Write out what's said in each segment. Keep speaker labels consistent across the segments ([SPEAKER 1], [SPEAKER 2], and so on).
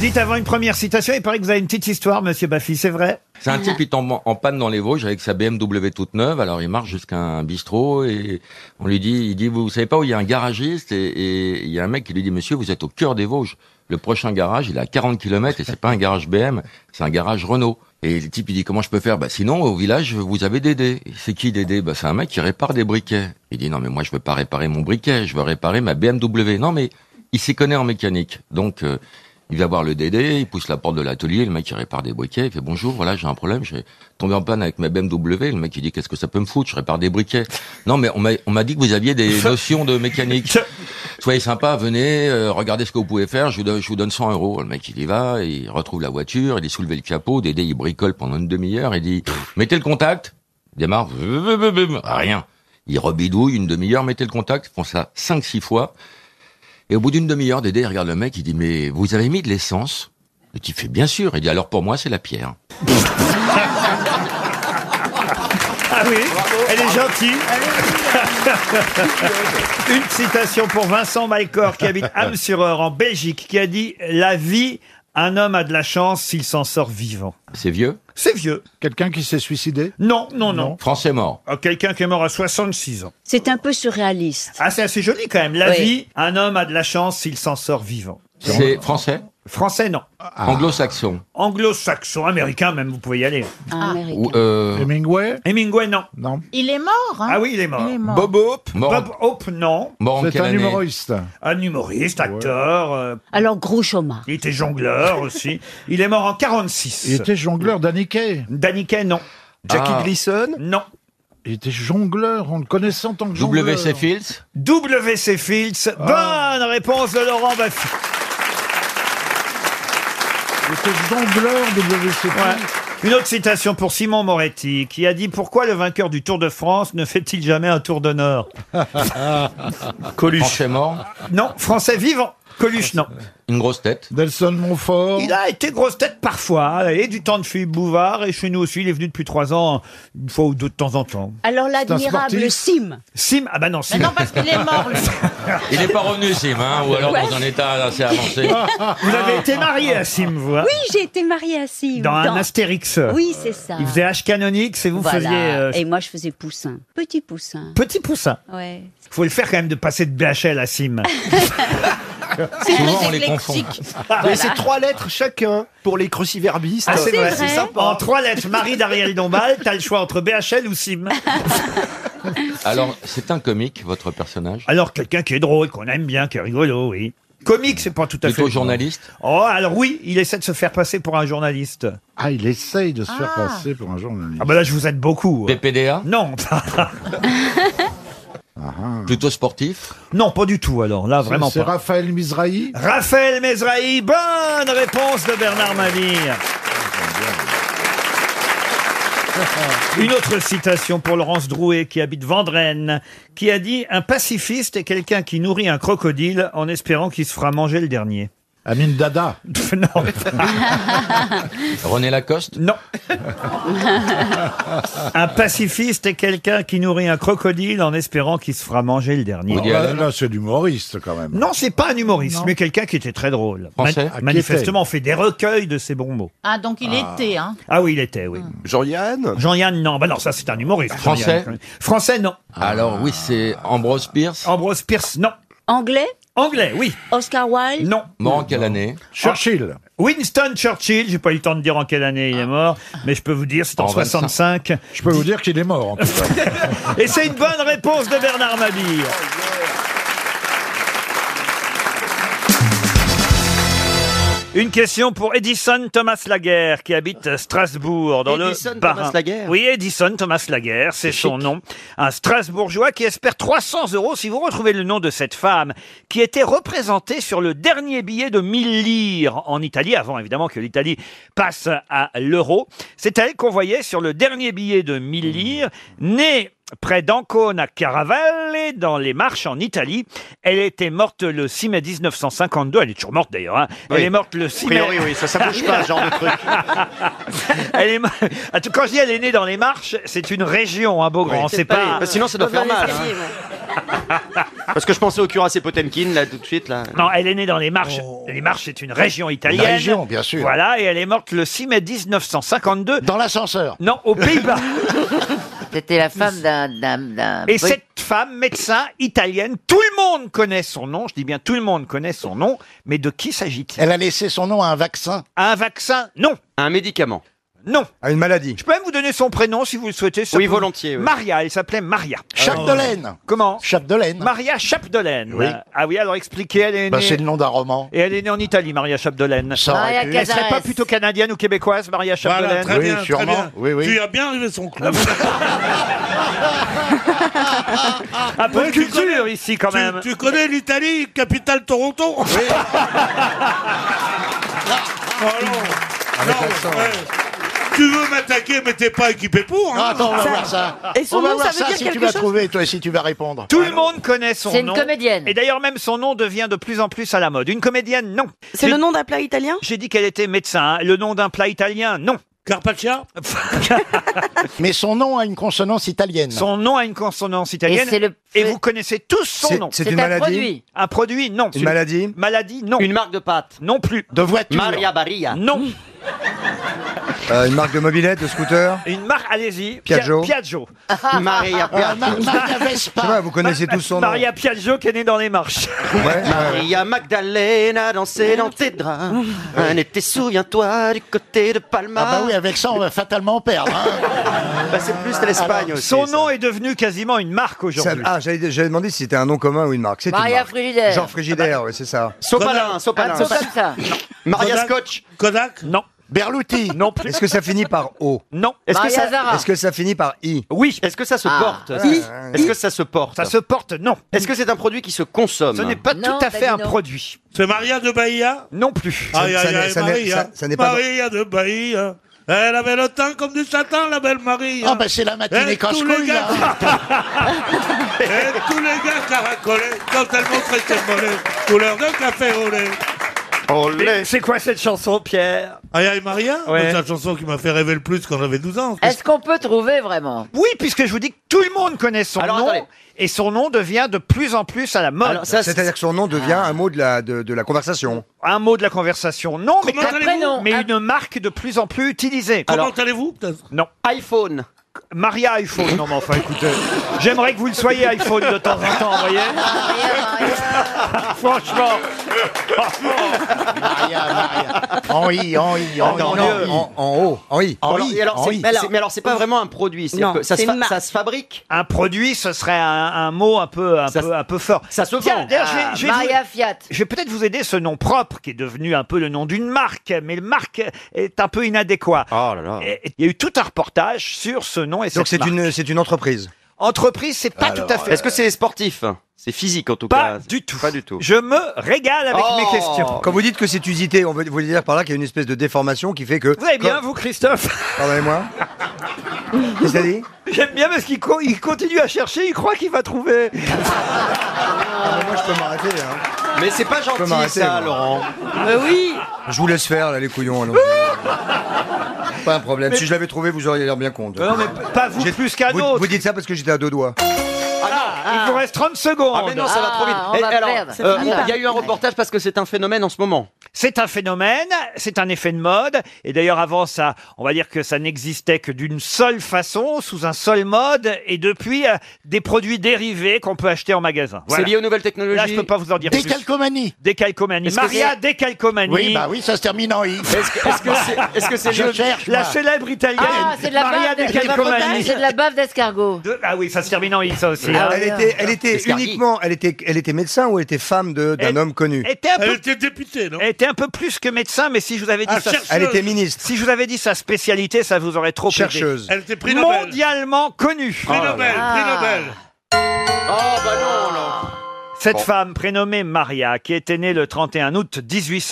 [SPEAKER 1] Dites avant une première citation, il paraît que vous avez une petite histoire, monsieur Baffy, c'est vrai
[SPEAKER 2] C'est un type qui tombe en- en panne dans les Vosges avec sa BMW toute neuve. Alors il marche jusqu'à un bistrot et on lui dit, il dit, vous savez pas où il y a un garagiste et, et il y a un mec qui lui dit, monsieur, vous êtes au cœur des Vosges. Le prochain garage, il est à 40 km et c'est pas un garage BM, c'est un garage Renault. Et le type, il dit, comment je peux faire? Bah, sinon, au village, vous avez Dédé. C'est qui Dédé? Bah, c'est un mec qui répare des briquets. Il dit, non, mais moi, je veux pas réparer mon briquet, je veux réparer ma BMW. Non, mais il s'y connaît en mécanique. Donc, euh, il va voir le DD, il pousse la porte de l'atelier, le mec il répare des briquets, il fait bonjour, voilà j'ai un problème, j'ai tombé en panne avec ma BMW, le mec il dit qu'est-ce que ça peut me foutre, je répare des briquets. Non mais on m'a- on m'a dit que vous aviez des notions de mécanique. Soyez sympa, venez, euh, regardez ce que vous pouvez faire, je vous, donne, je vous donne 100 euros. Le mec il y va, il retrouve la voiture, il est soulevé le capot, DD il bricole pendant une demi-heure, il dit mettez le contact, il démarre, vroom, vroom, vroom, rien. Il rebidouille une demi-heure, mettez le contact, ils font ça 5-6 fois. Et au bout d'une demi-heure, Dédé il regarde le mec, il dit Mais vous avez mis de l'essence Le type fait Bien sûr. Il dit Alors pour moi, c'est la pierre.
[SPEAKER 1] Ah oui, elle est gentille.
[SPEAKER 2] Ah
[SPEAKER 1] Une citation pour Vincent Malcor qui habite Am-sur-Eure en Belgique qui a dit La vie, un homme a de la chance s'il s'en sort vivant.
[SPEAKER 2] C'est vieux
[SPEAKER 1] C'est vieux.
[SPEAKER 3] Quelqu'un qui s'est suicidé
[SPEAKER 1] Non, non, non.
[SPEAKER 2] Français mort.
[SPEAKER 1] Ah, Quelqu'un qui est mort à 66 ans.
[SPEAKER 4] C'est un peu surréaliste.
[SPEAKER 1] Ah, c'est assez joli quand même. La
[SPEAKER 4] Oui.
[SPEAKER 1] vie, un homme a de la chance s'il s'en sort vivant. Ah.
[SPEAKER 2] C'est français
[SPEAKER 1] Français, non.
[SPEAKER 2] Anglo-saxon
[SPEAKER 1] Anglo-saxon, américain même, vous pouvez y aller.
[SPEAKER 4] Un Américain.
[SPEAKER 2] Ou euh,
[SPEAKER 3] Hemingway
[SPEAKER 1] Hemingway, non.
[SPEAKER 3] Non.
[SPEAKER 5] Ah. Il est mort, hein
[SPEAKER 1] Ah oui, il est mort.
[SPEAKER 5] Il est mort.
[SPEAKER 6] Bob Hope
[SPEAKER 2] mort, en-
[SPEAKER 1] Bob Hope, non.
[SPEAKER 2] mort en
[SPEAKER 3] C'est
[SPEAKER 2] quelle
[SPEAKER 3] un
[SPEAKER 2] année
[SPEAKER 3] humoriste.
[SPEAKER 1] Un humoriste, acteur, euh,
[SPEAKER 4] Alors, gros chômage.
[SPEAKER 1] il était jongleur aussi. Il est mort en 46.
[SPEAKER 3] Il était jongleur d'Aniquet.
[SPEAKER 1] Daniquet, non.
[SPEAKER 6] Jackie
[SPEAKER 2] Ah.
[SPEAKER 6] Gleason
[SPEAKER 1] Non.
[SPEAKER 3] Il était jongleur, on le connaissait en tant que jongleur.
[SPEAKER 2] W.C. Fields
[SPEAKER 1] W.C. Fields.
[SPEAKER 3] Ah.
[SPEAKER 1] Bonne réponse de Laurent Baffy.
[SPEAKER 3] Il était jongleur, W.C.
[SPEAKER 1] Ouais.
[SPEAKER 3] Fields.
[SPEAKER 1] Une autre citation pour Simon Moretti, qui a dit Pourquoi le vainqueur du Tour de France ne fait-il jamais un tour d'honneur Ah.
[SPEAKER 2] Français mort
[SPEAKER 1] Non, français vivant. Coluche, non.
[SPEAKER 2] Une grosse tête
[SPEAKER 3] Nelson Montfort.
[SPEAKER 1] Il a été grosse tête parfois, hein. et du temps de Philippe Bouvard, et chez nous aussi, il est venu depuis trois ans, une fois ou deux de temps en temps.
[SPEAKER 4] Alors, l'admirable
[SPEAKER 3] sportif.
[SPEAKER 4] Sim.
[SPEAKER 1] Sim, ah bah non,
[SPEAKER 5] Mais
[SPEAKER 1] Sim.
[SPEAKER 5] non, parce qu'il est mort, lui.
[SPEAKER 2] Il n'est pas revenu, Sim, hein Ou alors dans un état assez avancé.
[SPEAKER 1] Vous avez été marié à Sim, vous, hein,
[SPEAKER 4] Oui, j'ai été mariée à Sim.
[SPEAKER 1] dans un Astérix.
[SPEAKER 4] Oui, c'est ça.
[SPEAKER 1] Il faisait H canonique, c'est vous
[SPEAKER 4] Voilà.
[SPEAKER 1] faisiez. euh,
[SPEAKER 4] Et moi, je faisais Poussin. Petit Poussin.
[SPEAKER 1] Petit poussin.
[SPEAKER 4] Ouais.
[SPEAKER 1] Faut le faire quand même de passer de BHL à Sim.
[SPEAKER 2] Souvent, on les confond.
[SPEAKER 6] Mais c'est trois lettres chacun pour les cruciverbistes.
[SPEAKER 1] Ah, c'est
[SPEAKER 4] vrai.
[SPEAKER 6] C'est
[SPEAKER 1] En
[SPEAKER 6] sympa.
[SPEAKER 1] trois lettres, Marie d'Ariel Dombal, t'as le choix entre BHL ou Sim.
[SPEAKER 2] Alors, c'est un comique, votre personnage
[SPEAKER 1] Alors, quelqu'un qui est drôle, qu'on aime bien, qui est rigolo, oui. Comique, c'est pas tout à
[SPEAKER 2] Plutôt
[SPEAKER 1] fait.
[SPEAKER 2] journaliste
[SPEAKER 1] Oh, alors oui, il essaie de se faire passer pour un journaliste.
[SPEAKER 3] Ah, il essaye de se faire passer pour un journaliste.
[SPEAKER 1] Ah bah là, je vous aide beaucoup.
[SPEAKER 2] PPDA
[SPEAKER 1] Non, Ah,
[SPEAKER 2] Plutôt sportif
[SPEAKER 1] non, pas du tout, alors. Là, vraiment
[SPEAKER 3] Ah, C'est
[SPEAKER 1] pas.
[SPEAKER 3] Raphaël Mizrahi
[SPEAKER 1] Raphaël Mesrahi, bonne réponse de Bernard Maville. Une autre citation pour Laurence Drouet, qui habite Vendrenne, qui a dit « Un pacifiste est quelqu'un qui nourrit un crocodile en espérant qu'il se fera manger le dernier.
[SPEAKER 3] Amine Dada. »
[SPEAKER 1] Non,
[SPEAKER 2] René Lacoste
[SPEAKER 1] non. Un pacifiste est quelqu'un qui nourrit un crocodile en espérant qu'il se fera manger le dernier.
[SPEAKER 2] Woody
[SPEAKER 3] là,
[SPEAKER 2] Allen.
[SPEAKER 3] Ah, là, c'est l'humoriste quand même.
[SPEAKER 1] Non, c'est pas un humoriste, mais quelqu'un qui était très drôle. Man-
[SPEAKER 2] Français
[SPEAKER 1] manifestement, on fait des recueils de ses bons mots.
[SPEAKER 5] Ah, donc il était, hein.
[SPEAKER 1] Ah oui, il était, oui.
[SPEAKER 6] Jean-Yann
[SPEAKER 1] Jean-Yann, non. Bah non, ça, c'est un humoriste.
[SPEAKER 2] Français
[SPEAKER 1] Jean-Yann. Français, non.
[SPEAKER 2] Alors, oui, c'est Ambrose Pierce
[SPEAKER 1] Ambrose Pierce, non.
[SPEAKER 4] Anglais
[SPEAKER 1] Anglais, oui.
[SPEAKER 4] Oscar Wilde
[SPEAKER 1] Non.
[SPEAKER 2] Mort en quelle année
[SPEAKER 3] Churchill.
[SPEAKER 1] Winston Churchill, j'ai pas eu le temps de dire en quelle année il est mort, mais je peux vous dire, c'est en,
[SPEAKER 2] En
[SPEAKER 1] 65.
[SPEAKER 3] Je peux vous dire qu'il est mort en tout cas.
[SPEAKER 1] Et c'est une bonne réponse de Bernard Mabille. Une question pour Edison Thomas Laguerre, qui habite Strasbourg, dans
[SPEAKER 6] Edison
[SPEAKER 1] le Bas-Rhin.
[SPEAKER 6] Thomas Laguerre
[SPEAKER 1] Oui, Edison Thomas Laguerre, c'est son nom. Un Strasbourgeois qui espère 300 euros si vous retrouvez le nom de cette femme, qui était représentée sur le dernier billet de 1000 lire en Italie, avant évidemment que l'Italie passe à l'euro. C'est elle qu'on voyait sur le dernier billet de 1000 lire, née près d'Ancona Caravalle, dans les Marches en Italie. Elle était morte le 6 mai 1952. Elle est toujours morte d'ailleurs. hein. Elle
[SPEAKER 6] Oui.
[SPEAKER 1] est morte le 6 mai.
[SPEAKER 6] oui, ça, ça bouge pas, ce genre de truc.
[SPEAKER 1] Elle est... mo- En tout cas, quand je dis elle est née dans les Marches, c'est une région, hein, Beaugrand. C'est pas.
[SPEAKER 6] Sinon, ça doit faire mal.
[SPEAKER 7] Parce que je pensais au cuirassé Potemkin, là, tout de suite, là.
[SPEAKER 1] Non, elle est née dans les Marches. Les Marches, c'est Oh. une région italienne.
[SPEAKER 8] région, bien sûr.
[SPEAKER 1] Voilà, et elle est morte le 6 mai 1952.
[SPEAKER 8] Dans l'ascenseur.
[SPEAKER 1] Non, aux Pays-Bas.
[SPEAKER 9] C'était la femme d'un... d'un- d'un- Ah, bah,
[SPEAKER 1] Et
[SPEAKER 9] Oui.
[SPEAKER 1] cette femme, médecin italienne, tout le monde connaît son nom. Je dis bien tout le monde connaît son nom. Mais de qui s'agit-il
[SPEAKER 8] Elle a laissé son nom à un vaccin.
[SPEAKER 1] Un vaccin Non,
[SPEAKER 7] Un médicament.
[SPEAKER 1] non.
[SPEAKER 4] À une maladie.
[SPEAKER 1] Je peux même vous donner son prénom si vous le souhaitez. ça
[SPEAKER 7] Oui,
[SPEAKER 1] peut-
[SPEAKER 7] volontiers, oui.
[SPEAKER 1] Maria, elle s'appelait Maria.
[SPEAKER 4] Oh.
[SPEAKER 8] Chapdelaine.
[SPEAKER 1] Comment
[SPEAKER 8] Chapdelaine.
[SPEAKER 1] Maria Chapdelaine.
[SPEAKER 8] Oui.
[SPEAKER 1] Ah oui, alors expliquez, elle est
[SPEAKER 8] Bah,
[SPEAKER 1] née-
[SPEAKER 8] c'est le nom d'un roman.
[SPEAKER 1] Et elle est née en Italie, Maria Chapdelaine.
[SPEAKER 8] Ça aurait
[SPEAKER 9] Maria
[SPEAKER 8] pu.
[SPEAKER 1] Elle serait pas
[SPEAKER 9] Cazares.
[SPEAKER 1] plutôt canadienne ou québécoise, Maria
[SPEAKER 4] Voilà,
[SPEAKER 1] Chapdelaine
[SPEAKER 4] très
[SPEAKER 8] Oui,
[SPEAKER 4] bien, très
[SPEAKER 8] sûrement.
[SPEAKER 4] bien.
[SPEAKER 8] Oui, oui.
[SPEAKER 4] Tu as bien arrivé son clou.
[SPEAKER 8] Ah,
[SPEAKER 1] Un peu de culture ici quand
[SPEAKER 4] tu,
[SPEAKER 1] même.
[SPEAKER 4] tu connais l'Italie, capitale Toronto
[SPEAKER 8] Ah,
[SPEAKER 4] Oh non. Non, ouais. Tu veux m'attaquer, mais t'es pas équipé pour.
[SPEAKER 8] Ah,
[SPEAKER 4] hein.
[SPEAKER 8] attends, on va voir ça.
[SPEAKER 10] Et son
[SPEAKER 8] on va
[SPEAKER 10] nom,
[SPEAKER 8] voir
[SPEAKER 10] ça veut
[SPEAKER 8] ça
[SPEAKER 10] dire
[SPEAKER 8] si tu
[SPEAKER 10] quelque
[SPEAKER 8] vas
[SPEAKER 10] chose
[SPEAKER 8] trouver, toi, si tu vas répondre.
[SPEAKER 1] Tout le monde connaît son nom.
[SPEAKER 9] C'est une comédienne.
[SPEAKER 1] Et d'ailleurs, même son nom devient de plus en plus à la mode. Une comédienne, non.
[SPEAKER 10] C'est le nom d'un plat italien
[SPEAKER 1] J'ai dit qu'elle était médecin. hein. Le nom d'un plat italien, non.
[SPEAKER 4] Carpaccia
[SPEAKER 8] Mais son nom a une consonance italienne.
[SPEAKER 1] Son nom a une consonance
[SPEAKER 9] Et
[SPEAKER 1] italienne.
[SPEAKER 9] c'est le...
[SPEAKER 1] Et vous connaissez tous son nom.
[SPEAKER 9] C'est un produit.
[SPEAKER 1] Un produit, non.
[SPEAKER 4] Une maladie
[SPEAKER 1] Maladie, non.
[SPEAKER 7] Une marque de pâte.
[SPEAKER 1] Non plus.
[SPEAKER 8] De voiture.
[SPEAKER 7] Maria Barilla.
[SPEAKER 1] Non.
[SPEAKER 4] Euh, Une marque de mobilette, de scooter
[SPEAKER 1] Une marque, allez-y.
[SPEAKER 4] Piaggio.
[SPEAKER 1] Pia- Piaggio.
[SPEAKER 7] Maria
[SPEAKER 8] Ah,
[SPEAKER 7] Barilla.
[SPEAKER 8] Mar- Maria
[SPEAKER 4] Je sais
[SPEAKER 8] Vespa.
[SPEAKER 4] pas, vous connaissez tous son nom.
[SPEAKER 1] Maria Piaggio qui est née dans les marches.
[SPEAKER 4] Ouais.
[SPEAKER 7] Maria Magdalena dansait dans tes draps. Un été, souviens-toi du côté de Palma.
[SPEAKER 8] Ah bah oui, avec ça, on va fatalement perdre. hein.
[SPEAKER 7] Bah, c'est plus l'Espagne aussi.
[SPEAKER 1] Son
[SPEAKER 7] ça.
[SPEAKER 1] nom est devenu quasiment une marque aujourd'hui.
[SPEAKER 4] Ah, j'allais j'allais demander si c'était un nom commun ou une marque. C'est une
[SPEAKER 9] Maria
[SPEAKER 4] marque.
[SPEAKER 9] Frigidaire.
[SPEAKER 4] Genre Frigidaire, oui, c'est ça.
[SPEAKER 7] Sopalin,
[SPEAKER 9] Un
[SPEAKER 7] Ah, Sopalin.
[SPEAKER 9] truc comme ça.
[SPEAKER 7] Maria Scotch.
[SPEAKER 4] Kodak
[SPEAKER 1] Non,
[SPEAKER 8] Berluti.
[SPEAKER 1] non plus.
[SPEAKER 4] Est-ce que ça finit par O
[SPEAKER 1] Non.
[SPEAKER 7] Est-ce que,
[SPEAKER 9] Maria
[SPEAKER 7] ça...
[SPEAKER 9] Zara.
[SPEAKER 4] Est-ce que ça finit par I
[SPEAKER 1] Oui,
[SPEAKER 7] Est-ce que ça se
[SPEAKER 9] Ah.
[SPEAKER 7] porte ça Est-ce que ça se porte
[SPEAKER 1] ça se porte, non.
[SPEAKER 7] Est-ce que c'est un produit qui se consomme
[SPEAKER 1] Ce n'est pas
[SPEAKER 9] Non,
[SPEAKER 1] tout à
[SPEAKER 9] t'as
[SPEAKER 1] fait
[SPEAKER 9] dit
[SPEAKER 1] un
[SPEAKER 9] non.
[SPEAKER 1] produit.
[SPEAKER 4] C'est Maria de Bahia
[SPEAKER 1] Non plus.
[SPEAKER 4] Aïe, aïe, aïe,
[SPEAKER 11] ça n'est-
[SPEAKER 4] Maria.
[SPEAKER 11] ça- ça n'est pas-
[SPEAKER 4] Maria de Bahia. Elle avait le teint comme du satin, la belle Maria.
[SPEAKER 8] Ah bah c'est la matinée
[SPEAKER 4] Et tous
[SPEAKER 8] casse-couille.
[SPEAKER 4] les gars,
[SPEAKER 8] hein.
[SPEAKER 4] et tous les gars caracolés quand elle montrait ses mollets, couleur de café au lait.
[SPEAKER 1] Mais C'est quoi cette chanson, Pierre
[SPEAKER 4] Aïe aïe Maria,
[SPEAKER 1] Ouais.
[SPEAKER 4] c'est la chanson qui m'a fait rêver le plus quand j'avais 12 ans.
[SPEAKER 9] Est-ce qu'on peut trouver vraiment
[SPEAKER 1] Oui, puisque je vous dis que tout le monde connaît son
[SPEAKER 7] Alors,
[SPEAKER 1] nom
[SPEAKER 7] attendez.
[SPEAKER 1] et son nom devient de plus en plus à la mode.
[SPEAKER 7] Alors, ça, Ah.
[SPEAKER 4] que son nom devient un mot de la, de, la conversation.
[SPEAKER 1] Un mot de la conversation, non, mais,
[SPEAKER 4] Comment
[SPEAKER 1] quand-
[SPEAKER 4] allez-vous
[SPEAKER 1] mais une marque de plus en plus utilisée.
[SPEAKER 4] Comment
[SPEAKER 7] Alors-
[SPEAKER 4] allez-vous
[SPEAKER 1] Non,
[SPEAKER 7] iPhone.
[SPEAKER 1] Maria iPhone. Non, mais enfin, écoutez, j'aimerais que vous le soyez iPhone de temps en temps, vous voyez Ah, Franchement,
[SPEAKER 8] Maria, Maria. En i, en i, en
[SPEAKER 1] Ah,
[SPEAKER 8] i.
[SPEAKER 7] Attends,
[SPEAKER 8] en
[SPEAKER 7] non,
[SPEAKER 8] i.
[SPEAKER 4] en, haut, en I.
[SPEAKER 8] En
[SPEAKER 7] Alors,
[SPEAKER 8] i,
[SPEAKER 7] et alors,
[SPEAKER 8] en
[SPEAKER 7] c'est-
[SPEAKER 8] i.
[SPEAKER 7] mais, alors, mais alors, c'est pas vraiment un produit. c'est-à-dire
[SPEAKER 10] Non,
[SPEAKER 7] que ça,
[SPEAKER 10] c'est
[SPEAKER 7] se
[SPEAKER 10] une
[SPEAKER 7] fa-
[SPEAKER 10] marque.
[SPEAKER 7] ça se fabrique.
[SPEAKER 1] un produit, ce serait un, un mot un peu, un
[SPEAKER 7] Ça-
[SPEAKER 1] peu, un peu fort.
[SPEAKER 7] ça se
[SPEAKER 1] Tiens,
[SPEAKER 7] vend.
[SPEAKER 1] d'ailleurs, je vais-
[SPEAKER 9] Ah,
[SPEAKER 1] je vais vous-
[SPEAKER 9] Maria Fiat.
[SPEAKER 1] Je vais peut-être vous aider ce nom propre qui est devenu un peu le nom d'une marque, mais le marque est un peu inadéquat.
[SPEAKER 7] Oh là là.
[SPEAKER 1] Et- et Il y a eu tout un reportage sur ce nom et cette marque.
[SPEAKER 4] c'est une entreprise.
[SPEAKER 1] entreprise, c'est pas tout à fait.
[SPEAKER 7] Est-ce que c'est sportif C'est physique en tout
[SPEAKER 1] pas
[SPEAKER 7] cas.
[SPEAKER 1] du tout.
[SPEAKER 7] Pas du tout.
[SPEAKER 1] Je me régale avec
[SPEAKER 7] Oh.
[SPEAKER 1] mes questions.
[SPEAKER 4] Quand vous dites que c'est usité, on veut vous dire par là qu'il y a une espèce de déformation qui fait que.
[SPEAKER 1] Vous allez bien, vous, Christophe
[SPEAKER 4] Pardonnez-moi. Qu'est-ce que dit
[SPEAKER 1] J'aime bien parce qu'il co- il continue à chercher, il croit qu'il va trouver.
[SPEAKER 4] Ah, Moi, je peux m'arrêter. Hein.
[SPEAKER 7] Mais c'est pas
[SPEAKER 4] peux
[SPEAKER 7] gentil
[SPEAKER 4] m'arrêter,
[SPEAKER 7] ça,
[SPEAKER 4] moi.
[SPEAKER 7] Laurent.
[SPEAKER 10] Mais
[SPEAKER 9] Euh,
[SPEAKER 10] oui
[SPEAKER 4] Je vous laisse faire, là, les couillons. allons-y. pas un problème. Si je l'avais trouvé, vous auriez l'air bien compte.
[SPEAKER 1] Non, mais p- pas vous
[SPEAKER 4] J'ai-
[SPEAKER 1] plus qu'un
[SPEAKER 4] vous,
[SPEAKER 1] autre.
[SPEAKER 4] vous dites ça parce que j'étais à deux doigts.
[SPEAKER 1] Il vous reste 30 secondes.
[SPEAKER 7] Ah mais non, ça va trop vite.
[SPEAKER 9] Ah, on
[SPEAKER 7] Eh,
[SPEAKER 9] va
[SPEAKER 7] alors,
[SPEAKER 9] perdre.
[SPEAKER 7] euh,
[SPEAKER 9] Ça
[SPEAKER 7] il
[SPEAKER 9] va.
[SPEAKER 7] y a eu un reportage parce que c'est un phénomène en ce moment.
[SPEAKER 1] C'est un phénomène, c'est un effet de mode. Et d'ailleurs, avant ça, on va dire que ça n'existait que d'une seule façon, sous un seul mode. Et depuis, euh, des produits dérivés qu'on peut acheter en magasin. Voilà.
[SPEAKER 7] C'est lié aux nouvelles
[SPEAKER 1] Là, je
[SPEAKER 7] technologies.
[SPEAKER 1] peux pas vous en dire plus.
[SPEAKER 8] Décalcomanie.
[SPEAKER 1] Décalcomanie.
[SPEAKER 7] Est-ce que
[SPEAKER 1] Maria Décalcomanie.
[SPEAKER 8] Oui, bah oui, ça se termine en i.
[SPEAKER 7] Est-ce que- est-ce que c'est est-ce que c'est lié
[SPEAKER 8] Je
[SPEAKER 7] au-
[SPEAKER 8] cherche.
[SPEAKER 1] La
[SPEAKER 8] moi.
[SPEAKER 1] célèbre italienne.
[SPEAKER 9] Ah, c'est de la
[SPEAKER 1] Maria
[SPEAKER 9] bave de-
[SPEAKER 1] Décalcomanie.
[SPEAKER 9] C'est de la bave d'escargot.
[SPEAKER 1] De- Ah oui, ça se termine en I, ça aussi.
[SPEAKER 9] Ah
[SPEAKER 1] hein.
[SPEAKER 9] oui.
[SPEAKER 4] Elle était, elle était
[SPEAKER 7] Escargot.
[SPEAKER 4] uniquement, elle était, elle était médecin ou elle était femme de- d'un
[SPEAKER 1] Elle-
[SPEAKER 4] homme connu.
[SPEAKER 1] Elle était un peu,
[SPEAKER 12] était députée, non Ah,
[SPEAKER 1] elle était un peu plus que médecin, mais si je vous avais dit, sa,
[SPEAKER 4] Elle était ministre,
[SPEAKER 1] si je vous avais dit sa spécialité, ça vous aurait trop aidé.
[SPEAKER 4] chercheuse.
[SPEAKER 12] Elle était prix Nobel.
[SPEAKER 1] Mondialement connue.
[SPEAKER 12] Prix Nobel, prix
[SPEAKER 9] Ah.
[SPEAKER 12] Nobel.
[SPEAKER 7] Oh bah non, non.
[SPEAKER 1] Cette femme prénommée Maria, qui était née le 31 août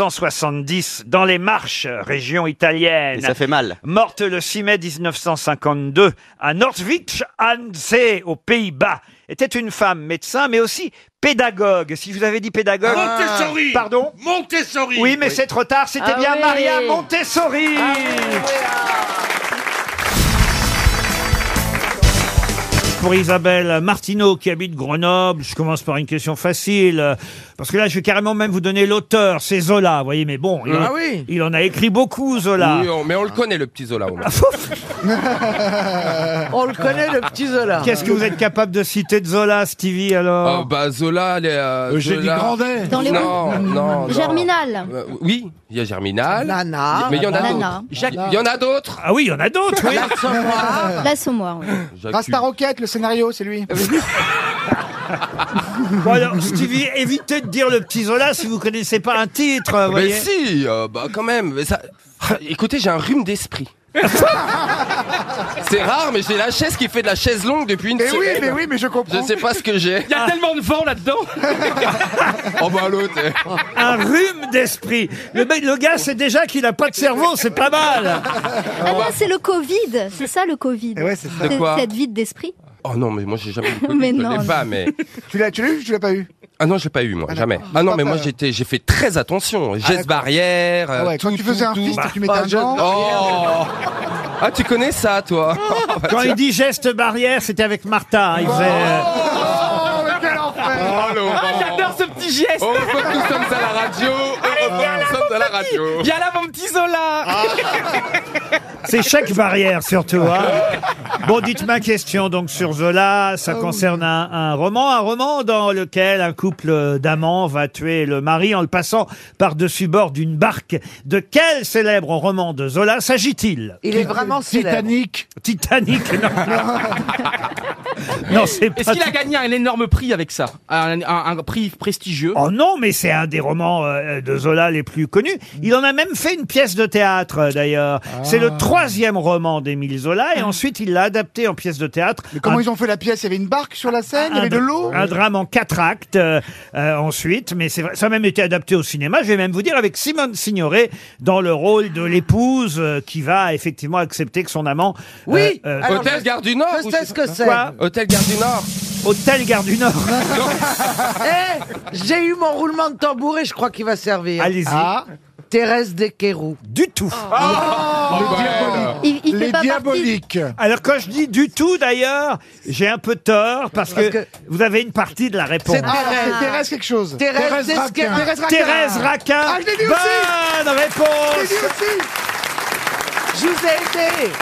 [SPEAKER 1] 1870 dans les Marches, région
[SPEAKER 7] Et
[SPEAKER 1] italienne,
[SPEAKER 7] ça fait mal.
[SPEAKER 1] morte le 6 mai 1952 à Norwich an See aux Pays-Bas, était une femme médecin, mais aussi pédagogue. Si je vous avais dit pédagogue,
[SPEAKER 12] Montessori.
[SPEAKER 1] pardon
[SPEAKER 12] Montessori.
[SPEAKER 1] Oui, mais c'est trop tard. C'était
[SPEAKER 9] Ah
[SPEAKER 1] bien
[SPEAKER 9] oui.
[SPEAKER 1] Maria Montessori.
[SPEAKER 12] Ah
[SPEAKER 1] pour Isabelle Martineau qui habite Grenoble. Je commence par une question facile. euh, Parce que là, je vais carrément même vous donner l'auteur. C'est Zola, vous voyez, mais bon. il-
[SPEAKER 12] Ah oui.
[SPEAKER 1] Il en a écrit beaucoup, Zola. Ah.
[SPEAKER 12] Oui, on- mais on le connaît, le petit Zola. au moins.
[SPEAKER 7] On le connaît, le petit Zola.
[SPEAKER 1] Qu'est-ce que vous êtes capable de citer de Zola, Stevie, alors
[SPEAKER 12] Oh, bah, Zola, les, euh,
[SPEAKER 1] Eugénie
[SPEAKER 12] Zola-
[SPEAKER 1] Grandet.
[SPEAKER 13] Dans les
[SPEAKER 12] Non,
[SPEAKER 13] rues.
[SPEAKER 12] non, non.
[SPEAKER 13] Germinal.
[SPEAKER 12] Euh, oui, il y a Germinal.
[SPEAKER 13] Nana.
[SPEAKER 7] Ah,
[SPEAKER 12] Mais il y en a
[SPEAKER 7] bah
[SPEAKER 13] Nana.
[SPEAKER 12] d'autres.
[SPEAKER 13] Nana.
[SPEAKER 12] Jacques- Il y en a d'autres.
[SPEAKER 1] Ah oui, il y en a d'autres, oui.
[SPEAKER 13] L'assommoir, oui.
[SPEAKER 12] J'accuse.
[SPEAKER 13] Rasta Rocket, le scénario, c'est
[SPEAKER 7] Euh,
[SPEAKER 13] lui.
[SPEAKER 12] Oh.
[SPEAKER 1] Bon, alors, Stevie, évitez de dire le petit Zola si vous connaissez pas un titre. vous
[SPEAKER 12] Mais
[SPEAKER 1] voyez.
[SPEAKER 12] si, euh, bah quand même. mais ça- Écoutez, j'ai un rhume d'esprit. C'est rare, mais j'ai la chaise qui fait de la chaise longue depuis une
[SPEAKER 7] Mais Eh oui,
[SPEAKER 12] semaine.
[SPEAKER 7] mais oui, mais je comprends.
[SPEAKER 12] Je sais pas ce que j'ai.
[SPEAKER 7] Il y a
[SPEAKER 12] tellement de vent là-dedans. oh bah l'autre. eh.
[SPEAKER 1] Un rhume d'esprit. Le, mec- le gars sait déjà qu'il n'a pas de cerveau, c'est pas mal.
[SPEAKER 13] Ah non, c'est le Covid. C'est ça, le Covid.
[SPEAKER 12] Eh ouais, c'est ça. De quoi
[SPEAKER 13] cette vide d'esprit.
[SPEAKER 12] Oh non, mais moi j'ai jamais eu. le Covid,
[SPEAKER 13] Mais
[SPEAKER 12] je
[SPEAKER 13] non,
[SPEAKER 12] l'ai
[SPEAKER 13] non.
[SPEAKER 12] pas, mais.
[SPEAKER 7] Tu l'as, tu l'as eu ou tu l'as pas eu
[SPEAKER 12] Ah non, je l'ai pas eu moi, jamais. Ah non, mais moi j'étais, j'ai fait très attention, gestes barrières. euh,
[SPEAKER 7] Ah ouais, toi,
[SPEAKER 12] tout,
[SPEAKER 7] tu faisais
[SPEAKER 12] tout,
[SPEAKER 7] un
[SPEAKER 12] tout.
[SPEAKER 7] fist, tu mettais un
[SPEAKER 12] je-
[SPEAKER 7] gant.
[SPEAKER 12] Oh. Ah, tu connais ça, toi
[SPEAKER 1] Quand il dit geste barrière, c'était avec
[SPEAKER 7] Bah
[SPEAKER 1] Martha. hein, il faisait, euh,
[SPEAKER 7] Oh, mais quel enfer
[SPEAKER 12] Ah,
[SPEAKER 7] j'adore ce petit geste
[SPEAKER 12] Oh, faut que nous sommes à la radio
[SPEAKER 7] Allez, viens là,
[SPEAKER 12] Nous sommes à la radio
[SPEAKER 7] Viens là, mon petit Zola
[SPEAKER 1] C'est chaque barrière surtout. hein. Bon, dites ma question donc sur Zola. Ça concerne un, un roman, un roman dans lequel un couple d'amants va tuer le mari en le passant par-dessus bord d'une barque. De quel célèbre roman de Zola s'agit-il
[SPEAKER 7] Il est vraiment
[SPEAKER 1] Titanic. Titanic, non. non, c'est pas.
[SPEAKER 14] Est-ce qu'il a gagné un énorme prix avec ça un, un- un prix prestigieux
[SPEAKER 1] Oh non, mais c'est un des romans euh, de Zola les plus connus. Il en a même fait une pièce de théâtre, euh, d'ailleurs. C'est le troisième roman d'Émile Zola, et ensuite il l'a adapté en pièce de théâtre. Mais
[SPEAKER 7] Comment ils ont fait la pièce Il y avait une barque sur la scène, Ah, il y avait de l'eau
[SPEAKER 1] Un drame en quatre actes, euh, euh, ensuite. Mais c'est vrai, ça a même été adapté au cinéma, je vais même vous dire, avec Simone Signoret dans le rôle de l'épouse euh, qui va effectivement accepter que son amant... euh,
[SPEAKER 7] Oui, alors,
[SPEAKER 12] Hôtel Gare du Nord
[SPEAKER 7] je
[SPEAKER 12] ou
[SPEAKER 7] sais ce que c'est.
[SPEAKER 1] Quoi
[SPEAKER 12] Hôtel Gare du Nord
[SPEAKER 1] Hôtel Gare du Nord
[SPEAKER 7] Eh, J'ai eu mon roulement de tambour et je crois qu'il va servir.
[SPEAKER 1] Allez-y.
[SPEAKER 7] Ah, Thérèse Desqueroux.
[SPEAKER 1] Du tout
[SPEAKER 7] Oh.
[SPEAKER 12] Oh,
[SPEAKER 7] Ah,
[SPEAKER 12] bah,
[SPEAKER 1] Oh, bah,
[SPEAKER 13] Il, il fait pas
[SPEAKER 1] Alors quand je dis du tout d'ailleurs, j'ai un peu tort parce, que, vous avez une partie de la réponse.
[SPEAKER 7] Ah, C'est Thérèse. Thérèse quelque chose. Thérèse,
[SPEAKER 1] Thérèse
[SPEAKER 7] Desque-
[SPEAKER 1] Raquin.
[SPEAKER 7] Thérèse Raquin.
[SPEAKER 1] Thérèse Raquin.
[SPEAKER 7] Ah, je l'ai dit aussi.
[SPEAKER 1] Bonne réponse.
[SPEAKER 7] Je l'ai dit aussi. Je vous ai aidé.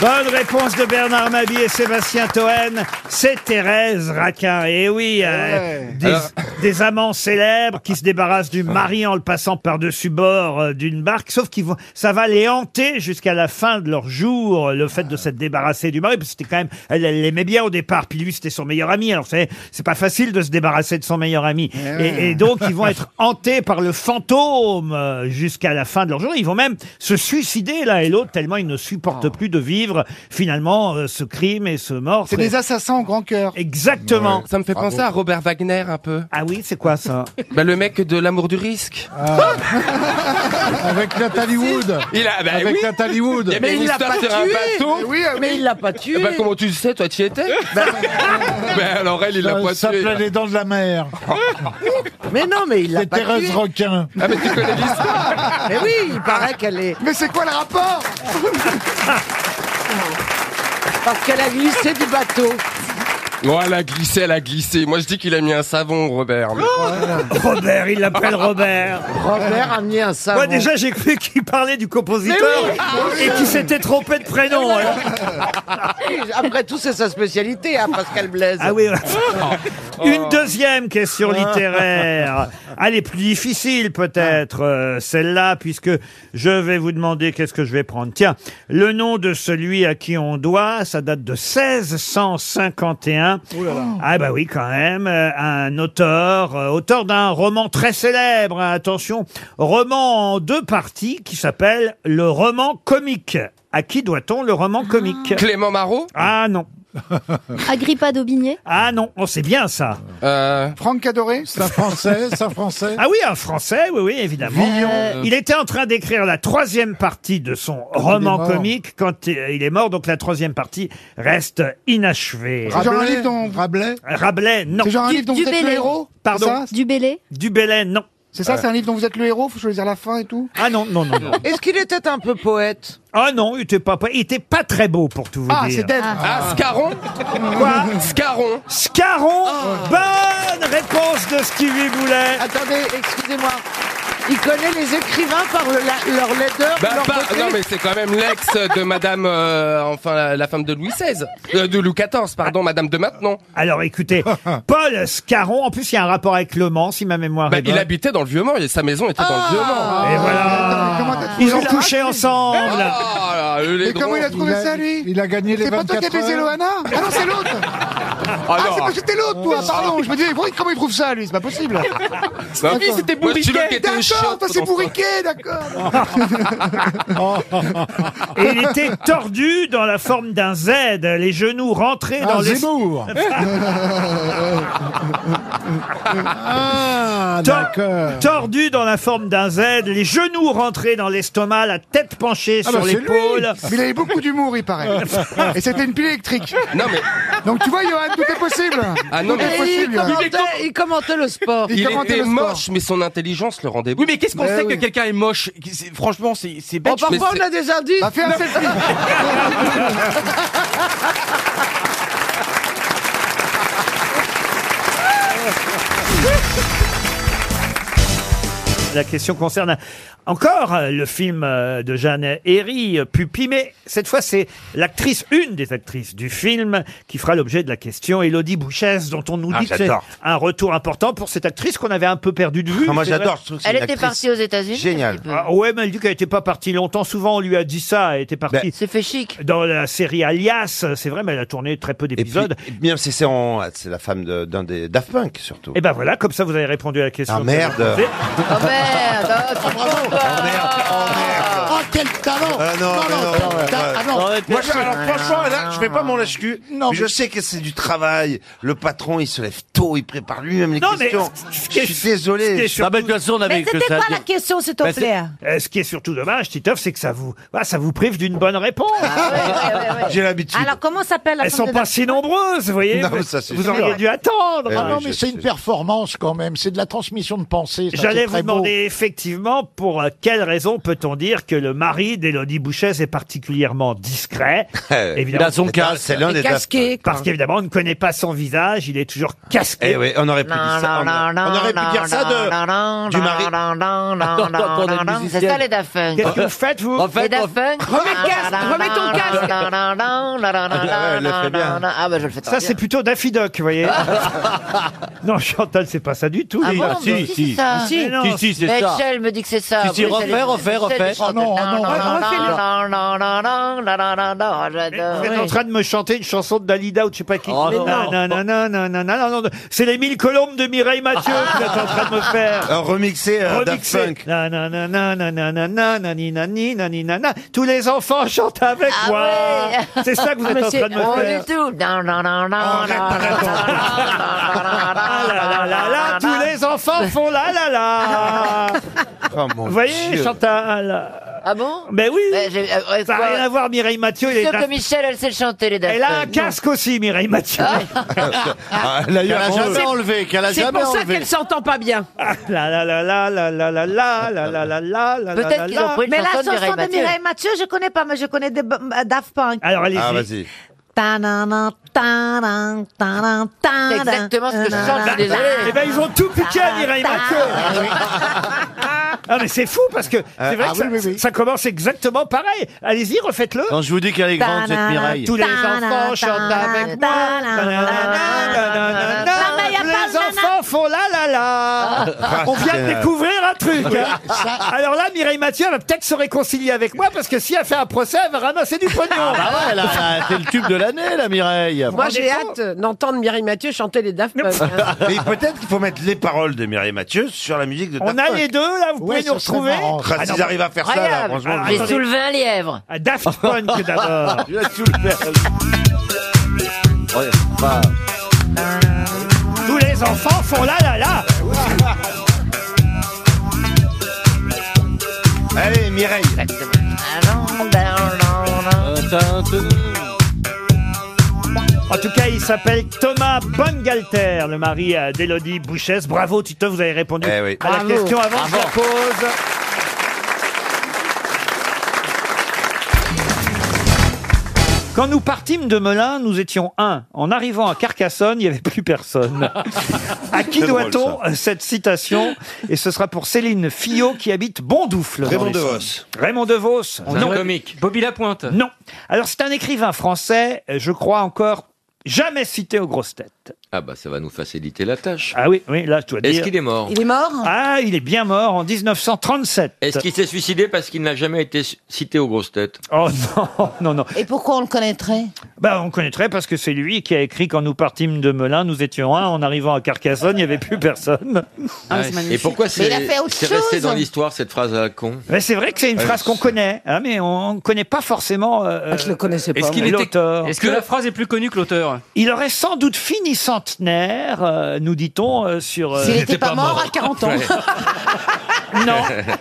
[SPEAKER 1] Bonne réponse de Bernard Mabie et Sébastien Toen. C'est Thérèse Raquin. Et oui, euh,
[SPEAKER 7] Ouais.
[SPEAKER 1] des,
[SPEAKER 7] Alors-
[SPEAKER 1] des amants célèbres qui se débarrassent du mari en le passant par-dessus bord euh, d'une barque. Sauf qu'ils vont, ça va les hanter jusqu'à la fin de leur jour, euh, le fait de s'être débarrassé du mari. Parce que c'était quand même, elle elle l'aimait bien au départ. Puis lui, c'était son meilleur ami. Alors, vous savez, c'est pas facile de se débarrasser de son meilleur ami.
[SPEAKER 7] Eh Ouais.
[SPEAKER 1] Et, et donc, ils vont être hantés par le fantôme euh, jusqu'à la fin de leur journée. Ils vont même se suicider l'un et l'autre tellement ils ne
[SPEAKER 12] Ah
[SPEAKER 1] supportent plus de vivre finalement euh, ce crime et ce mort.
[SPEAKER 7] C'est des assassins au grand cœur.
[SPEAKER 1] Exactement.
[SPEAKER 12] Ça me fait penser à Robert Wagner un peu.
[SPEAKER 1] Ah oui, c'est quoi ça
[SPEAKER 12] Bah, le mec de l'amour du risque.
[SPEAKER 15] Avec Nathalie Wood.
[SPEAKER 12] Il a, bah,
[SPEAKER 15] Avec
[SPEAKER 12] oui.
[SPEAKER 15] Nathalie Wood.
[SPEAKER 12] Il y avait
[SPEAKER 7] Mais
[SPEAKER 12] une
[SPEAKER 7] il l'a
[SPEAKER 12] histoire
[SPEAKER 7] pas
[SPEAKER 12] sur un
[SPEAKER 7] tué.
[SPEAKER 12] bateau.
[SPEAKER 7] Mais Eh oui, mais il l'a pas tué.
[SPEAKER 12] Bah, comment tu le sais, toi, tu y étais Bah, alors elle, il l'a pas
[SPEAKER 15] Ça
[SPEAKER 12] tué.
[SPEAKER 15] s'appelait Les Dents de la Mer.
[SPEAKER 7] Mais non, mais il l'a
[SPEAKER 15] C'est
[SPEAKER 7] pas
[SPEAKER 15] Thérèse
[SPEAKER 7] tué.
[SPEAKER 15] Roquin.
[SPEAKER 12] Ah, mais tu connais l'histoire
[SPEAKER 7] Mais oui, il paraît qu'elle est. Mais c'est quoi le rapport Parce qu'elle a glissé du bateau.
[SPEAKER 12] Non, Oh, elle a glissé, elle a glissé. Moi, je dis qu'il a mis un savon, Robert. mais-
[SPEAKER 1] Robert, il l'appelle Robert.
[SPEAKER 7] Robert a mis un savon.
[SPEAKER 1] Moi déjà j'ai cru qu'il parlait du compositeur
[SPEAKER 7] Ah
[SPEAKER 1] et qu'il s'était trompé de prénom. hein. alors.
[SPEAKER 7] Après tout, c'est sa spécialité, hein, Pascal Blaise.
[SPEAKER 1] Ah oui.
[SPEAKER 16] Oh.
[SPEAKER 7] Oh.
[SPEAKER 1] Une deuxième question littéraire. Allez, plus difficile peut-être euh, celle-là, puisque je vais vous demander qu'est-ce que je vais prendre. Tiens, le nom de celui à qui on doit, ça date de 1651. Ah bah oui, quand même. euh, Un auteur, euh, auteur d'un roman très célèbre, hein, attention, roman en deux parties qui s'appelle Le roman comique. À qui doit-on le roman comique
[SPEAKER 12] Clément Marot
[SPEAKER 1] Ah non.
[SPEAKER 13] Agrippa d'Aubigné.
[SPEAKER 1] Ah non, on sait bien ça.
[SPEAKER 12] Euh,
[SPEAKER 7] Franck Cadoré
[SPEAKER 15] C'est un Français, c'est un Français.
[SPEAKER 1] Ah oui, un Français, oui, oui, évidemment. Euh,
[SPEAKER 15] Villon.
[SPEAKER 1] Il était en train d'écrire la troisième partie de son roman
[SPEAKER 15] Ah, mort.
[SPEAKER 1] comique quand euh, il est mort, donc la troisième partie reste inachevée. Euh,
[SPEAKER 15] C'est genre un livre dont... Rabelais
[SPEAKER 1] Rabelais, non.
[SPEAKER 15] C'est genre un livre dont vous êtes le
[SPEAKER 13] Dubélé.
[SPEAKER 15] héros
[SPEAKER 1] Pardon
[SPEAKER 15] C'est ça
[SPEAKER 13] Du Bélé.
[SPEAKER 1] Dubélé, non.
[SPEAKER 16] C'est ça,
[SPEAKER 1] Ouais.
[SPEAKER 16] c'est un livre dont vous êtes le héros, faut choisir la fin et tout
[SPEAKER 1] Ah non, non, non, non.
[SPEAKER 9] Est-ce qu'il était un peu poète
[SPEAKER 1] Ah non, il était pas, il était pas très beau pour tout vous
[SPEAKER 9] Ah,
[SPEAKER 1] dire.
[SPEAKER 9] c'est Dave.
[SPEAKER 12] Ah, Scarron
[SPEAKER 1] Quoi
[SPEAKER 12] Scarron. Ah.
[SPEAKER 1] Scarron Bonne réponse de Stevie Boulet.
[SPEAKER 9] Attendez, excusez-moi. Il connaît les écrivains par le- la- leur
[SPEAKER 7] Ah,
[SPEAKER 9] laideur,
[SPEAKER 12] Bah,
[SPEAKER 9] leur
[SPEAKER 12] pas-
[SPEAKER 9] beauté.
[SPEAKER 12] non mais c'est quand même l'ex de Madame, euh, enfin la, la femme de Louis XVI, Euh, de Louis XIV, pardon, Madame de Maintenon.
[SPEAKER 1] Alors écoutez, Paul Scarron, en plus il y a un rapport avec Le Mans, si ma mémoire
[SPEAKER 12] Bah,
[SPEAKER 1] est bonne.
[SPEAKER 12] il habitait dans le Vieux-Mort, et sa maison était dans le Vieux-Mort.
[SPEAKER 1] eh ben. Et voilà. Ils ont couché ensemble.
[SPEAKER 12] Ah, le
[SPEAKER 16] Mais
[SPEAKER 12] laidron.
[SPEAKER 16] comment il a trouvé ça, lui Il a gagné les C'est pas toi qui as
[SPEAKER 12] 24
[SPEAKER 16] baisé
[SPEAKER 12] heures.
[SPEAKER 16] Loana Ah non, c'est l'autre
[SPEAKER 12] Ah,
[SPEAKER 16] Ah,
[SPEAKER 12] non.
[SPEAKER 16] c'est pas c'était l'autre, toi, pardon Je me disais, comment il trouve ça, lui C'est pas possible
[SPEAKER 12] Non, lui, c'était Moi, Bourriquet. tu l'as guetté au
[SPEAKER 16] D'accord,
[SPEAKER 12] chiotte
[SPEAKER 16] toi, c'est
[SPEAKER 12] dans-
[SPEAKER 16] bourriquet, d'accord
[SPEAKER 1] Et il était tordu dans la forme d'un Z, les genoux rentrés
[SPEAKER 16] Ah,
[SPEAKER 1] dans les...
[SPEAKER 16] Zemmour. Ah,
[SPEAKER 1] Tor- Tordu dans la forme d'un Z, les genoux rentrés dans l'estomac, la tête penchée
[SPEAKER 16] Ah bah,
[SPEAKER 1] sur
[SPEAKER 16] c'est lui.
[SPEAKER 1] l'épaule.
[SPEAKER 16] Mais Il avait beaucoup d'humour, il paraît. Et c'était une pile électrique.
[SPEAKER 12] Non, mais...
[SPEAKER 16] Donc tu vois, Johan, tout est possible.
[SPEAKER 12] Ah, non,
[SPEAKER 16] Tout est
[SPEAKER 12] mais-
[SPEAKER 16] possible,
[SPEAKER 9] Il
[SPEAKER 16] Johan.
[SPEAKER 9] commentait, il commentait le sport.
[SPEAKER 12] Il était
[SPEAKER 9] le sport.
[SPEAKER 12] moche, mais son intelligence le rendait.
[SPEAKER 17] Oui, mais qu'est-ce qu'on
[SPEAKER 12] Mais
[SPEAKER 17] sait
[SPEAKER 12] Ben oui. Oh,
[SPEAKER 17] que quelqu'un est moche Qui- c'est- Franchement, c'est c'est
[SPEAKER 9] Bon,
[SPEAKER 17] bête. mais
[SPEAKER 9] parfois,
[SPEAKER 17] c'est-
[SPEAKER 9] on a des indices.
[SPEAKER 17] Bah, fais un
[SPEAKER 9] Non.
[SPEAKER 17] selfie.
[SPEAKER 1] La question concerne encore euh, le film euh, de Jeanne Herry, euh, Pupille, mais cette fois c'est l'actrice, une des actrices du film, qui fera l'objet de la question, Elodie Bouchesse, dont on nous
[SPEAKER 18] Ah,
[SPEAKER 1] dit que c'est
[SPEAKER 18] j'adore.
[SPEAKER 1] un retour important pour cette actrice qu'on avait un peu perdu de vue.
[SPEAKER 18] Ah, moi,
[SPEAKER 1] c'est
[SPEAKER 18] j'adore,
[SPEAKER 1] vrai.
[SPEAKER 18] je trouve que c'est
[SPEAKER 19] Elle était partie aux États-Unis.
[SPEAKER 1] Génial. Ah ouais, mais elle dit qu'elle n'était pas partie longtemps. Souvent, on lui a dit ça. Elle était partie.
[SPEAKER 19] C'est fait chic.
[SPEAKER 1] Dans la série Alias, c'est vrai, mais elle a tourné très peu d'épisodes.
[SPEAKER 7] Et bien, c'est c'est en- c'est la femme de- d'un des Daft Punk, surtout.
[SPEAKER 1] Et, ben voilà, comme ça, vous avez répondu à la question.
[SPEAKER 7] Ah,
[SPEAKER 1] que j'avais
[SPEAKER 7] merde.
[SPEAKER 1] posée.
[SPEAKER 19] Oh merde oh, tu prends, toi.
[SPEAKER 8] Oh, quel talent
[SPEAKER 7] Ah non, mais non, non, ouais, ouais.
[SPEAKER 8] ah non.
[SPEAKER 7] Moi, je, alors, franchement, là, je fais pas mon lâche-cul,
[SPEAKER 8] Non,
[SPEAKER 7] mais je
[SPEAKER 8] mais-
[SPEAKER 7] sais que c'est du travail. Le patron, il se lève tôt, il prépare lui-même les
[SPEAKER 1] Non, mais
[SPEAKER 7] questions.
[SPEAKER 1] ce qui est-
[SPEAKER 7] je suis désolé.
[SPEAKER 1] ce qui est
[SPEAKER 7] mais de toute façon, on
[SPEAKER 1] avait Mais que c'était ça à pas dire. la
[SPEAKER 20] question, s'il te
[SPEAKER 1] Bah, c'est- Euh, ce qui est surtout dommage, Titoff, c'est que ça vous, ah, ça vous prive d'une bonne réponse.
[SPEAKER 7] J'ai l'habitude.
[SPEAKER 21] Alors, comment s'appelle la
[SPEAKER 1] Elles
[SPEAKER 21] femme
[SPEAKER 1] sont
[SPEAKER 21] de
[SPEAKER 1] pas
[SPEAKER 21] Daft
[SPEAKER 1] si
[SPEAKER 21] Punk
[SPEAKER 1] nombreuses, vous voyez.
[SPEAKER 7] Non,
[SPEAKER 1] Vous-
[SPEAKER 7] ça, c'est
[SPEAKER 1] vous
[SPEAKER 7] sûr.
[SPEAKER 1] auriez dû attendre.
[SPEAKER 8] Ah non, mais c'est une performance quand même. C'est de la transmission de pensée. ça,
[SPEAKER 1] J'allais
[SPEAKER 8] c'est
[SPEAKER 1] vous
[SPEAKER 8] très beau.
[SPEAKER 1] demander effectivement pour euh, quelle raison peut-on dire que le mari d'Élodie Bouchesse est particulièrement discret.
[SPEAKER 7] Il a son casque. C'est l'un Et des casqué, Daft Punk.
[SPEAKER 1] Parce qu'évidemment, on ne connaît pas son visage, il est toujours casqué.
[SPEAKER 7] Eh oui, on aurait pu
[SPEAKER 1] Non,
[SPEAKER 7] dire ça.
[SPEAKER 1] non,
[SPEAKER 7] on-
[SPEAKER 1] non,
[SPEAKER 7] on aurait
[SPEAKER 1] non,
[SPEAKER 7] pu dire ça
[SPEAKER 19] non,
[SPEAKER 7] de, du
[SPEAKER 19] non,
[SPEAKER 7] mari.
[SPEAKER 19] non, non, non,
[SPEAKER 7] Attends, attends,
[SPEAKER 19] non,
[SPEAKER 7] on a une
[SPEAKER 19] non, non. C'est
[SPEAKER 7] musicienne.
[SPEAKER 19] ça les Daft Punk.
[SPEAKER 7] Qu'est-ce que vous faites, vous En fait,
[SPEAKER 19] Les Daft
[SPEAKER 7] on-
[SPEAKER 19] Punk.
[SPEAKER 7] Remets le casque, remets ton casque.
[SPEAKER 19] Non, non, non, non, non, non,
[SPEAKER 1] Ah ouais, elle le
[SPEAKER 19] non,
[SPEAKER 1] fait bien.
[SPEAKER 19] non, non. Ah bah je le fais très
[SPEAKER 1] Ça,
[SPEAKER 19] bien.
[SPEAKER 1] c'est plutôt Daffy Duck, vous voyez. non, Chantal, c'est pas ça du tout.
[SPEAKER 19] Ah
[SPEAKER 1] Mais-
[SPEAKER 19] bon, bah si, c'est ça.
[SPEAKER 1] Mais non.
[SPEAKER 19] Mais Michel me dit que c'est ça.
[SPEAKER 1] Si, si,
[SPEAKER 19] Bruxelles,
[SPEAKER 1] refais,
[SPEAKER 19] elle- Michel,
[SPEAKER 1] refais, refais.
[SPEAKER 19] elle chante.
[SPEAKER 1] Oh non, oh non,
[SPEAKER 19] Ah non, non, non,
[SPEAKER 1] refais-le.
[SPEAKER 19] non, non, non, ah non, non, non, non, j'adore.
[SPEAKER 1] Vous êtes en train de me chanter une chanson de Dalida ou de je sais pas qui.
[SPEAKER 19] Oh,
[SPEAKER 1] Mais
[SPEAKER 19] non.
[SPEAKER 1] non, non, non, non, non, non, non, non. C'est les mille colombes de Mireille Mathieu que vous êtes en train de me faire.
[SPEAKER 7] Un remixé euh, Daft
[SPEAKER 1] Remixé.
[SPEAKER 7] Punk.
[SPEAKER 1] Na, na, na, na, na, na, na, na, na, ni, na, ni, na, ni, na, na. Tous les enfants chantent avec moi. C'est ça que vous
[SPEAKER 19] Ah,
[SPEAKER 1] êtes
[SPEAKER 19] mais
[SPEAKER 1] en train de
[SPEAKER 19] c'est-
[SPEAKER 1] me
[SPEAKER 19] oh,
[SPEAKER 1] faire.
[SPEAKER 19] du tout. Non, non, non, non, non, non,
[SPEAKER 1] Ah là là là là, tous les enfants font la la la. Vous voyez, Chantal
[SPEAKER 19] Ah bon
[SPEAKER 1] Mais oui. Ça n'a
[SPEAKER 19] quoi
[SPEAKER 1] rien à voir, Mireille Mathieu. il est
[SPEAKER 19] Sauf
[SPEAKER 1] Daft
[SPEAKER 19] que Michel, elle sait le chanter, les Daft
[SPEAKER 1] Elle a un
[SPEAKER 19] Punk.
[SPEAKER 1] casque aussi, Mireille Mathieu.
[SPEAKER 8] Ah.
[SPEAKER 7] Ah, elle a eu un
[SPEAKER 1] enlevé.
[SPEAKER 7] C'est-
[SPEAKER 8] enlevé, qu'elle a
[SPEAKER 9] C'est
[SPEAKER 8] jamais
[SPEAKER 9] pour ça
[SPEAKER 8] enlevé.
[SPEAKER 9] qu'elle s'entend pas bien.
[SPEAKER 1] Ah, La la la la la la la la la la la la la
[SPEAKER 19] Peut-être
[SPEAKER 1] la
[SPEAKER 19] qu'ils
[SPEAKER 1] la.
[SPEAKER 19] ont pris une
[SPEAKER 21] Mais la
[SPEAKER 19] chanson de
[SPEAKER 21] chanson
[SPEAKER 19] Mireille
[SPEAKER 21] de
[SPEAKER 19] Mathieu.
[SPEAKER 21] Mireille Mathieu, je connais pas, mais je connais des b- euh, Daft Punk.
[SPEAKER 1] Alors allez-y.
[SPEAKER 7] Ah, vas-y.
[SPEAKER 21] Ta-na-na, ta-na, ta-na, ta-na,
[SPEAKER 19] C'est exactement ce que je
[SPEAKER 21] ta-na,
[SPEAKER 19] chante, je suis désolé.
[SPEAKER 21] ta-na.
[SPEAKER 1] Eh ben ils ont tout piqué à Mireille Mathieu. Ah mais c'est fou parce que c'est vrai
[SPEAKER 7] ah
[SPEAKER 1] que ça,
[SPEAKER 7] oui, oui, oui.
[SPEAKER 1] ça commence exactement pareil. Allez-y, refaites-le.
[SPEAKER 7] Quand je vous dis qu'elle est grande, cette Mireille.
[SPEAKER 1] Tous les enfants chantent avec moi.
[SPEAKER 21] mais y a pas
[SPEAKER 1] Ah, Les
[SPEAKER 21] de
[SPEAKER 1] enfants font la la la. On vient de
[SPEAKER 7] c'est-
[SPEAKER 1] découvrir un truc.
[SPEAKER 7] Ah. Oui.
[SPEAKER 1] hein. Alors là, Mireille Mathieu elle va peut-être se réconcilier avec moi parce que si elle fait un procès, elle va ramasser du pognon.
[SPEAKER 7] Ah, bah ouais, là, là, c'est le tube de l'année, la Mireille.
[SPEAKER 9] Moi, j'ai hâte d'entendre Mireille Mathieu chanter les Daft Punk. hein.
[SPEAKER 7] Mais peut-être qu'il faut mettre les paroles de Mireille Mathieu sur la musique de
[SPEAKER 1] On
[SPEAKER 7] Daft
[SPEAKER 1] a
[SPEAKER 7] Punk.
[SPEAKER 1] les deux là, vous
[SPEAKER 7] Ouais,
[SPEAKER 1] pouvez nous
[SPEAKER 7] ça serait
[SPEAKER 1] retrouver.
[SPEAKER 7] marrant. Ah,
[SPEAKER 1] Ah,
[SPEAKER 7] s'ils
[SPEAKER 1] non, Ah,
[SPEAKER 7] arrivent à faire ça, là,
[SPEAKER 19] Incroyable.
[SPEAKER 7] franchement,
[SPEAKER 1] Alors,
[SPEAKER 19] J'ai
[SPEAKER 1] attendez.
[SPEAKER 19] soulevé un lièvre.
[SPEAKER 1] Ah, Daft Punk d'abord.
[SPEAKER 7] Il a tout le- Ouais, bah,
[SPEAKER 1] Tous les enfants font la la la.
[SPEAKER 7] Allez, Mireille.
[SPEAKER 19] Ah, non, non, non, non.
[SPEAKER 7] Oh,
[SPEAKER 1] En tout cas, il s'appelle Thomas Bongalter, le mari euh, d'Élodie Bouchesse. Bravo, Tito, vous avez répondu à la
[SPEAKER 8] Eh Bravo.
[SPEAKER 1] question avant que je la
[SPEAKER 8] Bravo.
[SPEAKER 1] pose. Quand nous partîmes de Melun, nous étions un. En arrivant à Carcassonne, il n'y avait plus personne. à qui
[SPEAKER 8] C'est drôle,
[SPEAKER 1] doit-on euh, cette citation Et ce sera pour Céline Fillot qui habite Bondoufle. dans
[SPEAKER 8] Raymond
[SPEAKER 1] l'Essonne.
[SPEAKER 8] Devos.
[SPEAKER 1] Raymond Devos.
[SPEAKER 8] un
[SPEAKER 1] non.
[SPEAKER 8] comique.
[SPEAKER 1] Bobby Lapointe. Non. Alors c'est un écrivain français, euh, je crois encore jamais cité aux grosses têtes.
[SPEAKER 2] Ah bah ça va nous faciliter la tâche.
[SPEAKER 1] Ah oui, oui, là je dois dire.
[SPEAKER 2] Est-ce qu'il est mort
[SPEAKER 1] est mort Ah, il est bien mort en 1937.
[SPEAKER 2] Est-ce qu'il s'est suicidé parce qu'il n'a jamais été su- cité aux grosses têtes
[SPEAKER 1] Oh non, non, non.
[SPEAKER 5] Et pourquoi on le connaîtrait
[SPEAKER 1] Bah, on connaîtrait parce que c'est lui qui a écrit quand nous partîmes de Melun, nous étions un, en arrivant à Carcassonne, il n'y avait plus personne.
[SPEAKER 2] Ouais. Et pourquoi
[SPEAKER 1] Ah, Mais il a
[SPEAKER 2] c'est
[SPEAKER 1] fait autre
[SPEAKER 2] c'est resté
[SPEAKER 1] chose.
[SPEAKER 2] dans l'histoire cette phrase à la con
[SPEAKER 1] Mais c'est vrai que c'est une
[SPEAKER 2] Ouais,
[SPEAKER 1] phrase qu'on connaît, hein, mais on ne connaît pas forcément. euh,
[SPEAKER 7] Ah, je le connaissais
[SPEAKER 1] Est-ce qu'il était-
[SPEAKER 14] Est-ce que la phrase est plus connue que l'auteur
[SPEAKER 1] Il aurait sans doute fini centenaire, euh, nous dit-on, euh, sur. euh,
[SPEAKER 14] S'il n'était pas mort à 40 ans.
[SPEAKER 1] non.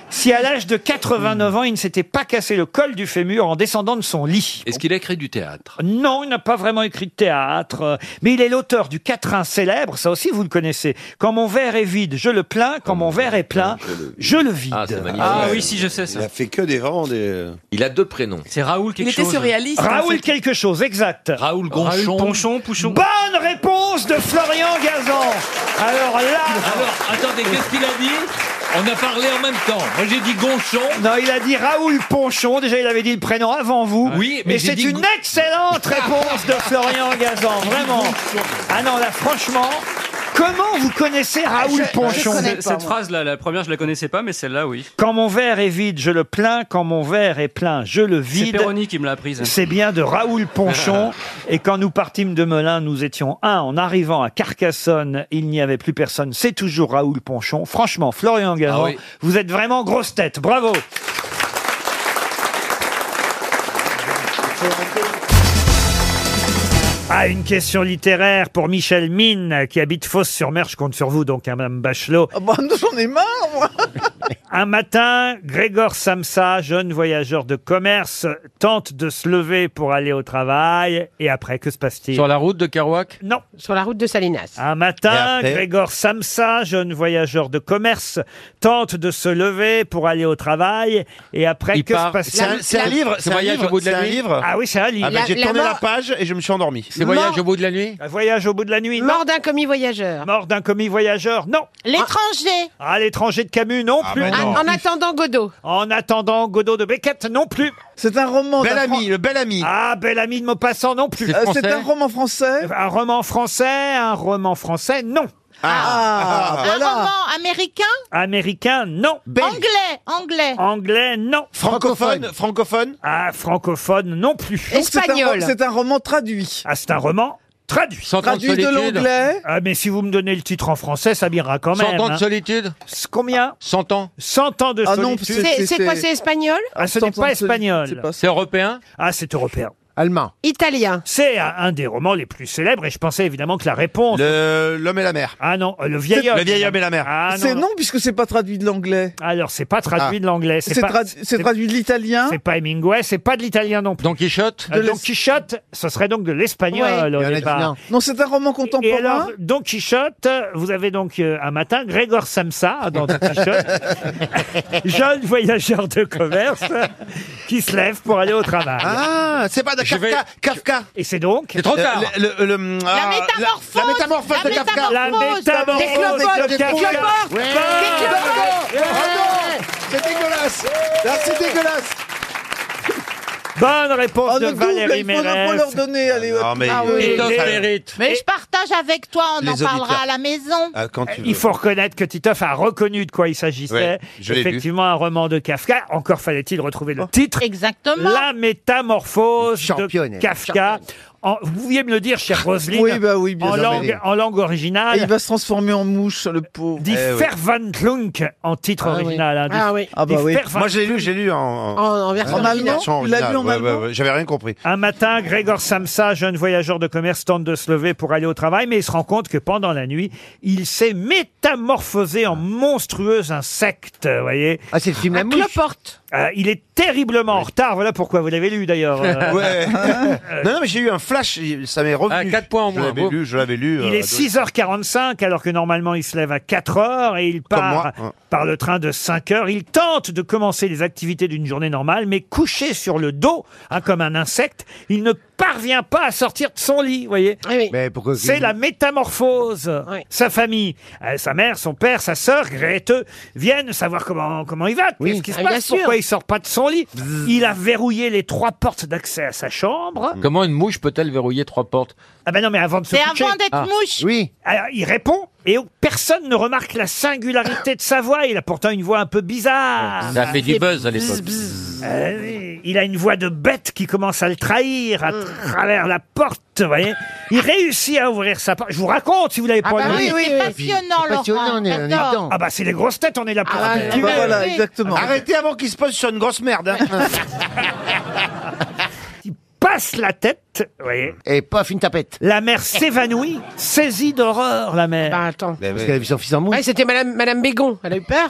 [SPEAKER 1] Si à l'âge de 89 ans, il ne s'était pas cassé le col du fémur en descendant de son lit.
[SPEAKER 22] Est-ce qu'il a écrit du théâtre
[SPEAKER 1] Non, il n'a pas vraiment écrit de théâtre, euh, mais il est l'auteur du quatrain célèbre, ça aussi vous le connaissez. Quand mon verre est vide, je le plains, quand mon verre est plein, je le vide.
[SPEAKER 22] Ah oui, si, je sais ça.
[SPEAKER 23] Il a fait que des vraiment des.
[SPEAKER 2] Il a deux prénoms.
[SPEAKER 22] C'est Raoul quelque chose.
[SPEAKER 1] Raoul quelque chose, exact. Raoul
[SPEAKER 22] Gonchon. Ponchon, Pouchon.
[SPEAKER 1] Bonne réponse de Bah, Florian Gazan. Alors là.
[SPEAKER 22] Alors, attendez, qu'est-ce qu'il a dit On a parlé en même temps. Moi, j'ai dit Gonchon.
[SPEAKER 1] Non, il a dit Raoul Ponchon. Déjà, il avait dit le prénom avant vous.
[SPEAKER 22] Oui, mais
[SPEAKER 1] mais
[SPEAKER 22] j'ai
[SPEAKER 1] c'est
[SPEAKER 22] dit
[SPEAKER 1] une
[SPEAKER 22] Gou-
[SPEAKER 1] excellente réponse de Florian Gazan, vraiment. Ah non, là, franchement, comment vous connaissez
[SPEAKER 14] Ah,
[SPEAKER 1] Raoul Ponchon
[SPEAKER 14] Cette- Cette phrase-là, la première, je la connaissais pas, mais celle-là, oui.
[SPEAKER 1] Quand mon verre est vide, je le plains. Quand mon verre est plein, je le
[SPEAKER 14] C'est
[SPEAKER 1] vide.
[SPEAKER 14] Péroni qui me l'a
[SPEAKER 22] hein.
[SPEAKER 14] apprise.
[SPEAKER 1] C'est bien de Raoul Ponchon. Et quand nous partîmes de Melun, nous étions un. En arrivant à Carcassonne, il n'y avait plus personne. C'est toujours Raoul Ponchon. Franchement, Florian Gazan,
[SPEAKER 22] Ah oui.
[SPEAKER 1] vous êtes vraiment grosse tête. Bravo. Ah, une question littéraire pour Michel Mine, qui habite Fosse-sur-Mer. Je compte sur vous, donc, hein, Madame Bachelot.
[SPEAKER 7] Ah, bah, J'en ai marre, moi
[SPEAKER 1] Un matin, Grégor Samsa, jeune voyageur de commerce, tente de se lever pour aller au travail. Et après, que se passe-t-il
[SPEAKER 2] Sur la route de Kerouac
[SPEAKER 1] Non.
[SPEAKER 24] Sur la route de Salinas.
[SPEAKER 1] Un matin,
[SPEAKER 24] Et après
[SPEAKER 1] Grégor Samsa, jeune voyageur de commerce, tente de se lever pour aller au travail. Et après,
[SPEAKER 22] Il
[SPEAKER 1] que
[SPEAKER 22] part.
[SPEAKER 1] se passe-t-il
[SPEAKER 22] C'est un- c'est un livre, C'est c'est un Voyage livre, au bout de la c'est un nuit livre
[SPEAKER 1] Ah oui, c'est un livre.
[SPEAKER 22] Ah ben, La- j'ai la tourné la mort-
[SPEAKER 1] page et je me suis endormi.
[SPEAKER 22] C'est Voyage au
[SPEAKER 1] bout de la nuit Voyage au bout de la nuit.
[SPEAKER 24] Mort d'un commis voyageur.
[SPEAKER 1] Mort d'un commis voyageur, non.
[SPEAKER 24] L'étranger.
[SPEAKER 1] Ah, l'étranger de Camus, non
[SPEAKER 22] Ah bah
[SPEAKER 1] plus.
[SPEAKER 24] En- en attendant Godot.
[SPEAKER 1] En attendant Godot de Beckett, non plus. C'est un roman. Bel ami, le bel ami. Ah, bel ami de Maupassant, non plus.
[SPEAKER 7] C'est Euh, français c'est un
[SPEAKER 1] roman français. Un roman français, un roman français, non.
[SPEAKER 7] Ah,
[SPEAKER 5] Un roman américain
[SPEAKER 1] Américain, non.
[SPEAKER 5] Anglais, anglais.
[SPEAKER 1] Anglais, non. Francophone, francophone. Ah, francophone, non plus.
[SPEAKER 7] Donc c'est un ro- Espagnol. c'est
[SPEAKER 1] un roman traduit. Ah, c'est un roman. Traduit.
[SPEAKER 7] ans de Traduit de solitude. l'anglais.
[SPEAKER 1] Ah, mais si vous me donnez le titre en français, ça m'ira quand même.
[SPEAKER 2] 100 ans de
[SPEAKER 1] hein.
[SPEAKER 2] solitude
[SPEAKER 1] C'est Combien
[SPEAKER 2] 100 ans
[SPEAKER 1] 100 ans de
[SPEAKER 2] Ah non,
[SPEAKER 1] solitude.
[SPEAKER 24] C'est c'est quoi C'est espagnol
[SPEAKER 1] Ah, ce n'est pas espagnol.
[SPEAKER 2] C'est européen
[SPEAKER 1] Ah, c'est européen. Allemand.
[SPEAKER 24] Italien.
[SPEAKER 1] C'est un un des romans les plus célèbres et je pensais évidemment que la réponse. L'homme et la mer. Ah non, euh, le vieil
[SPEAKER 7] C'est-
[SPEAKER 1] homme.
[SPEAKER 7] Le vieil homme et la mer.
[SPEAKER 1] Ah
[SPEAKER 7] C'est non,
[SPEAKER 1] puisque c'est pas traduit de l'anglais. Alors c'est pas traduit
[SPEAKER 7] Ah.
[SPEAKER 1] de l'anglais.
[SPEAKER 7] C'est
[SPEAKER 1] pas-
[SPEAKER 7] tradu- c'est traduit
[SPEAKER 1] de l'italien. C'est pas Hemingway, c'est pas de l'italien non plus. Don Quichotte.
[SPEAKER 7] De
[SPEAKER 1] Don
[SPEAKER 7] l'es-
[SPEAKER 1] Quichotte, ce serait donc de l'espagnol au départ.
[SPEAKER 7] Non, c'est un roman
[SPEAKER 1] Et
[SPEAKER 7] contemporain.
[SPEAKER 1] alors, Don Quichotte, vous avez donc euh, un matin Grégor Samsa hein, dans Don Quichotte, jeune voyageur de commerce, qui se lève pour aller au travail.
[SPEAKER 23] Ah, c'est pas de Kafka. Kafka. Euh,
[SPEAKER 1] Et c'est donc
[SPEAKER 23] C'est trop tard. ah, la métamorphose. La, métamorphose de Kafka.
[SPEAKER 1] La métamorphose de Kafka. Ouais.
[SPEAKER 23] C'est dégueulasse.
[SPEAKER 7] Ah,
[SPEAKER 23] Là, c'est dégueulasse.
[SPEAKER 1] Bonne réponse de Valérie
[SPEAKER 7] Ah, il faut
[SPEAKER 1] Mérès.
[SPEAKER 7] leur donner. Allez, hop.
[SPEAKER 1] Ah oui.
[SPEAKER 7] Et-
[SPEAKER 1] Et-
[SPEAKER 5] Mais
[SPEAKER 1] Et-
[SPEAKER 5] je partage avec toi, on en
[SPEAKER 1] Les auditeurs. Ah,
[SPEAKER 5] parlera à la maison.
[SPEAKER 7] Ah,
[SPEAKER 1] euh, Il faut reconnaître que Titoff a reconnu de quoi il s'agissait.
[SPEAKER 8] Ouais, je l'ai lu.
[SPEAKER 1] Effectivement, un roman de Kafka. Encore fallait-il retrouver le titre.
[SPEAKER 5] Exactement.
[SPEAKER 1] La métamorphose
[SPEAKER 7] Championne,
[SPEAKER 1] de
[SPEAKER 7] elle.
[SPEAKER 1] Kafka. En- vous pouviez me le dire, chère Roselyne,
[SPEAKER 7] Oui, bah oui, bien
[SPEAKER 1] en,
[SPEAKER 7] sûr,
[SPEAKER 1] langue,
[SPEAKER 7] Valérie.
[SPEAKER 1] en langue
[SPEAKER 7] Et il
[SPEAKER 1] originale.
[SPEAKER 7] va se transformer en mouche, le pauvre.
[SPEAKER 1] Dit Verwandlung en titre
[SPEAKER 7] Ah oui.
[SPEAKER 1] original. hein, dit-
[SPEAKER 7] Ah oui. Ah bah
[SPEAKER 1] dit
[SPEAKER 7] oui.
[SPEAKER 1] Verwandlung.
[SPEAKER 23] Moi, j'ai lu, j'ai lu en,
[SPEAKER 1] en version
[SPEAKER 23] en
[SPEAKER 1] originale.
[SPEAKER 23] version
[SPEAKER 1] Tu l'as lu
[SPEAKER 23] originale.
[SPEAKER 1] en
[SPEAKER 23] Ouais,
[SPEAKER 1] allemand
[SPEAKER 23] ouais, ouais, J'avais rien compris.
[SPEAKER 1] Un matin, Grégor Samsa, jeune voyageur de commerce, tente de se lever pour aller au travail, mais il se rend compte que pendant la nuit, il s'est métamorphosé en monstrueux insecte, vous voyez. Euh, Ah, c'est le film La il est terriblement en retard, voilà pourquoi vous l'avez lu d'ailleurs. Euh,
[SPEAKER 23] Ouais.
[SPEAKER 1] non,
[SPEAKER 23] non, mais j'ai eu un
[SPEAKER 25] flash, ça m'est
[SPEAKER 1] Ah,
[SPEAKER 25] revenu. 4 points en
[SPEAKER 1] moins.
[SPEAKER 25] Je l'avais lu, je l'avais lu.
[SPEAKER 1] Il
[SPEAKER 25] euh,
[SPEAKER 1] est 6h45 alors que normalement il se lève à 4h et il part
[SPEAKER 25] moi, hein. ouais.
[SPEAKER 1] par le train de 5h. Il tente de commencer les activités d'une journée normale mais couché sur le dos hein, comme un insecte, il ne parvient pas à sortir de son lit, vous voyez. C'est la métamorphose. Sa famille, euh, sa mère, son père, sa sœur, Grete, viennent savoir comment, comment il va, qu'est-ce qui se
[SPEAKER 26] Ah, bien
[SPEAKER 1] passe,
[SPEAKER 26] sûr.
[SPEAKER 1] pourquoi il sort pas de son lit. Il a verrouillé les trois portes d'accès à sa chambre.
[SPEAKER 25] Mm.
[SPEAKER 2] Comment une mouche peut-elle verrouiller trois portes
[SPEAKER 1] Ah ben non, mais avant de se
[SPEAKER 2] C'est
[SPEAKER 1] coucher-
[SPEAKER 2] avant d'être Ah, mouche.
[SPEAKER 1] Oui. Alors, il répond et personne ne remarque la singularité de sa voix. Il a pourtant une voix un peu bizarre.
[SPEAKER 2] Ça a fait du buzz à l'époque.
[SPEAKER 1] Euh, oui, il a une voix de bête qui commence à le trahir
[SPEAKER 9] Mm.
[SPEAKER 1] à travers la porte, vous voyez. Il réussit à ouvrir sa porte. Je vous raconte si vous l'avez
[SPEAKER 9] Ah
[SPEAKER 1] pas
[SPEAKER 9] bah
[SPEAKER 1] lu.
[SPEAKER 9] oui, oui, C'est oui. passionnant, C'est passionnant, Laurent. on est- on est J'adore. dedans.
[SPEAKER 1] Ah bah c'est les grosses têtes, on est là pour
[SPEAKER 25] Ah,
[SPEAKER 1] raconter.
[SPEAKER 25] bah voilà, exactement. Arrêtez avant qu'il se pose sur une grosse merde. hein.
[SPEAKER 1] passe la tête, vous voyez. Et paf, une tapette. La mère s'évanouit, saisie d'horreur, la mère. Bah attends.
[SPEAKER 4] Parce qu'elle a vu son fils en mouche.
[SPEAKER 27] Ouais, c'était Madame, Madame Bégon, elle a eu peur.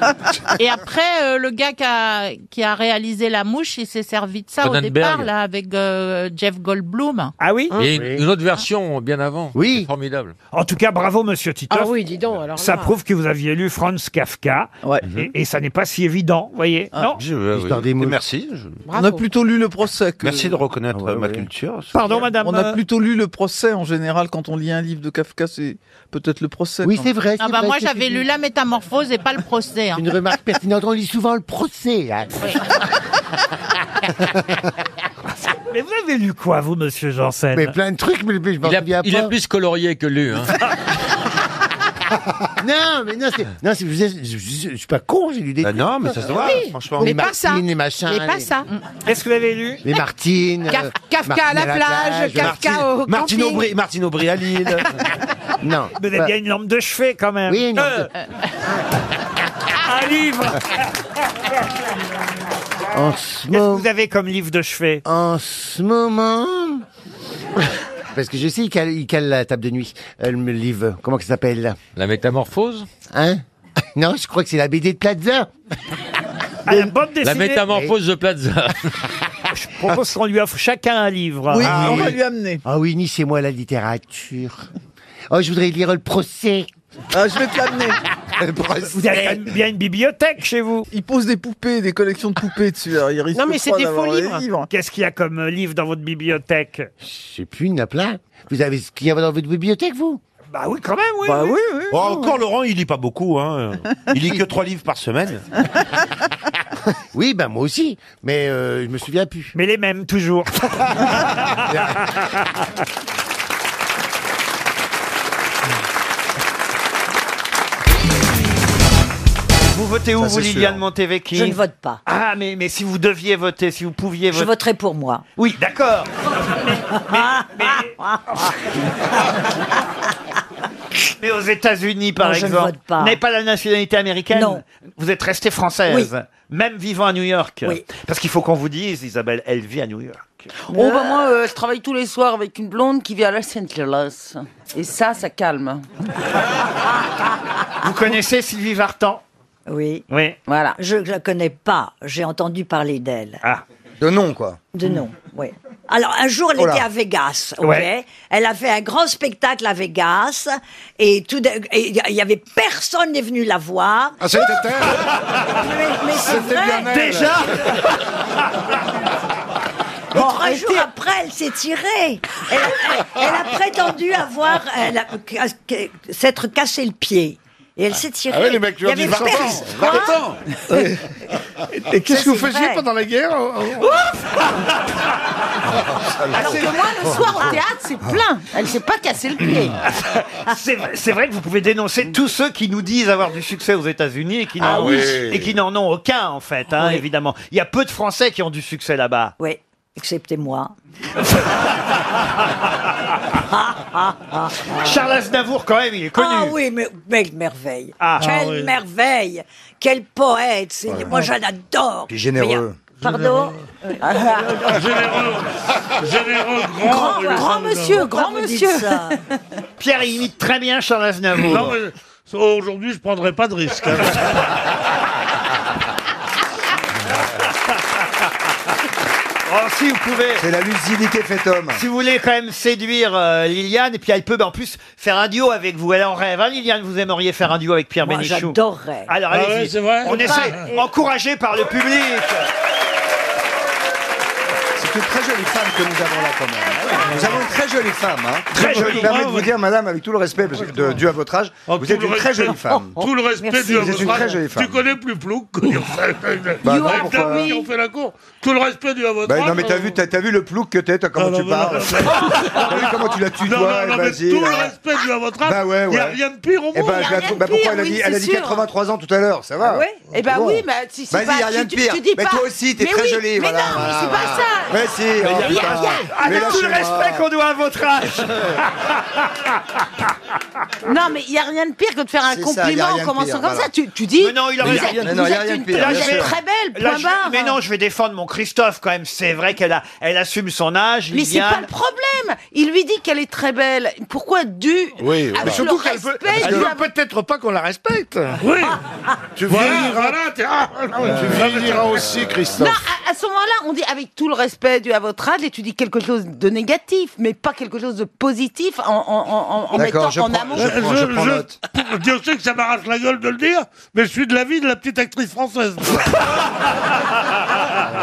[SPEAKER 9] Et après, euh, le gars qui a, qui a réalisé La Mouche, il s'est servi de ça au
[SPEAKER 2] Cronenberg.
[SPEAKER 9] départ, là, avec euh, Jeff Goldblum.
[SPEAKER 1] Ah oui
[SPEAKER 2] Et une- une autre version bien avant. Oui. Formidable.
[SPEAKER 1] En tout cas, bravo, monsieur Tito.
[SPEAKER 27] Ah oui, dis donc. Alors
[SPEAKER 1] Ça
[SPEAKER 27] là.
[SPEAKER 1] prouve que vous aviez lu Franz Kafka.
[SPEAKER 12] Mhm.
[SPEAKER 1] Et, et ça n'est pas si évident, vous voyez.
[SPEAKER 12] Ah,
[SPEAKER 1] non.
[SPEAKER 25] Je- euh, oui. Et Merci. je-
[SPEAKER 12] On a plutôt lu le procès. que- Ah
[SPEAKER 25] Merci de reconnaître euh, ma culture.
[SPEAKER 1] Pardon, madame.
[SPEAKER 12] On a
[SPEAKER 1] euh,
[SPEAKER 12] plutôt lu le procès en général quand on lit un livre de Kafka, c'est peut-être le procès.
[SPEAKER 9] Ah bah moi, j'avais lu La Métamorphose et pas le procès. hein.
[SPEAKER 7] Une remarque pertinente, on lit souvent le procès. hein.
[SPEAKER 1] Mais vous avez lu quoi, vous, monsieur Janssen
[SPEAKER 7] Mais plein de trucs, mais je m'en
[SPEAKER 2] Il a,
[SPEAKER 7] souviens
[SPEAKER 2] il
[SPEAKER 7] pas.
[SPEAKER 2] a plus colorié que lu. Hein.
[SPEAKER 7] Non, mais non, c'est- non, c'est- je, je- je- je suis pas con, j'ai lu des.
[SPEAKER 25] Bah
[SPEAKER 7] trucs.
[SPEAKER 25] non, mais ça se voit,
[SPEAKER 7] Oui.
[SPEAKER 25] franchement.
[SPEAKER 7] Les
[SPEAKER 25] Mais pas
[SPEAKER 7] Martines, les machins.
[SPEAKER 27] Mais pas
[SPEAKER 7] les-
[SPEAKER 27] ça.
[SPEAKER 1] Mm. Est-ce que vous avez lu Ah,
[SPEAKER 7] Les Martines. euh,
[SPEAKER 27] Kaf- Kafka à la
[SPEAKER 7] Martine
[SPEAKER 27] plage, Kafka
[SPEAKER 7] Martine-
[SPEAKER 27] au camping.
[SPEAKER 7] Martine Aubry.
[SPEAKER 25] Martine Aubry à Lille.
[SPEAKER 7] Non.
[SPEAKER 1] Vous avez bien une lampe de chevet, quand même.
[SPEAKER 7] Oui, une lampe
[SPEAKER 1] Euh, Un livre
[SPEAKER 7] En ce
[SPEAKER 1] Qu'est-ce que vous avez comme livre de chevet
[SPEAKER 7] En ce moment. Parce que je sais, il cale, il cale la table de nuit. Euh, le livre, comment que ça s'appelle là
[SPEAKER 2] La métamorphose
[SPEAKER 7] Hein Non, je crois que c'est la BD de Plaza.
[SPEAKER 1] Ah, la bande dessinée
[SPEAKER 2] La métamorphose de Plaza.
[SPEAKER 1] Je propose qu'on lui offre chacun un livre.
[SPEAKER 7] Oui,
[SPEAKER 1] Ah,
[SPEAKER 7] on va
[SPEAKER 1] oui.
[SPEAKER 7] lui
[SPEAKER 12] amener.
[SPEAKER 7] Ah oui, ni c'est moi la littérature. Oh, je voudrais lire le procès.
[SPEAKER 12] Ah, je vais te l'amener.
[SPEAKER 1] Vous avez quand même bien une bibliothèque chez vous.
[SPEAKER 12] Il pose des poupées, des collections de poupées dessus. alors il risque
[SPEAKER 1] Non, mais c'est
[SPEAKER 12] pas
[SPEAKER 1] des
[SPEAKER 12] d'avoir
[SPEAKER 1] faux
[SPEAKER 12] les
[SPEAKER 1] livres. Qu'est-ce qu'il y a comme euh, livre dans votre bibliothèque
[SPEAKER 7] Je sais plus, il y en a plein. Vous avez ce qu'il y avait dans votre bibliothèque, vous
[SPEAKER 1] Bah oui, quand même, oui.
[SPEAKER 7] Bah oui,
[SPEAKER 25] Oh, encore Laurent, il lit pas beaucoup. Hein. Il lit que trois livres par semaine.
[SPEAKER 7] Oui, ben moi aussi, mais euh, je me souviens plus.
[SPEAKER 1] Mais les mêmes, toujours. Vous votez où,
[SPEAKER 28] Ça,
[SPEAKER 1] vous,
[SPEAKER 28] c'est
[SPEAKER 1] Liliane
[SPEAKER 28] sûr.
[SPEAKER 1] Montevecchi
[SPEAKER 28] Je ne vote pas.
[SPEAKER 1] Ah, mais, mais si vous deviez voter, si vous pouviez voter.
[SPEAKER 28] Je voterai pour moi.
[SPEAKER 1] Oui, d'accord. Mais aux États-Unis, par
[SPEAKER 28] Non, je ne
[SPEAKER 1] exemple.
[SPEAKER 28] vote pas.
[SPEAKER 1] Vous n'avez pas la nationalité américaine
[SPEAKER 28] Non.
[SPEAKER 1] Vous êtes restée française.
[SPEAKER 28] Oui.
[SPEAKER 1] Même vivant à New York.
[SPEAKER 28] Oui.
[SPEAKER 1] Parce qu'il faut qu'on vous dise, Isabelle, elle vit à New York.
[SPEAKER 28] Oh bah moi, euh, je travaille tous les soirs avec une blonde qui vit à Los Angeles. Et ça, ça calme.
[SPEAKER 1] Vous connaissez Sylvie Vartan
[SPEAKER 28] Oui.
[SPEAKER 1] Oui.
[SPEAKER 28] Voilà, je ne la connais pas. J'ai entendu parler d'elle.
[SPEAKER 1] Ah.
[SPEAKER 12] De nom, quoi.
[SPEAKER 28] De nom, oui. Alors, un jour, elle
[SPEAKER 12] Oh là.
[SPEAKER 28] était à Vegas, ok
[SPEAKER 12] Ouais.
[SPEAKER 28] Elle a fait un grand spectacle à Vegas, et tout d'un- et il y avait personne n'est venu la voir.
[SPEAKER 4] Ah, c'était elle
[SPEAKER 28] Mais, mais c'est
[SPEAKER 4] C'était
[SPEAKER 28] vrai.
[SPEAKER 4] bien elle. Déjà
[SPEAKER 28] Et trois jours après, elle s'est tirée. Elle, elle- elle a prétendu avoir elle a- que- que- s'être cassé le pied. Et elle s'est tirée.
[SPEAKER 4] Ah ouais, les mecs lui ont
[SPEAKER 28] Il y
[SPEAKER 4] dit
[SPEAKER 28] avait
[SPEAKER 4] 20 ans
[SPEAKER 28] personne. Hein
[SPEAKER 4] 20 ans Et qu'est-ce
[SPEAKER 28] Ça,
[SPEAKER 4] que vous
[SPEAKER 28] c'est
[SPEAKER 4] faisiez
[SPEAKER 28] vrai.
[SPEAKER 4] pendant la guerre oh,
[SPEAKER 28] Alors que moi, le soir au théâtre, c'est plein. Elle s'est pas cassé le pied.
[SPEAKER 1] C'est c'est vrai que vous pouvez dénoncer tous ceux qui nous disent avoir du succès aux États-Unis et qui n'en
[SPEAKER 28] Mm. Ah oui.
[SPEAKER 1] et qui n'en ont aucun, en fait, hein, évidemment. Il y a peu de Français qui ont du succès là-bas.
[SPEAKER 28] Oui, excepté moi.
[SPEAKER 1] Ah. Charles Aznavour, quand même, il est connu.
[SPEAKER 28] Ah oui, mais quelle merveille.
[SPEAKER 1] Ah.
[SPEAKER 28] quelle
[SPEAKER 1] Ah oui.
[SPEAKER 28] merveille. Quel poète. c'est- Moi, j'en adore.
[SPEAKER 4] Puis généreux.
[SPEAKER 28] Pardon Ah.
[SPEAKER 8] Ah, Généreux, généreux, grand.
[SPEAKER 28] Grand- grand monsieur, grand monsieur.
[SPEAKER 1] Pierre il imite très bien Charles Aznavour.
[SPEAKER 8] Non, mais je- aujourd'hui, je prendrai pas de risque. hein.
[SPEAKER 1] Oh, si vous pouvez. C'est la lucidité fait homme. Si vous voulez quand même séduire euh, Liliane, et puis elle peut ben, en plus faire un duo avec vous. Elle en rêve, hein, Liliane Vous aimeriez faire un duo avec Pierre
[SPEAKER 28] Moi,
[SPEAKER 1] Bénichou
[SPEAKER 28] j'adorerais.
[SPEAKER 1] Alors
[SPEAKER 28] Ah
[SPEAKER 1] allez-y.
[SPEAKER 28] ouais, c'est vrai
[SPEAKER 1] On
[SPEAKER 28] Et
[SPEAKER 1] essaie,
[SPEAKER 28] pas- et-
[SPEAKER 1] encouragé par le public.
[SPEAKER 4] C'est une très jolie femme que nous avons là quand même. Nous avons une très jolie femme. Hein.
[SPEAKER 1] Très
[SPEAKER 4] Je me
[SPEAKER 1] jolie.
[SPEAKER 4] permets de
[SPEAKER 1] Bravo.
[SPEAKER 4] vous dire, madame, avec tout le respect parce que de Dieu à votre âge, vous êtes
[SPEAKER 8] Oh, tout
[SPEAKER 4] une
[SPEAKER 8] le
[SPEAKER 4] très
[SPEAKER 8] respect-
[SPEAKER 4] jolie femme.
[SPEAKER 8] Tout le respect du
[SPEAKER 4] Vous êtes une très jolie
[SPEAKER 8] Tu
[SPEAKER 4] femme.
[SPEAKER 8] connais plus Plouc que
[SPEAKER 4] Bah
[SPEAKER 8] You
[SPEAKER 4] non,
[SPEAKER 8] are
[SPEAKER 4] pourquoi
[SPEAKER 8] dummy, on fait la cour. Tout le respect du à votre
[SPEAKER 4] Bah, non, mais
[SPEAKER 8] âge,
[SPEAKER 4] t'as
[SPEAKER 8] euh,
[SPEAKER 4] vu, t'as, t'as vu le plouc que t'es, t'as comment
[SPEAKER 8] Ah,
[SPEAKER 4] tu
[SPEAKER 8] non,
[SPEAKER 4] parles.
[SPEAKER 8] mais non,
[SPEAKER 4] t'as vu comment tu la
[SPEAKER 8] Non, non,
[SPEAKER 4] tutoies, eh ben,
[SPEAKER 8] non, mais
[SPEAKER 4] vas-y.
[SPEAKER 8] tout le respect dû à votre âge,
[SPEAKER 4] Bah ouais,
[SPEAKER 8] il n'y a
[SPEAKER 4] ouais.
[SPEAKER 8] rien de pire au monde.
[SPEAKER 4] Eh ben, je la trouve- bah, pourquoi elle a dit, elle a dit 83 ans tout à l'heure, ça va.
[SPEAKER 9] Ah ouais Eh ben
[SPEAKER 4] C'est bon.
[SPEAKER 9] oui, mais si c'est
[SPEAKER 4] Vas-y,
[SPEAKER 9] pas-
[SPEAKER 4] y a rien
[SPEAKER 9] tu-
[SPEAKER 4] de
[SPEAKER 9] tu-
[SPEAKER 4] pire.
[SPEAKER 9] tu dis
[SPEAKER 4] mais
[SPEAKER 9] pas-
[SPEAKER 4] toi aussi, t'es
[SPEAKER 9] Mais
[SPEAKER 4] très
[SPEAKER 9] oui, mais
[SPEAKER 4] jolie, voilà.
[SPEAKER 9] non, mais c'est pas ça.
[SPEAKER 4] Mais si,
[SPEAKER 9] Mais
[SPEAKER 4] oh,
[SPEAKER 9] y a- y a-
[SPEAKER 4] putain.
[SPEAKER 9] y a-
[SPEAKER 4] Mais
[SPEAKER 9] avec tout le
[SPEAKER 4] lâchez-moi.
[SPEAKER 9] respect
[SPEAKER 1] qu'on doit à votre âge.
[SPEAKER 9] Non, mais il n'y a rien de pire que de faire un
[SPEAKER 1] C'est ça, il y
[SPEAKER 9] compliment
[SPEAKER 1] a rien
[SPEAKER 9] en
[SPEAKER 1] de
[SPEAKER 9] commençant
[SPEAKER 1] pire,
[SPEAKER 9] comme
[SPEAKER 1] voilà.
[SPEAKER 9] ça. Tu, tu dis.
[SPEAKER 1] Mais non, Oh, il aurait
[SPEAKER 9] vous
[SPEAKER 1] rien.
[SPEAKER 9] êtes- vous êtes une- vous êtes très belle,
[SPEAKER 1] Là,
[SPEAKER 9] point
[SPEAKER 1] je-
[SPEAKER 9] barre.
[SPEAKER 1] Mais non, je vais défendre mon Christophe quand même. C'est vrai qu'elle a, elle assume son âge.
[SPEAKER 9] Mais c'est
[SPEAKER 1] Liliane.
[SPEAKER 9] pas le problème. Il lui dit qu'elle est très belle. Pourquoi du
[SPEAKER 1] Oui, voilà.
[SPEAKER 9] avec
[SPEAKER 1] Surtout
[SPEAKER 9] le
[SPEAKER 1] qu'elle
[SPEAKER 9] respect
[SPEAKER 1] veut- elle
[SPEAKER 9] du-
[SPEAKER 1] veut
[SPEAKER 7] Peut-être pas qu'on la respecte.
[SPEAKER 9] Oui.
[SPEAKER 7] Tu
[SPEAKER 9] Voilà,
[SPEAKER 7] vieilliras.
[SPEAKER 9] voilà, t'es- ah,
[SPEAKER 1] Euh,
[SPEAKER 7] Ah ouais, tu vieilliras aussi, Christophe.
[SPEAKER 9] Non, à, à ce moment-là, on dit avec tout le respect dû à votre âge, et tu dis quelque chose de négatif, mais pas quelque chose de positif en, en- en- en- en mettant
[SPEAKER 8] D'accord, je
[SPEAKER 9] en
[SPEAKER 8] prends-
[SPEAKER 9] amont.
[SPEAKER 8] je prends- je prends note. Dieu sait que ça m'arrache la gueule de le dire, mais je suis de l'avis de la petite actrice française. Ah,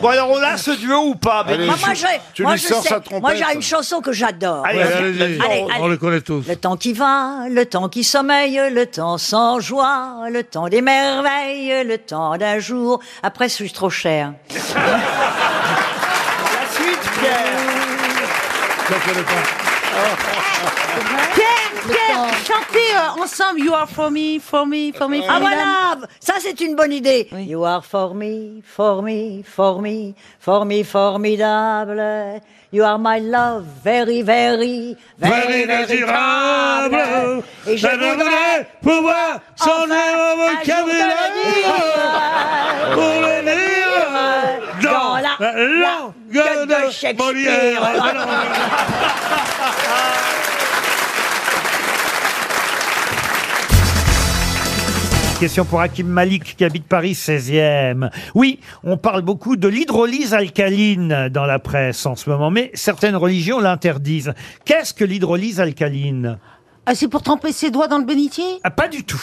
[SPEAKER 1] Bon, alors on a ce duo ou pas
[SPEAKER 8] Allez,
[SPEAKER 28] Ah, moi, moi,
[SPEAKER 8] tu-
[SPEAKER 28] j'ai-
[SPEAKER 8] tu
[SPEAKER 28] moi,
[SPEAKER 8] lui
[SPEAKER 28] je
[SPEAKER 8] sors
[SPEAKER 28] sais-
[SPEAKER 8] sa trompette.
[SPEAKER 28] moi, j'ai une chanson que j'adore.
[SPEAKER 8] Allez, Ouais, allez-y. allez-y. On- on le connaît tous.
[SPEAKER 28] Le temps qui va, le temps qui sommeille, le temps sans joie, le temps des merveilles, le temps d'un jour. Après, je suis trop cher.
[SPEAKER 1] La suite, Pierre.
[SPEAKER 4] Oh.
[SPEAKER 9] Pierre, Pierre, chantez euh, ensemble You are for me, for me, for me, for
[SPEAKER 28] Ah
[SPEAKER 9] me.
[SPEAKER 28] voilà, ça c'est une bonne idée. You are for me, for me, for me, for me, formidable. You are my love, very, very, very,
[SPEAKER 8] Very désirable.
[SPEAKER 28] désirable. Et je voudrais Oh.
[SPEAKER 8] pouvoir s'en aller au vocabulaire pour le dire dans la langue de Molière. Ah,
[SPEAKER 1] Question pour Hakim Malik qui habite Paris 16e. Oui, on parle beaucoup de l'hydrolyse alcaline dans la presse en ce moment, mais certaines religions l'interdisent. Qu'est-ce que l'hydrolyse alcaline
[SPEAKER 9] Ah, c'est pour tremper ses doigts dans le bénitier
[SPEAKER 1] ah, Pas du tout.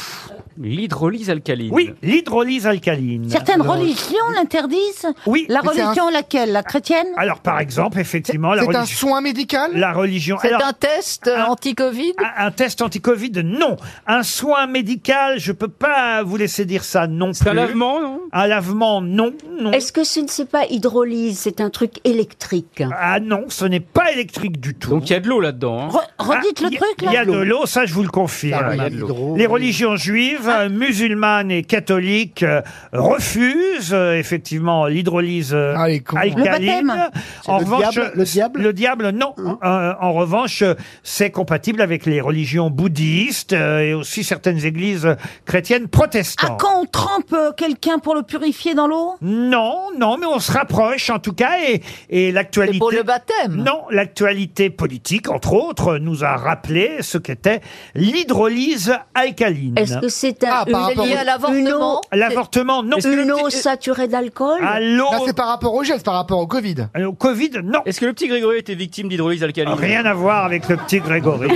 [SPEAKER 1] L'hydrolyse alcaline. Oui, l'hydrolyse alcaline.
[SPEAKER 9] Certaines religions l'interdisent
[SPEAKER 1] Oui.
[SPEAKER 9] La
[SPEAKER 1] Mais c'est
[SPEAKER 9] religion laquelle La chrétienne
[SPEAKER 1] Alors, par exemple, effectivement, la
[SPEAKER 9] c'est un
[SPEAKER 1] religion. soin médical La religion.
[SPEAKER 9] C'est un
[SPEAKER 1] test anti-Covid un, un test anti-Covid, non. Un soin médical, je peux pas vous laisser dire ça non plus.
[SPEAKER 6] un lavement, non
[SPEAKER 1] Un lavement, non. non.
[SPEAKER 6] Est-ce que ce ne c'est pas hydrolyse, c'est un truc électrique
[SPEAKER 1] Ah non, ce n'est pas électrique du tout.
[SPEAKER 6] Donc il y a de l'eau là-dedans. hein.
[SPEAKER 1] Ah, il y- Il y a de l'eau, ça je vous le confirme.
[SPEAKER 6] Ah, il y a de l'eau.
[SPEAKER 1] Les religions juives,
[SPEAKER 6] Ah.
[SPEAKER 1] euh, musulmanes et catholiques euh, refusent euh, effectivement l'hydrolyse euh,
[SPEAKER 6] Le
[SPEAKER 1] alcaline.
[SPEAKER 6] baptême.
[SPEAKER 1] En
[SPEAKER 6] Ah, C'est le
[SPEAKER 1] revanche,
[SPEAKER 6] diable,
[SPEAKER 1] le diable, non. Euh, en revanche, euh, c'est compatible avec les religions bouddhistes euh, et aussi certaines églises euh, chrétiennes protestantes.
[SPEAKER 9] Quand on trempe euh, quelqu'un pour le purifier dans l'eau
[SPEAKER 1] Non, non, mais on se rapproche en tout cas et, et l'actualité. Pour le
[SPEAKER 9] baptême.
[SPEAKER 1] Non, l'actualité politique, entre autres, nous a rappelé ce qu'était l'hydrolyse alcaline.
[SPEAKER 6] Est-ce que c'est un,
[SPEAKER 9] Ah, par
[SPEAKER 6] une-
[SPEAKER 9] rapport
[SPEAKER 6] lié
[SPEAKER 9] au-
[SPEAKER 6] à l'avortement
[SPEAKER 1] L'avortement, non.
[SPEAKER 6] Une eau saturée d'alcool
[SPEAKER 1] À
[SPEAKER 7] Bah,
[SPEAKER 1] l'eau- Là, c'est
[SPEAKER 6] par rapport au gel, c'est par rapport au Covid.
[SPEAKER 1] Au Covid, non.
[SPEAKER 6] Est-ce que le petit Grégory était victime d'hydrolyse alcaline
[SPEAKER 1] Rien à voir avec le petit Grégory.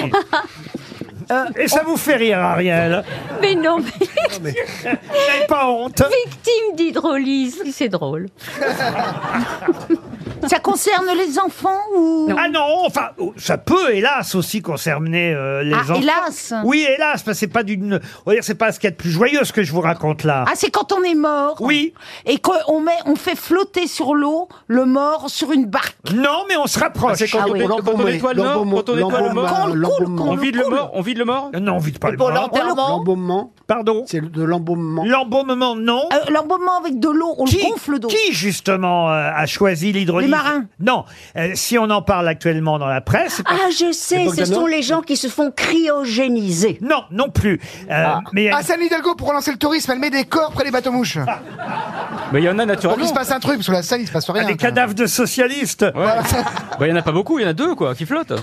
[SPEAKER 1] et ça vous fait rire, Ariel
[SPEAKER 6] Mais non, mais...
[SPEAKER 1] N'ayez pas honte
[SPEAKER 6] Victime d'hydrolyse, c'est drôle.
[SPEAKER 9] Ça concerne les enfants ou
[SPEAKER 1] Ah non, enfin, oh, ça peut, hélas, aussi concerner euh, les
[SPEAKER 9] Ah,
[SPEAKER 1] enfants.
[SPEAKER 9] hélas.
[SPEAKER 1] Oui, hélas, parce que c'est pas d'une. on va dire, C'est pas ce qu'il y a de plus joyeux ce que je vous raconte là.
[SPEAKER 9] Ah, c'est quand on est mort.
[SPEAKER 1] Oui.
[SPEAKER 9] Et qu'on met, on fait flotter sur l'eau le mort sur une barque. Ah
[SPEAKER 1] Non, mais on se rapproche.
[SPEAKER 6] Bah, Ah, C'est quand on dé- quand on nettoie le mort, quand on nettoie le mort, on vide le mort, on vide le mort.
[SPEAKER 1] Euh, Non, on vide pas
[SPEAKER 6] Et
[SPEAKER 1] le
[SPEAKER 6] pour
[SPEAKER 1] mort.
[SPEAKER 6] l'enterrement
[SPEAKER 1] L'embaumement. Pardon C'est de l'embaumement. L'embaumement, non.
[SPEAKER 9] Euh, L'embaumement avec de l'eau, on le gonfle d'eau.
[SPEAKER 1] Qui, justement, euh, a choisi l'hydrolyse
[SPEAKER 9] Les marins.
[SPEAKER 1] Non. Euh, si on en parle actuellement dans la presse. Eh, c'est parce-
[SPEAKER 6] Ah, je sais, ce sont les gens qui se font cryogéniser.
[SPEAKER 1] Non, non plus. Euh, mais,
[SPEAKER 7] Ah, San Hidalgo, pour relancer le tourisme, elle met des corps près des bateaux mouches.
[SPEAKER 6] Mais il y en a
[SPEAKER 7] Pour qu'il
[SPEAKER 6] naturellement.
[SPEAKER 7] se passe un truc, parce que la salle, il se passe rien.
[SPEAKER 6] Ah, des
[SPEAKER 1] cadavres de socialistes
[SPEAKER 6] Bah, Il y en a pas beaucoup, il y en a deux, quoi, qui flottent.
[SPEAKER 9] Euh,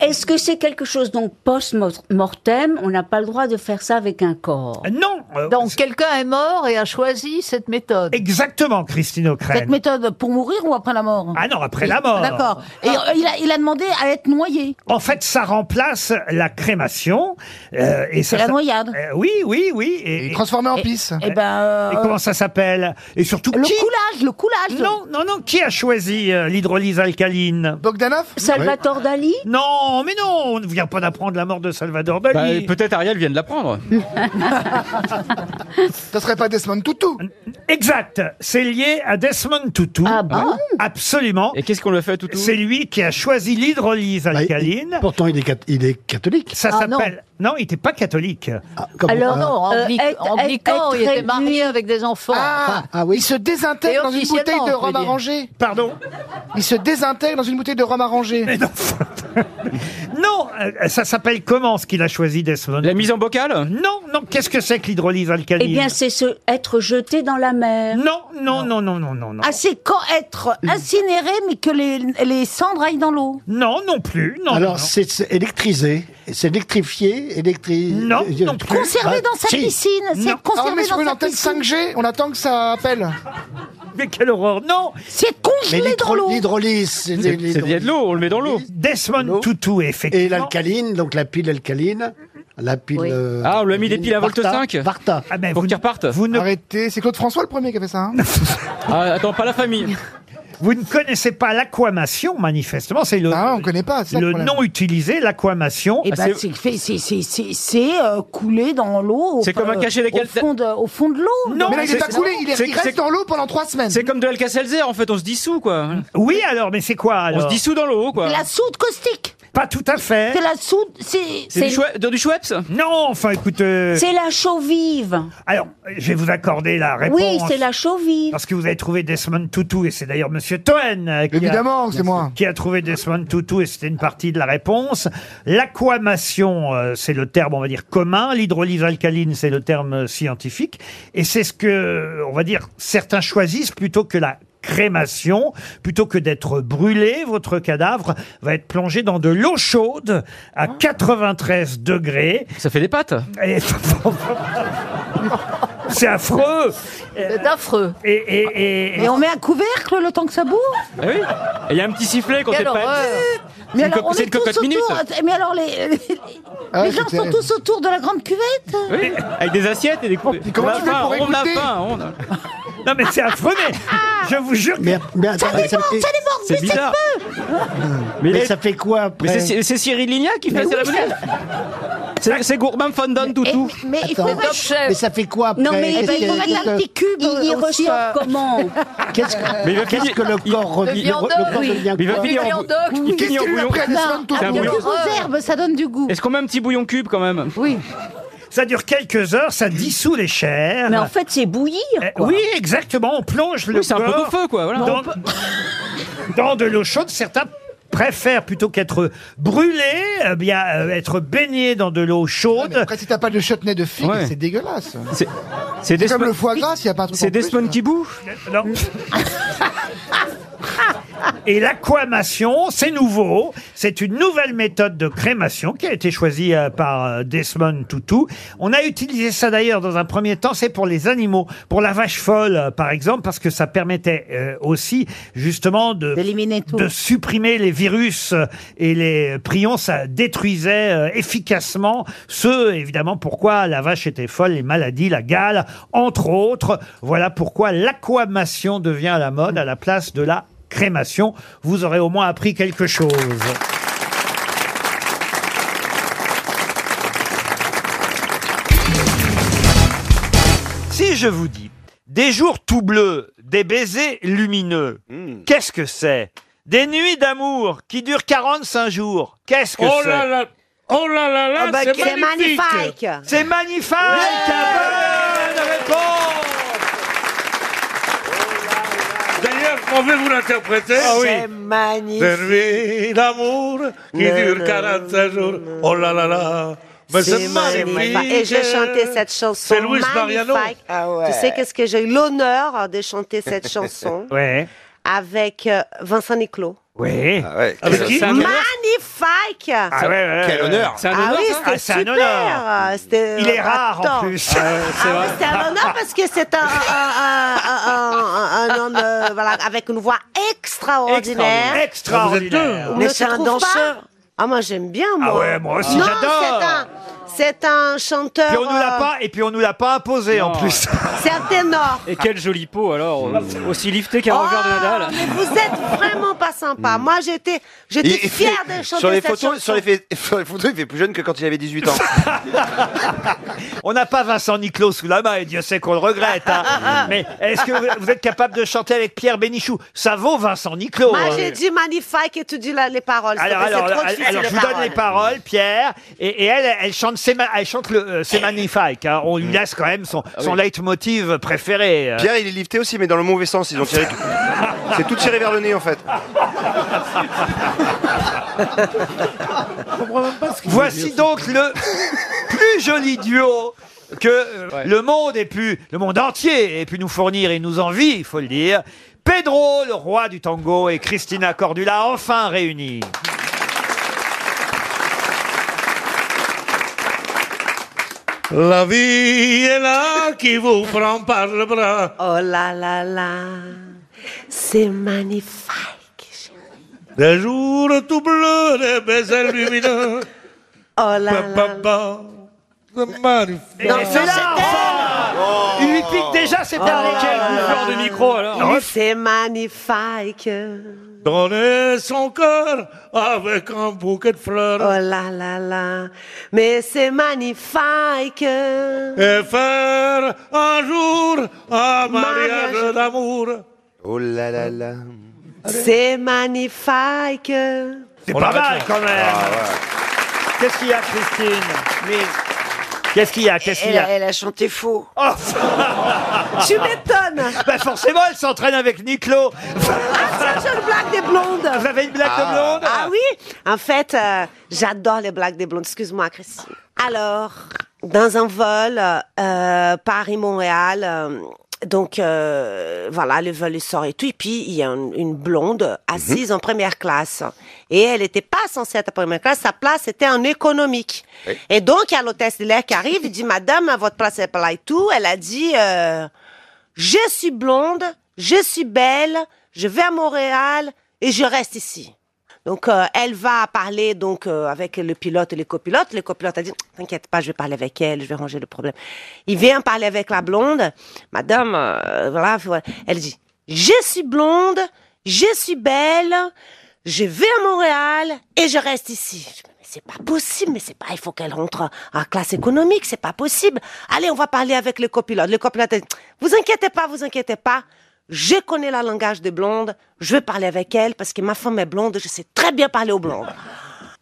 [SPEAKER 3] Est-ce que c'est quelque chose donc post-mortem On n'a pas le droit de faire ça avec un corps.
[SPEAKER 1] Eh, Non euh,
[SPEAKER 3] Donc quelqu'un est mort et a choisi cette méthode.
[SPEAKER 1] Exactement, Christine
[SPEAKER 9] Cette
[SPEAKER 1] O'Crane.
[SPEAKER 9] méthode pour mourir ou après la mort
[SPEAKER 1] Ah non, après la mort.
[SPEAKER 9] D'accord. Et euh, il, a, il a demandé à être noyé.
[SPEAKER 1] En fait, ça remplace la crémation. euh, et ça,
[SPEAKER 9] C'est la
[SPEAKER 1] ça-
[SPEAKER 9] noyade.
[SPEAKER 1] Euh, oui, oui, oui. Et,
[SPEAKER 7] transformé en
[SPEAKER 1] pisse.
[SPEAKER 9] eh ben, euh,
[SPEAKER 1] et comment ça s'appelle Et surtout,
[SPEAKER 9] Le
[SPEAKER 1] qui
[SPEAKER 9] coulage, le coulage.
[SPEAKER 1] Non, non, non, qui a choisi euh, l'hydrolyse alcaline
[SPEAKER 7] Bogdanov
[SPEAKER 3] Salvatore Dali
[SPEAKER 1] Non, mais non, on ne vient pas d'apprendre la mort de Salvador
[SPEAKER 6] Bah,
[SPEAKER 1] Dali.
[SPEAKER 6] Peut-être Ariel vient de l'apprendre.
[SPEAKER 7] Ça serait pas Desmond Tutu
[SPEAKER 1] Exact, c'est lié à Desmond Tutu. Ah bon Absolument.
[SPEAKER 6] Et qu'est-ce qu'on lui a fait à Tutu
[SPEAKER 1] C'est lui qui a choisi l'hydrolyse alcaline. Bah, pourtant, il est, catholique. Ah, Ça
[SPEAKER 3] Ah, non.
[SPEAKER 1] s'appelle. Non, il n'était pas catholique.
[SPEAKER 3] Alors, euh, être-
[SPEAKER 1] Anglican,
[SPEAKER 3] être-
[SPEAKER 1] il était
[SPEAKER 3] être marié avec des enfants.
[SPEAKER 7] Ah, oui. Il se
[SPEAKER 3] Et
[SPEAKER 7] désintègre dans une
[SPEAKER 3] officiellement,
[SPEAKER 7] bouteille de
[SPEAKER 3] on peut
[SPEAKER 7] rhum
[SPEAKER 3] dire.
[SPEAKER 7] arrangé.
[SPEAKER 1] Pardon
[SPEAKER 7] Il se désintègre dans une bouteille de rhum arrangé.
[SPEAKER 1] Non, euh, ça s'appelle comment ce qu'il a choisi Desmond La
[SPEAKER 6] mise en bocal
[SPEAKER 1] Non, non, qu'est-ce que c'est que l'hydrolyse alcaline
[SPEAKER 3] Eh bien, c'est se être jeté dans la mer.
[SPEAKER 1] Non, non, non, non, non, non, non.
[SPEAKER 9] Ah, c'est quand être incinéré, mais que les, les cendres aillent dans l'eau.
[SPEAKER 1] Non, non plus. Non,
[SPEAKER 16] Alors, c'est c'est électrisé. C'est électrifié, électri...
[SPEAKER 1] Non, non plus.
[SPEAKER 16] Bah,
[SPEAKER 9] Conservé dans sa
[SPEAKER 16] si.
[SPEAKER 9] piscine. C'est
[SPEAKER 7] Ah, mais
[SPEAKER 9] conservé
[SPEAKER 7] sur une
[SPEAKER 9] dans sa
[SPEAKER 7] antenne
[SPEAKER 9] piscine.
[SPEAKER 7] 5G, on attend que ça appelle.
[SPEAKER 1] Mais quelle horreur Non
[SPEAKER 9] C'est
[SPEAKER 16] Mais
[SPEAKER 9] congelé dans
[SPEAKER 16] l'hydro-
[SPEAKER 9] l'eau.
[SPEAKER 16] l'hydrolyse, c'est
[SPEAKER 6] C'est c'est lié à de l'eau, on le met dans l'eau.
[SPEAKER 1] Desmond Tutu, effectivement.
[SPEAKER 16] Et l'alcaline, donc la pile alcaline, la pile. euh,
[SPEAKER 6] Ah, on lui a mis des piles à Volt
[SPEAKER 16] Varta,
[SPEAKER 6] 5
[SPEAKER 16] Varta.
[SPEAKER 1] Ah ben,
[SPEAKER 6] Pour
[SPEAKER 1] vous,
[SPEAKER 6] qu'ils repartent.
[SPEAKER 1] vous ne, bah,
[SPEAKER 7] Arrêtez, c'est Claude François le premier qui a fait ça. hein.
[SPEAKER 6] Ah, attends, pas la famille.
[SPEAKER 1] vous ne connaissez pas l'aquamation, manifestement. C'est le,
[SPEAKER 7] ah, on connaît pas. c'est ça
[SPEAKER 1] le
[SPEAKER 7] problème.
[SPEAKER 1] nom utilisé, l'aquamation.
[SPEAKER 9] Et
[SPEAKER 6] Ah,
[SPEAKER 9] ben,
[SPEAKER 6] c'est-
[SPEAKER 9] c'est fait- c'est- c'est- c'est- c'est, euh, coulé dans l'eau. au-
[SPEAKER 6] C'est comme un
[SPEAKER 9] euh,
[SPEAKER 6] cachet
[SPEAKER 9] au
[SPEAKER 6] légal-
[SPEAKER 9] fond de Au fond de l'eau.
[SPEAKER 6] Non,
[SPEAKER 7] Mais là, il
[SPEAKER 6] c'est-
[SPEAKER 7] est pas coulé, il, est-
[SPEAKER 6] c'est-
[SPEAKER 7] il
[SPEAKER 6] c'est-
[SPEAKER 7] reste dans l'eau pendant trois semaines.
[SPEAKER 6] C'est comme de l'Alka-Seltzer, en fait, on se dissout, quoi.
[SPEAKER 1] Oui, alors, mais c'est quoi Eh
[SPEAKER 6] On
[SPEAKER 1] alors
[SPEAKER 6] se dissout dans l'eau, quoi.
[SPEAKER 9] La soude caustique.
[SPEAKER 1] Pas tout à fait.
[SPEAKER 9] C'est la soude. C'est.
[SPEAKER 6] C'est du, Schwe- de- du Schweppes
[SPEAKER 1] Non, enfin, écoute. euh,
[SPEAKER 3] C'est la chaux vive.
[SPEAKER 1] Alors, je vais vous accorder la réponse.
[SPEAKER 3] Oui, c'est la chaux vive.
[SPEAKER 1] Parce que vous avez trouvé Desmond Tutu, et c'est d'ailleurs Monsieur Toen euh, qui, a,
[SPEAKER 7] Évidemment, c'est moi.
[SPEAKER 1] qui a trouvé Desmond Tutu, et c'était une partie de la réponse. L'aquamation, euh, c'est le terme, on va dire, commun. L'hydrolyse alcaline, c'est le terme euh, scientifique. Et c'est ce que, on va dire, certains choisissent plutôt que la crémation, plutôt que d'être brûlé, votre cadavre va être plongé dans de l'eau chaude à 93 degrés.
[SPEAKER 6] Ah. Ça fait des pattes.
[SPEAKER 1] Et- C'est affreux
[SPEAKER 3] C'est affreux.
[SPEAKER 1] et, et- et-
[SPEAKER 9] Et on met un couvercle le temps que ça boue
[SPEAKER 6] Ah oui. Et il y a un petit sifflet quand t'es
[SPEAKER 3] Quelle
[SPEAKER 6] pas.
[SPEAKER 3] horreur.
[SPEAKER 9] Mais
[SPEAKER 6] une
[SPEAKER 9] alors,
[SPEAKER 6] coco-
[SPEAKER 9] on
[SPEAKER 6] c'est
[SPEAKER 9] est
[SPEAKER 6] une
[SPEAKER 9] tous
[SPEAKER 6] cocotte minute.
[SPEAKER 9] autour. Mais alors, les, les-
[SPEAKER 7] Ah ouais,
[SPEAKER 9] les gens
[SPEAKER 7] c'est
[SPEAKER 9] sont
[SPEAKER 7] terrible.
[SPEAKER 9] tous autour de la grande cuvette.
[SPEAKER 6] Oui. Avec des assiettes et des coupes.
[SPEAKER 7] comment tu fais pour
[SPEAKER 6] on a
[SPEAKER 7] écouter
[SPEAKER 6] faim, on a Ah.
[SPEAKER 1] Non mais c'est affreux, mais je vous jure que
[SPEAKER 16] Mais, mais attends, mais ça, fait-
[SPEAKER 9] Ça déborde,
[SPEAKER 6] C'est bizarre.
[SPEAKER 16] mais
[SPEAKER 6] Mais,
[SPEAKER 16] ça fait quoi après
[SPEAKER 6] mais c'est c'est Cyril Lignac qui
[SPEAKER 9] Mais
[SPEAKER 6] fait c'est la
[SPEAKER 9] oui.
[SPEAKER 6] vedette. C'est c'est Gourmand Fondant Toutou.
[SPEAKER 9] Et- mais il faut
[SPEAKER 16] Attends.
[SPEAKER 9] mettre-
[SPEAKER 16] Top Mais ça fait quoi après
[SPEAKER 3] Non, mais il
[SPEAKER 16] Qu'est-ce
[SPEAKER 3] va
[SPEAKER 16] que-
[SPEAKER 3] y mettre
[SPEAKER 9] un petit cube.
[SPEAKER 3] Il y
[SPEAKER 9] euh, aussi,
[SPEAKER 3] ressort comment
[SPEAKER 16] Qu'est-ce
[SPEAKER 6] Mais il va
[SPEAKER 16] que, qu'est-ce
[SPEAKER 6] finir-
[SPEAKER 16] que le
[SPEAKER 6] il-
[SPEAKER 16] corps
[SPEAKER 3] Le
[SPEAKER 16] revient
[SPEAKER 3] viandoc,
[SPEAKER 16] le corps
[SPEAKER 3] oui.
[SPEAKER 16] devient
[SPEAKER 6] Mais il va
[SPEAKER 16] quoi
[SPEAKER 6] finir en- il
[SPEAKER 7] Qu'est-ce
[SPEAKER 6] finit en
[SPEAKER 7] qu'il lui a
[SPEAKER 6] bouillon.
[SPEAKER 7] pris à Desmond
[SPEAKER 6] C'est un
[SPEAKER 9] Il y a
[SPEAKER 6] bouillon.
[SPEAKER 9] quelques herbes, ça donne du goût.
[SPEAKER 6] Est-ce qu'on met un petit bouillon cube quand même
[SPEAKER 9] Oui.
[SPEAKER 1] ça dure quelques heures, ça dissout les chairs.
[SPEAKER 3] Mais en fait, c'est bouillir.
[SPEAKER 1] Euh,
[SPEAKER 3] Quoi.
[SPEAKER 1] oui, exactement, on plonge le
[SPEAKER 6] Oui, c'est un peu
[SPEAKER 1] corps
[SPEAKER 6] au feu quoi. Voilà.
[SPEAKER 1] dans, dans de l'eau chaude, certains préfèrent plutôt qu'être brûlé, eh bien euh, être baigné dans de l'eau
[SPEAKER 7] Ouais, mais
[SPEAKER 1] chaude.
[SPEAKER 7] Après, si t'as pas de chutney de figue,
[SPEAKER 6] Ouais.
[SPEAKER 7] c'est dégueulasse.
[SPEAKER 6] C'est- C'est
[SPEAKER 7] C'est comme
[SPEAKER 6] Desmond-
[SPEAKER 7] le foie gras, s'il y a pas un truc.
[SPEAKER 6] c'est
[SPEAKER 7] en plus. euh.
[SPEAKER 6] Desmond qui bouffe.
[SPEAKER 1] Non. Et l'aquamation, c'est nouveau. C'est une nouvelle méthode de crémation qui a été choisie euh, par euh, Desmond Tutu. On a utilisé ça d'ailleurs dans un premier temps, c'est pour les animaux, pour la vache folle euh, par exemple, parce que ça permettait euh, aussi justement de
[SPEAKER 9] D'éliminer tout.
[SPEAKER 1] de supprimer les virus euh, et les prions, ça détruisait euh, efficacement ce, évidemment, pourquoi la vache était folle, les maladies, la gale, entre autres. Voilà pourquoi l'aquamation devient à la mode à la place de la crémation. Vous aurez au moins appris quelque chose. Si je vous dis des jours tout bleus, des baisers lumineux, qu'est-ce que c'est Des nuits d'amour qui durent 45 jours, qu'est-ce que
[SPEAKER 8] Oh
[SPEAKER 1] c'est
[SPEAKER 8] là là Oh là là là,
[SPEAKER 21] Ah bah,
[SPEAKER 8] c'est
[SPEAKER 21] c'est
[SPEAKER 8] magnifique.
[SPEAKER 1] C'est magnifique Bonne réponse
[SPEAKER 8] D'ailleurs, on va vous l'interpréter. Ah
[SPEAKER 21] C'est magnifique.
[SPEAKER 8] Des nuits d'amour qui durent 45 jours. Oh là là là. c'est magnifique.
[SPEAKER 21] Et je chantais cette chanson
[SPEAKER 8] C'est Luis Mariano.
[SPEAKER 21] magnifique.
[SPEAKER 8] Ah ouais.
[SPEAKER 21] Tu sais qu'est-ce que j'ai eu l'honneur hein, de chanter cette chanson
[SPEAKER 1] Ouais.
[SPEAKER 21] avec euh, Vincent Niclot.
[SPEAKER 1] Oui.
[SPEAKER 4] Ah
[SPEAKER 21] Avec Magnifique
[SPEAKER 1] Ah ouais, ouais, ouais, Quel ouais. honneur. C'est un
[SPEAKER 21] Ah
[SPEAKER 1] honneur,
[SPEAKER 21] oui,
[SPEAKER 1] ça
[SPEAKER 21] c'était
[SPEAKER 1] Ah, c'est un
[SPEAKER 21] super.
[SPEAKER 1] honneur.
[SPEAKER 21] C'était-
[SPEAKER 1] Il est rare, en
[SPEAKER 21] Attends.
[SPEAKER 1] plus.
[SPEAKER 21] Ah,
[SPEAKER 1] Ah ouais, c'est
[SPEAKER 21] oui,
[SPEAKER 1] vrai.
[SPEAKER 21] c'est un honneur parce que c'est un, un- un- un- un- un homme euh, voilà, avec une voix extraordinaire.
[SPEAKER 1] Extraordinaire.
[SPEAKER 21] Ne
[SPEAKER 28] Mais
[SPEAKER 21] te
[SPEAKER 28] c'est un
[SPEAKER 21] trouve pas
[SPEAKER 28] danseur.
[SPEAKER 21] Ah moi j'aime bien moi.
[SPEAKER 1] Ah ouais, moi aussi,
[SPEAKER 21] Non,
[SPEAKER 1] j'adore.
[SPEAKER 21] c'est un- C'est un, chanteur.
[SPEAKER 1] Puis on nous l'a
[SPEAKER 21] euh,
[SPEAKER 1] pas, et puis on nous l'a pas imposé en plus.
[SPEAKER 21] C'est un ténor.
[SPEAKER 29] Et quel joli pot alors,
[SPEAKER 12] Ah.
[SPEAKER 29] euh, aussi lifté qu'un
[SPEAKER 21] Oh,
[SPEAKER 29] regard de Nadal.
[SPEAKER 21] Mais vous êtes vraiment pas sympa. Moi, j'étais, j'étais
[SPEAKER 12] Il- il
[SPEAKER 21] fière
[SPEAKER 12] fait-
[SPEAKER 21] de chanter
[SPEAKER 12] sur les
[SPEAKER 21] cette
[SPEAKER 12] photos,
[SPEAKER 21] chanson.
[SPEAKER 12] Sur les, fait- sur les photos, il fait plus jeune que quand il avait 18 ans.
[SPEAKER 1] On n'a pas Vincent Niclot sous la main, et Dieu sait qu'on le regrette. hein. Mais est-ce que vous- vous êtes capable de chanter avec Pierre Bénichou Ça vaut Vincent Niclot.
[SPEAKER 21] Moi,
[SPEAKER 1] hein.
[SPEAKER 21] j'ai dit magnifique et tu dis la- les paroles.
[SPEAKER 1] Alors,
[SPEAKER 21] C'est- c'est
[SPEAKER 1] alors,
[SPEAKER 21] trop
[SPEAKER 1] alors,
[SPEAKER 21] difficile,
[SPEAKER 1] alors, je vous donne les paroles, Pierre. Et, et elle, elle chante, c'est ma- elle chante le, euh,
[SPEAKER 21] Eh.
[SPEAKER 1] c'est magnifique. hein.
[SPEAKER 21] Mm.
[SPEAKER 1] On lui laisse quand même son,
[SPEAKER 21] Ah
[SPEAKER 1] son leitmotiv préféré. euh.
[SPEAKER 12] Pierre, il est lifté aussi, mais dans le mauvais sens. Ils ont tiré. tout- C'est tout tiré vers le nez en fait.
[SPEAKER 1] Voici donc le plus joli duo que euh, le monde ait pu, le monde entier ait pu nous fournir et nous envie, il faut le dire. Pedro, le roi du tango, et Christina Cordula, enfin réunis.
[SPEAKER 8] La vie est là qui vous prend par le bras.
[SPEAKER 21] Oh là là là, c'est magnifique.
[SPEAKER 8] Des jours tout bleus, des baisers lumineux.
[SPEAKER 21] Oh là
[SPEAKER 8] Ba, ba, ba. C'est magnifique.
[SPEAKER 21] Non, mais c'est là,
[SPEAKER 1] Il lui pique déjà, c'est pas avec elle,
[SPEAKER 21] Oh
[SPEAKER 8] bouffeur de micro, alors.
[SPEAKER 21] C'est magnifique.
[SPEAKER 8] Donner son cœur avec un bouquet de
[SPEAKER 21] Oh
[SPEAKER 8] fleurs.
[SPEAKER 21] là là là, mais c'est magnifique.
[SPEAKER 8] Et faire un jour un mariage d'amour.
[SPEAKER 12] Oh là là là.
[SPEAKER 21] C'est magnifique.
[SPEAKER 1] C'est pas mal quand même. Qu'est-ce qu'il y a, Christine Qu'est-ce qu'il y a Qu'est-ce qu'il
[SPEAKER 28] Elle,
[SPEAKER 1] y
[SPEAKER 28] a-
[SPEAKER 1] a
[SPEAKER 28] elle a chanté faux.
[SPEAKER 21] Tu m'étonnes.
[SPEAKER 1] Bah forcément, elle s'entraîne avec Niclo.
[SPEAKER 21] Ah, ça, j'ai une blague des blondes.
[SPEAKER 1] Vous avez une blague de blonde
[SPEAKER 21] Ah oui En fait, euh, j'adore les blagues des blondes. Excuse-moi, Christine.
[SPEAKER 1] Ah,
[SPEAKER 21] Alors, dans un vol euh, Paris-Montréal, euh, donc euh, voilà, le vol il sort et tout. Et puis, il y a un- une blonde assise en première classe. Et elle n'était pas censée être en première classe. Sa place était en économique.
[SPEAKER 13] Oui.
[SPEAKER 21] Et donc, il y a l'hôtesse de l'air qui arrive. Il dit, Madame, votre place n'est pas là et tout. Elle a dit... euh, je suis blonde, je suis belle, je vais à Montréal et je reste ici. Donc euh, elle va parler donc euh, avec le pilote et les copilotes. Le copilote a dit t'inquiète pas, je vais parler avec elle, je vais ranger le problème. Il vient parler avec la blonde, Madame, euh, voilà, voilà. elle dit je suis blonde, je suis belle, je vais à Montréal et je reste ici. Je me dis, Mais c'est pas possible, mais c'est pas, il faut qu'elle rentre en classe économique, c'est pas possible. Allez, on va parler avec le copilote. Le copilote, a dit, vous inquiétez pas, vous inquiétez pas. Je connais la langage des blondes, je vais parler avec elle parce que ma femme est blonde, je sais très bien parler aux blondes.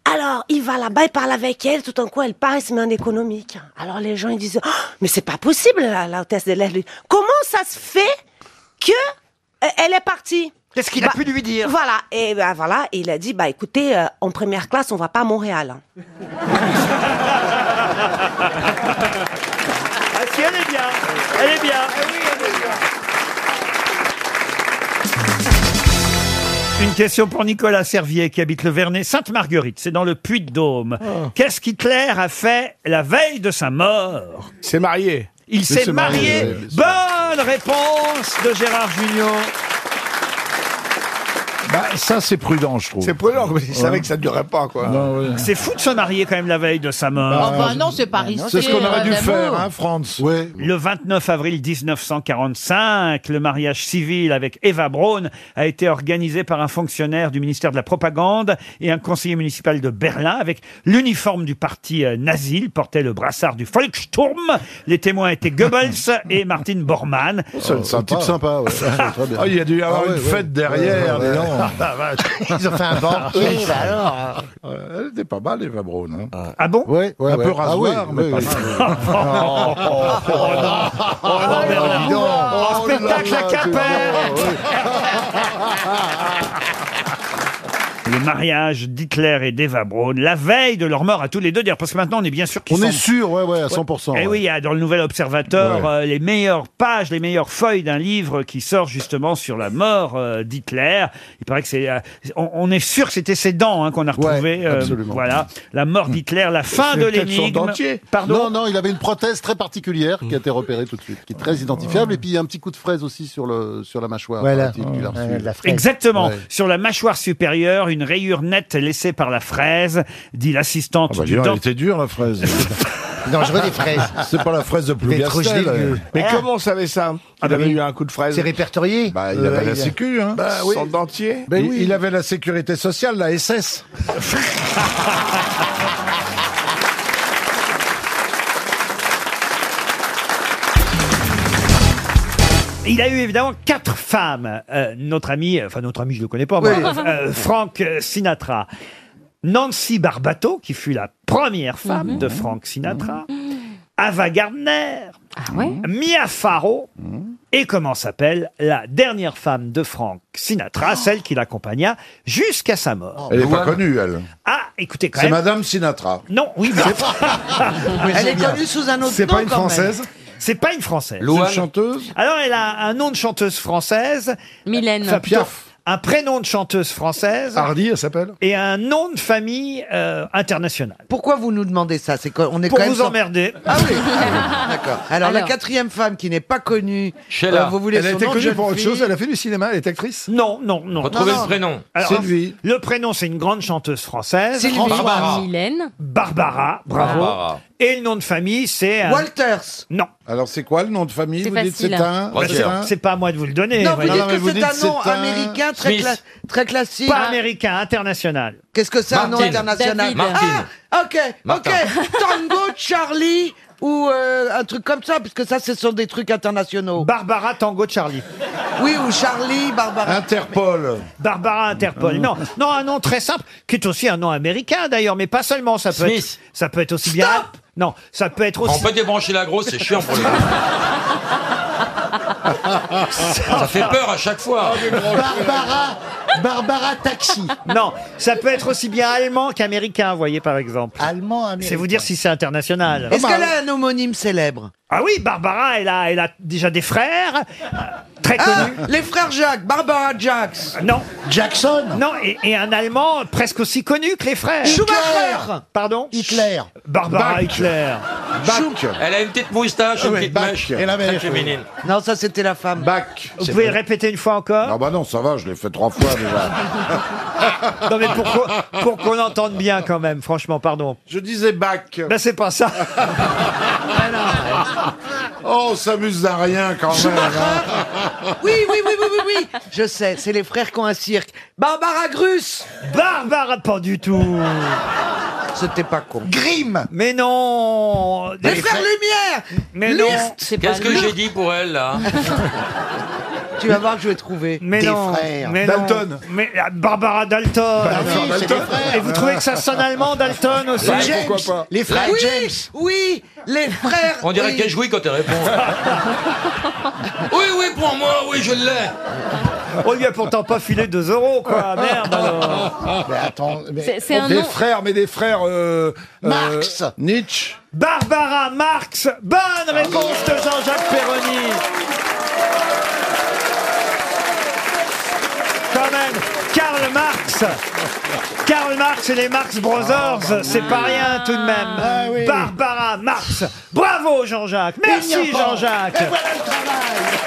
[SPEAKER 21] Alors, il va là-bas, il parle avec elle, tout d'un coup, elle part, elle se met en économique. Alors, les gens, ils disent, Oh, mais c'est pas possible, la, la hôtesse de l'air. lui. Comment ça se fait que euh, elle est partie Bah,
[SPEAKER 1] Qu'est-ce qu'il a pu lui dire
[SPEAKER 21] Voilà, et ben voilà, il a dit, bah écoutez, euh, en première classe, on va pas à Montréal.
[SPEAKER 1] Ah si, elle est bien. Elle est bien. Une question pour Nicolas Servier qui habite le Vernet, Sainte-Marguerite, c'est dans le Puy-de-Dôme.
[SPEAKER 30] Ah.
[SPEAKER 1] Qu'est-ce qu'Hitler a fait la veille de sa mort S'est marié. Il s'est
[SPEAKER 30] s'est marié,
[SPEAKER 1] marié.
[SPEAKER 30] ouais, bien
[SPEAKER 1] Bonne réponse de Gérard Junior.
[SPEAKER 30] Bah, ça, c'est prudent, je trouve. C'est prudent, mais il savait que ça ne durerait Ah, pas, quoi.
[SPEAKER 1] C'est fou de se marier quand même la veille de sa
[SPEAKER 5] Oh,
[SPEAKER 1] mort.
[SPEAKER 5] bah non, c'est pas risqué. euh, d'amour.
[SPEAKER 1] hein,
[SPEAKER 30] hein, France.
[SPEAKER 1] Le 29 avril 1945, le mariage civil avec Eva Braun a été organisé par un fonctionnaire du ministère de la Propagande et un conseiller municipal de Berlin avec l'uniforme du parti euh, nazi. Il portait le brassard du Volkssturm. Les témoins étaient Goebbels et Martin Bormann.
[SPEAKER 30] Oh, C'est Euh, un type sympa, ouais. Très bien. Ah, il y a dû y avoir une fête derrière, dis donc. Ah, vache. Ils ont fait un banquet, bah alors. elle était pas mal, Eva Braun. Hein. Ah.
[SPEAKER 1] bon
[SPEAKER 30] ouais, ouais, Un ouais. peu Ah oui, rasoir, mais oui, pas oui. mal. Oh, oh, oh, oh, non. Oh, non, Bernard. Oh,
[SPEAKER 1] spectacle
[SPEAKER 30] là là,
[SPEAKER 1] à Quimper.
[SPEAKER 30] c'est bon, ouais.
[SPEAKER 1] Le mariage d'Hitler et d'Eva Braun, la veille de leur mort à tous les deux, d'ailleurs, parce que maintenant on est bien sûr qu'ils
[SPEAKER 30] On
[SPEAKER 1] sont-
[SPEAKER 30] est sûr, ouais, ouais, à 100%.
[SPEAKER 1] Eh
[SPEAKER 30] ouais.
[SPEAKER 1] oui, il y a dans le Nouvel Observateur
[SPEAKER 30] Ouais.
[SPEAKER 1] euh, les meilleures pages, les meilleures feuilles d'un livre qui sort justement sur la mort euh, d'Hitler. Il paraît que c'est, euh, on, on est sûr que c'était ses dents hein, qu'on a retrouvé.
[SPEAKER 30] absolument.
[SPEAKER 1] Voilà, la mort d'Hitler, la fin
[SPEAKER 30] C'est
[SPEAKER 1] de
[SPEAKER 30] peut-être son
[SPEAKER 1] l'énigme.
[SPEAKER 30] dentier.
[SPEAKER 1] Pardon.
[SPEAKER 30] Non, non, il avait une prothèse très particulière qui a été repérée tout de suite, qui est très identifiable. Et puis il y a un petit coup de fraise aussi sur, le, sur la mâchoire. hein,
[SPEAKER 9] Voilà.
[SPEAKER 30] paraît-il, qu'il Ah, a reçu.
[SPEAKER 9] Ouais, la fraise.
[SPEAKER 1] Exactement.
[SPEAKER 30] Ouais.
[SPEAKER 1] Sur la mâchoire supérieure, une rayure nette laissée par la fraise, dit l'assistante
[SPEAKER 30] Ah bah, dis
[SPEAKER 1] du
[SPEAKER 30] donc, elle
[SPEAKER 1] dent.
[SPEAKER 30] était dure la fraise.
[SPEAKER 9] Non, je veux des fraises.
[SPEAKER 30] C'est pas la fraise de Plougastel. euh.
[SPEAKER 19] Mais comment on savait ça Il avait eu un coup de fraise.
[SPEAKER 9] Ah. C'est répertorié
[SPEAKER 30] Bah, il avait
[SPEAKER 9] Euh,
[SPEAKER 30] la
[SPEAKER 9] il a-
[SPEAKER 30] sécu, hein.
[SPEAKER 9] Bah oui.
[SPEAKER 30] Sans
[SPEAKER 19] dentier.
[SPEAKER 30] Ben
[SPEAKER 9] Il-
[SPEAKER 30] oui.
[SPEAKER 9] il
[SPEAKER 30] Il avait la sécurité sociale, la SS.
[SPEAKER 1] Il a eu évidemment quatre femmes. Euh, notre ami, euh, enfin notre ami, je le connais pas, moi,
[SPEAKER 13] Oui.
[SPEAKER 1] euh, Frank euh, Sinatra. Nancy Barbato, qui fut la première femme de Frank Sinatra. Ava Gardner.
[SPEAKER 30] Ah
[SPEAKER 1] Mia Farrow.
[SPEAKER 30] Hmm.
[SPEAKER 1] Et comment s'appelle la dernière femme de Frank Sinatra,
[SPEAKER 30] Oh.
[SPEAKER 1] celle qui l'accompagna jusqu'à sa mort.
[SPEAKER 30] Elle n'est pas connue, elle.
[SPEAKER 1] Ah, écoutez quand
[SPEAKER 30] C'est
[SPEAKER 1] même.
[SPEAKER 30] Madame Sinatra.
[SPEAKER 1] Non, oui, mais-
[SPEAKER 30] Oui, Elle c'est est bien. connue sous un autre C'est nom, pas une quand même. Française
[SPEAKER 1] C'est pas une française.
[SPEAKER 30] C'est une Louane. chanteuse
[SPEAKER 1] Alors elle a un nom de chanteuse française. Mylène.
[SPEAKER 30] Piaf.
[SPEAKER 1] Un prénom de chanteuse française.
[SPEAKER 30] Hardy, elle s'appelle.
[SPEAKER 1] Et un nom de famille euh, internationale.
[SPEAKER 7] Pourquoi vous nous demandez ça C'est qu'on est
[SPEAKER 1] Pour
[SPEAKER 7] quand même
[SPEAKER 1] vous
[SPEAKER 7] sur-
[SPEAKER 1] emmerder.
[SPEAKER 7] Ah oui, ah oui, d'accord. Alors, la
[SPEAKER 1] Alors.
[SPEAKER 7] quatrième femme qui n'est pas connue,
[SPEAKER 1] Sheila.
[SPEAKER 7] euh, vous voulez
[SPEAKER 1] Elle a
[SPEAKER 7] son
[SPEAKER 1] été
[SPEAKER 7] nom de
[SPEAKER 1] connue
[SPEAKER 7] jeune
[SPEAKER 1] pour autre
[SPEAKER 7] fille
[SPEAKER 30] chose, elle a fait du cinéma, elle est actrice
[SPEAKER 1] Non, non, non.
[SPEAKER 30] Retrouvez
[SPEAKER 1] Non,
[SPEAKER 30] le
[SPEAKER 1] non.
[SPEAKER 30] prénom.
[SPEAKER 1] Alors,
[SPEAKER 30] Sylvie.
[SPEAKER 1] Le prénom, c'est une grande chanteuse française.
[SPEAKER 30] Sylvie. Barbara.
[SPEAKER 14] Mylène.
[SPEAKER 1] Barbara, bravo.
[SPEAKER 30] Barbara.
[SPEAKER 1] Et le nom de famille, c'est... un-
[SPEAKER 7] Walters.
[SPEAKER 1] Non.
[SPEAKER 30] Alors c'est quoi le nom de famille
[SPEAKER 1] C'est
[SPEAKER 30] Vous dites
[SPEAKER 1] facile.
[SPEAKER 30] c'est un.
[SPEAKER 1] Bah,
[SPEAKER 30] c'est
[SPEAKER 1] c'est-
[SPEAKER 30] un-
[SPEAKER 1] c'est pas à moi de vous le donner.
[SPEAKER 7] Non, vous
[SPEAKER 1] voyez.
[SPEAKER 7] dites que c'est un nom américain très,
[SPEAKER 1] Smith.
[SPEAKER 7] cla- très classique.
[SPEAKER 1] Pas américain, international.
[SPEAKER 7] Qu'est-ce que c'est un nom
[SPEAKER 1] Martin.
[SPEAKER 7] international
[SPEAKER 1] David. Martin.
[SPEAKER 7] Ah, ok,
[SPEAKER 1] Martin.
[SPEAKER 7] ok. Tango, Charlie ou euh, un truc comme ça, puisque ça, ce sont des trucs internationaux.
[SPEAKER 1] Barbara, Tango, Charlie.
[SPEAKER 7] Oui, ou Charlie, Barbara.
[SPEAKER 30] Interpol.
[SPEAKER 1] Barbara Interpol. Non, non, un nom très simple qui est aussi un nom américain d'ailleurs, mais pas seulement. Ça peut
[SPEAKER 2] Smith.
[SPEAKER 1] être, ça peut être aussi bien. Non, ça peut être
[SPEAKER 2] On
[SPEAKER 1] aussi.
[SPEAKER 2] peut débrancher la grosse, c'est chiant pour les Ça fait peur à chaque fois.
[SPEAKER 1] Barbara, Barbara Taxi. Non, ça peut être aussi bien allemand qu'américain, vous voyez par exemple. Allemand, américain. C'est vous dire si c'est international.
[SPEAKER 7] Est-ce qu'elle a un homonyme célèbre
[SPEAKER 1] Ah oui, Barbara, elle a, elle a déjà des frères. euh, Très connus.
[SPEAKER 7] Ah,
[SPEAKER 1] Euh,
[SPEAKER 7] les frères Jacques, Barbara Jacks.
[SPEAKER 1] Non. Jackson. Non, et, et un Allemand presque aussi connu que les frères.
[SPEAKER 7] Schumacher.
[SPEAKER 1] Pardon Hitler. Barbara
[SPEAKER 7] Bach.
[SPEAKER 1] Hitler.
[SPEAKER 2] Elle a une petite moustache, une
[SPEAKER 7] Oui,
[SPEAKER 2] petite
[SPEAKER 7] Bach.
[SPEAKER 2] mèche.
[SPEAKER 7] Elle avait
[SPEAKER 2] Très
[SPEAKER 7] les cheveux.
[SPEAKER 2] féminine.
[SPEAKER 7] Non, ça c'était la femme.
[SPEAKER 30] Bac.
[SPEAKER 1] Vous pouvez le répéter une fois encore
[SPEAKER 30] Ah bah non, ça va, je l'ai fait trois fois déjà.
[SPEAKER 1] Non mais pour qu'on- pour qu'on entende bien quand même, franchement, pardon.
[SPEAKER 30] Je disais bac.
[SPEAKER 1] Ben c'est pas ça.
[SPEAKER 30] Oh, on s'amuse à rien quand même. hein.
[SPEAKER 7] Oui, oui, oui, oui, oui, oui. Je sais, c'est les frères qui ont un cirque. Barbara Grus.
[SPEAKER 1] Barbara, pas du tout.
[SPEAKER 7] C'était pas con.
[SPEAKER 1] Grimm. Mais non.
[SPEAKER 7] Les frères Lumière.
[SPEAKER 1] Mais non.
[SPEAKER 2] Qu'est-ce que j'ai dit pour elle là
[SPEAKER 7] Tu vas voir que je vais trouver.
[SPEAKER 1] Mais non. Mais Non.
[SPEAKER 7] Dalton.
[SPEAKER 1] Mais ah, Barbara Dalton.
[SPEAKER 7] Bah oui, c'est les frères.
[SPEAKER 1] Et vous trouvez que ça sonne allemand, Dalton aussi
[SPEAKER 2] Ouais, James. Bah, pourquoi pas. Les frères
[SPEAKER 7] oui,
[SPEAKER 2] James.
[SPEAKER 7] Oui, les frères.
[SPEAKER 2] On dirait
[SPEAKER 7] oui.
[SPEAKER 2] qu'elle jouit quand elle répond. oui, oui, prends-moi, oui, je l'ai.
[SPEAKER 1] On lui Oh, a pourtant pas filé 2 euros, quoi. Ah, Merde, alors.
[SPEAKER 30] Mais attends, mais-
[SPEAKER 1] C'est- c'est un
[SPEAKER 30] des
[SPEAKER 1] nom-
[SPEAKER 30] frères, mais des frères. euh, euh,
[SPEAKER 1] Marx.
[SPEAKER 30] Nietzsche.
[SPEAKER 1] Barbara Marx. Bonne
[SPEAKER 7] Ah,
[SPEAKER 1] réponse de Jean-Jacques Perroni. Quand même, Karl Marx. Karl Marx et les Marx Brothers,
[SPEAKER 13] Ah,
[SPEAKER 1] c'est pas rien tout de même. Barbara Marx. Bravo Jean-Jacques. Merci
[SPEAKER 13] Ignorant.
[SPEAKER 1] Jean-Jacques.
[SPEAKER 13] Et voilà le travail.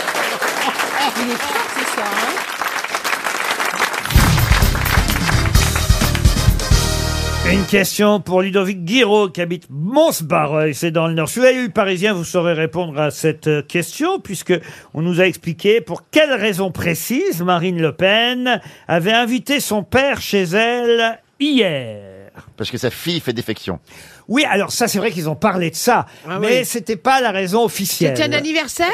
[SPEAKER 13] Il est fort ce soir.
[SPEAKER 1] Une question pour Ludovic Guiraud qui habite Mons-Barreuil, c'est dans le Nord. Si vous avez eu le Parisien, vous saurez répondre à cette euh, question puisque on nous a expliqué pour quelle raison précise Marine Le Pen avait invité son père chez elle hier.
[SPEAKER 31] Parce que sa fille fait défection.
[SPEAKER 1] Oui, alors ça, c'est vrai qu'ils ont parlé de ça,
[SPEAKER 31] Ah
[SPEAKER 1] mais
[SPEAKER 31] oui.
[SPEAKER 1] c'était pas la raison officielle.
[SPEAKER 24] C'était un anniversaire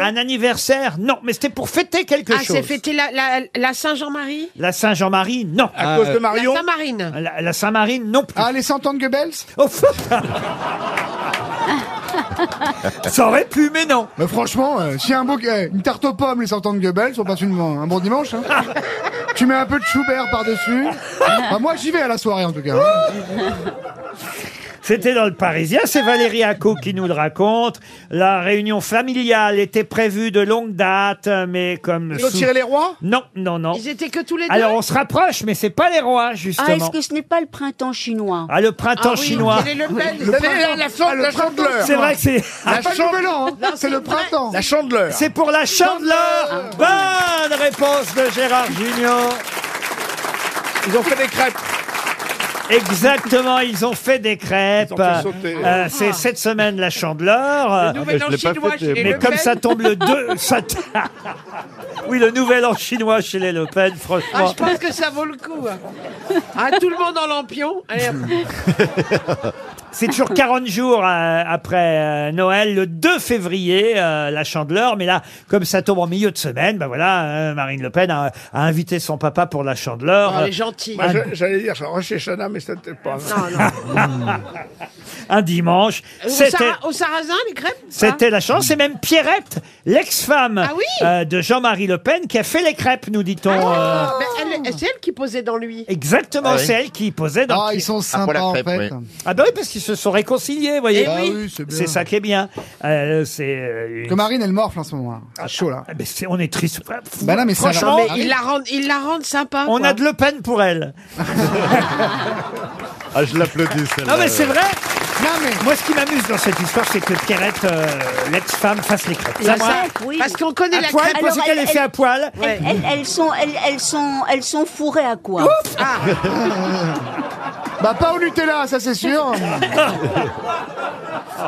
[SPEAKER 1] Un anniversaire Non, mais c'était pour fêter quelque
[SPEAKER 24] Ah,
[SPEAKER 1] chose.
[SPEAKER 24] c'est fêté la, la, la Saint-Jean-Marie
[SPEAKER 1] La Saint-Jean-Marie, non.
[SPEAKER 24] À cause de Marion La Saint-Marine.
[SPEAKER 1] La, la Saint-Marine, non plus. Oh, Ah, les 100 ans de Goebbels Ça aurait pu, mais non.
[SPEAKER 16] Mais franchement, euh, si un beau, eh, une tarte aux pommes, les 100 ans de Goebbels, on passe une- un bon dimanche. hein.
[SPEAKER 7] Tu mets un peu de Schubert par-dessus. Bah, moi, j'y vais à la soirée, en tout cas. hein.
[SPEAKER 1] C'était dans le Parisien, c'est Valérie Acco qui nous le raconte. La réunion familiale était prévue de longue date, mais comme...
[SPEAKER 7] Ils ont tiré les rois
[SPEAKER 1] Non, non, non.
[SPEAKER 9] Ils étaient que tous les deux.
[SPEAKER 1] Alors on se rapproche, mais c'est pas les rois, justement.
[SPEAKER 3] Ah, est-ce que ce n'est pas le printemps chinois
[SPEAKER 1] Ah, le printemps
[SPEAKER 9] Ah oui,
[SPEAKER 1] chinois.
[SPEAKER 9] il est Le Pen,
[SPEAKER 7] Le
[SPEAKER 9] vous avez
[SPEAKER 7] printemps.
[SPEAKER 9] la- la chante-
[SPEAKER 7] Ah, le
[SPEAKER 9] la chanteuse.
[SPEAKER 7] chandeleur.
[SPEAKER 1] C'est vrai que c'est...
[SPEAKER 7] Ah, pas le nouvel an, hein.
[SPEAKER 9] Non,
[SPEAKER 7] c'est le
[SPEAKER 9] vrai.
[SPEAKER 7] printemps.
[SPEAKER 1] La chandeleur. C'est pour la chandeleur. Bonne réponse de Gérard Junior. Ils ont fait des crêpes. Exactement, ils ont fait des crêpes.
[SPEAKER 16] Ils ont fait sauter.
[SPEAKER 1] Euh, c'est cette semaine la chandeleur.
[SPEAKER 16] Le Nouvel Ah, mais je An l'ai pas chinois fêté, chez les
[SPEAKER 1] mais
[SPEAKER 16] Le
[SPEAKER 1] comme
[SPEAKER 16] Pen.
[SPEAKER 1] ça tombe le 2... ça t- oui, le nouvel an chinois chez les Le Pen,
[SPEAKER 9] Ah,
[SPEAKER 1] franchement.
[SPEAKER 9] je pense que ça vaut le coup. hein. Ah, tout le monde en lampion. Allez, hop.
[SPEAKER 1] C'est toujours 40 jours euh, après euh, Noël, le 2 février, euh, la chandeleur. Mais là, comme ça tombe en milieu de semaine, ben voilà, euh, Marine Le Pen a, a invité son papa pour la Euh, chandeleur.
[SPEAKER 9] Ah, elle est gentille.
[SPEAKER 1] Un,
[SPEAKER 9] Moi, je-
[SPEAKER 16] J'allais dire, Rocher Chana, mais c'était pas.
[SPEAKER 1] un dimanche.
[SPEAKER 9] Au
[SPEAKER 1] C'était.
[SPEAKER 9] Sarra- Au sarrasin, les crêpes
[SPEAKER 1] C'était la chance, et même Pierrette, l'ex-femme
[SPEAKER 9] Ah oui
[SPEAKER 1] euh, de Jean-Marie Le Pen, qui a fait les crêpes, nous dit-on. euh,
[SPEAKER 9] Ah, Mais elle- C'est elle qui posait dans lui.
[SPEAKER 1] Exactement,
[SPEAKER 9] Ah oui.
[SPEAKER 1] c'est elle qui posait dans.
[SPEAKER 9] Ah, ils sont
[SPEAKER 7] sympas, Ah, pour la en crêpe, fait. oui.
[SPEAKER 1] Ah bah oui, parce qu'ils se sont réconciliés, voyez.
[SPEAKER 7] Eh oui. Ah oui, c'est bien.
[SPEAKER 1] c'est ça qui est bien. Euh, c'est. euh, une-
[SPEAKER 7] Que Marine, elle morfle en ce moment. là. C'est chaud, là.
[SPEAKER 1] Ah, mais c'est- on est triste. Bah, fou.
[SPEAKER 7] Bah non, mais ça
[SPEAKER 1] franchement,
[SPEAKER 7] va.
[SPEAKER 9] Mais il la rend, il la rend sympa.
[SPEAKER 1] on
[SPEAKER 9] quoi.
[SPEAKER 1] a de Le Pen pour elle.
[SPEAKER 8] Ah, je l'applaudis, celle-là.
[SPEAKER 1] Non mais c'est vrai. Moi, ce qui m'amuse dans cette histoire, c'est que Pierrette, euh, l'ex-femme, fasse les crêpes.
[SPEAKER 9] Ça,
[SPEAKER 1] moi,
[SPEAKER 9] ça, Parce qu'on connaît
[SPEAKER 1] À
[SPEAKER 9] la
[SPEAKER 1] poil,
[SPEAKER 9] crêpe.
[SPEAKER 1] parce qu'elle est faite à poil.
[SPEAKER 3] Elles, elles- elles sont, elles, elles sont, elles sont fourrées à quoi
[SPEAKER 9] Ah
[SPEAKER 7] Bah, pas au Nutella, ça c'est sûr.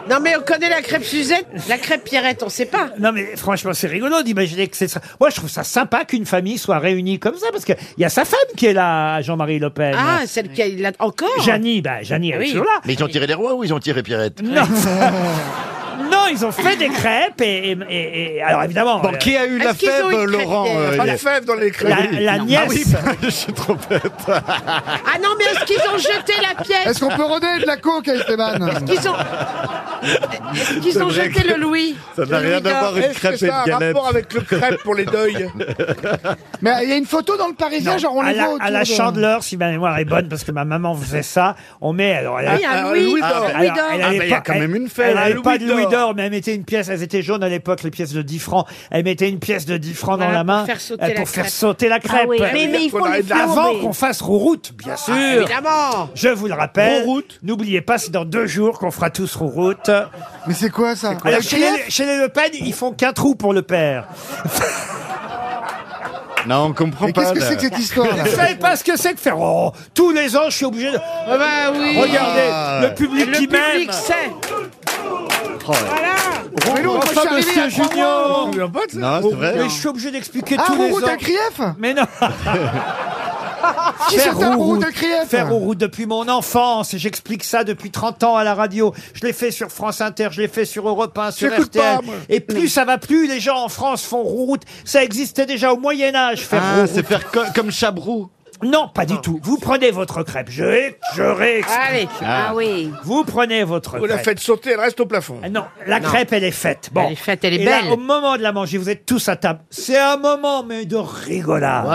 [SPEAKER 9] Non, mais on connaît la crêpe Suzette, la crêpe Pierrette, on sait pas.
[SPEAKER 1] Non mais franchement c'est rigolo d'imaginer que c'est ça. Moi je trouve ça sympa qu'une famille soit réunie comme ça parce qu'il y a sa femme qui est là, Jean-Marie Le Pen.
[SPEAKER 9] Ah, celle qui a, il a encore.
[SPEAKER 1] Janie, bah Janie elle est toujours là.
[SPEAKER 2] Mais ils ont tiré les rois ou ils ont tiré Pierrette
[SPEAKER 1] Non. Non, ils ont fait des crêpes et, et- et- et- alors évidemment.
[SPEAKER 8] Bon, qui a eu la Est-ce qu'ils fève, ont eu une Laurent, crêpe, euh,
[SPEAKER 16] Pas la fève dans les crêpes.
[SPEAKER 1] La- la
[SPEAKER 16] Non.
[SPEAKER 1] nièce.
[SPEAKER 16] Ah oui,
[SPEAKER 8] Je suis trop bête.
[SPEAKER 9] Ah non, mais est-ce qu'ils ont jeté la pièce
[SPEAKER 7] Est-ce qu'on peut redonner de la coke à Esteban
[SPEAKER 9] Est-ce qu'ils ont, est-ce qu'ils ont
[SPEAKER 8] C'est vrai
[SPEAKER 9] jeté
[SPEAKER 8] que-
[SPEAKER 9] le Louis
[SPEAKER 8] Ça n'a
[SPEAKER 9] Le
[SPEAKER 8] rien
[SPEAKER 9] Louis
[SPEAKER 8] à voir
[SPEAKER 9] d'or.
[SPEAKER 8] une crêpe et une galette.
[SPEAKER 1] euh,
[SPEAKER 7] Mais euh, il y a une photo dans le Parisien, genre on
[SPEAKER 1] à
[SPEAKER 7] les
[SPEAKER 1] la,
[SPEAKER 7] voit autour
[SPEAKER 1] à la
[SPEAKER 7] de-
[SPEAKER 1] chandeleur, si ma mémoire est bonne, parce que ma maman faisait ça, on met. Alors, elle
[SPEAKER 7] Ah, il y a un louis d'or.
[SPEAKER 1] alors,
[SPEAKER 7] Un louis d'or.
[SPEAKER 1] elle
[SPEAKER 8] Ah,
[SPEAKER 1] avait
[SPEAKER 8] bah, il y a
[SPEAKER 1] pas-
[SPEAKER 8] quand
[SPEAKER 1] elle-
[SPEAKER 8] même une fête.
[SPEAKER 1] Elle
[SPEAKER 8] Un
[SPEAKER 1] n'avait
[SPEAKER 8] louis
[SPEAKER 1] pas de louis
[SPEAKER 8] d'or.
[SPEAKER 1] d'or, mais elle mettait une pièce, elles étaient jaunes à l'époque, les pièces de 10 francs. Elle mettait une pièce de 10 francs dans
[SPEAKER 9] Voilà,
[SPEAKER 1] la
[SPEAKER 9] pour
[SPEAKER 1] main
[SPEAKER 9] faire sauter
[SPEAKER 1] euh,
[SPEAKER 9] la
[SPEAKER 1] pour faire
[SPEAKER 9] crêpe.
[SPEAKER 1] sauter la
[SPEAKER 9] Ah
[SPEAKER 1] crêpe.
[SPEAKER 9] oui, mais- mais il faut les
[SPEAKER 1] Avant
[SPEAKER 9] flamber.
[SPEAKER 1] qu'on fasse rouroute,
[SPEAKER 8] Ah,
[SPEAKER 1] bien sûr.
[SPEAKER 9] Évidemment.
[SPEAKER 1] Je vous le rappelle. N'oubliez pas, c'est dans deux jours qu'on fera tous rouroute.
[SPEAKER 7] Mais c'est quoi ça
[SPEAKER 1] Alors, chez, les, chez les Le Pen, ils font qu'un trou pour le père.
[SPEAKER 8] Non, on comprend
[SPEAKER 7] Mais qu'est-ce
[SPEAKER 8] pas.
[SPEAKER 7] que c'est que cette histoire là
[SPEAKER 1] Vous savez pas ce que c'est que faire oh, Tous les ans, je suis obligé de...
[SPEAKER 9] Ah bah oui.
[SPEAKER 1] Regardez,
[SPEAKER 8] Ah.
[SPEAKER 1] le public
[SPEAKER 9] Le
[SPEAKER 1] qui
[SPEAKER 9] public
[SPEAKER 1] m'aime.
[SPEAKER 9] sait. Voilà.
[SPEAKER 7] Mais non, moi, je
[SPEAKER 1] Enfin,
[SPEAKER 7] suis arrivé
[SPEAKER 1] monsieur
[SPEAKER 7] à trois mois.
[SPEAKER 1] Junior
[SPEAKER 8] Non, c'est vrai.
[SPEAKER 1] Oh, Mais je suis obligé d'expliquer
[SPEAKER 7] Ah,
[SPEAKER 1] tous les
[SPEAKER 7] Rouroute
[SPEAKER 1] ans.
[SPEAKER 7] à Krief
[SPEAKER 1] Mais non
[SPEAKER 16] Ah,
[SPEAKER 7] Qui
[SPEAKER 1] Faire
[SPEAKER 7] c'est un Rouroute
[SPEAKER 1] rouroute,
[SPEAKER 7] à Krief
[SPEAKER 1] faire rouroute depuis mon enfance, et j'explique ça depuis 30 ans à la radio. Je l'ai fait sur France Inter, je l'ai fait sur Europe 1, sur
[SPEAKER 16] J'écoute
[SPEAKER 1] RTL.
[SPEAKER 16] pas, moi.
[SPEAKER 1] et plus ça va, plus les gens en France font rouroute. Ça existait déjà au Moyen Âge, faire
[SPEAKER 8] Ah,
[SPEAKER 1] rouroute.
[SPEAKER 8] c'est faire co- comme Chabrou.
[SPEAKER 1] Non, pas du tout. Vous prenez votre crêpe. Je, je réexplique.
[SPEAKER 9] Allez.
[SPEAKER 8] Ah.
[SPEAKER 3] oui.
[SPEAKER 1] Vous prenez votre
[SPEAKER 7] Oh,
[SPEAKER 16] Vous Oh, la
[SPEAKER 1] crêpe.
[SPEAKER 16] faites sauter, elle reste au plafond.
[SPEAKER 1] Ah Non, la
[SPEAKER 9] Non.
[SPEAKER 1] crêpe, elle est faite. Bon.
[SPEAKER 9] Elle est faite, elle est
[SPEAKER 1] Et là,
[SPEAKER 9] belle.
[SPEAKER 1] au moment de la manger, vous êtes tous à table. C'est un moment, mais de rigolade.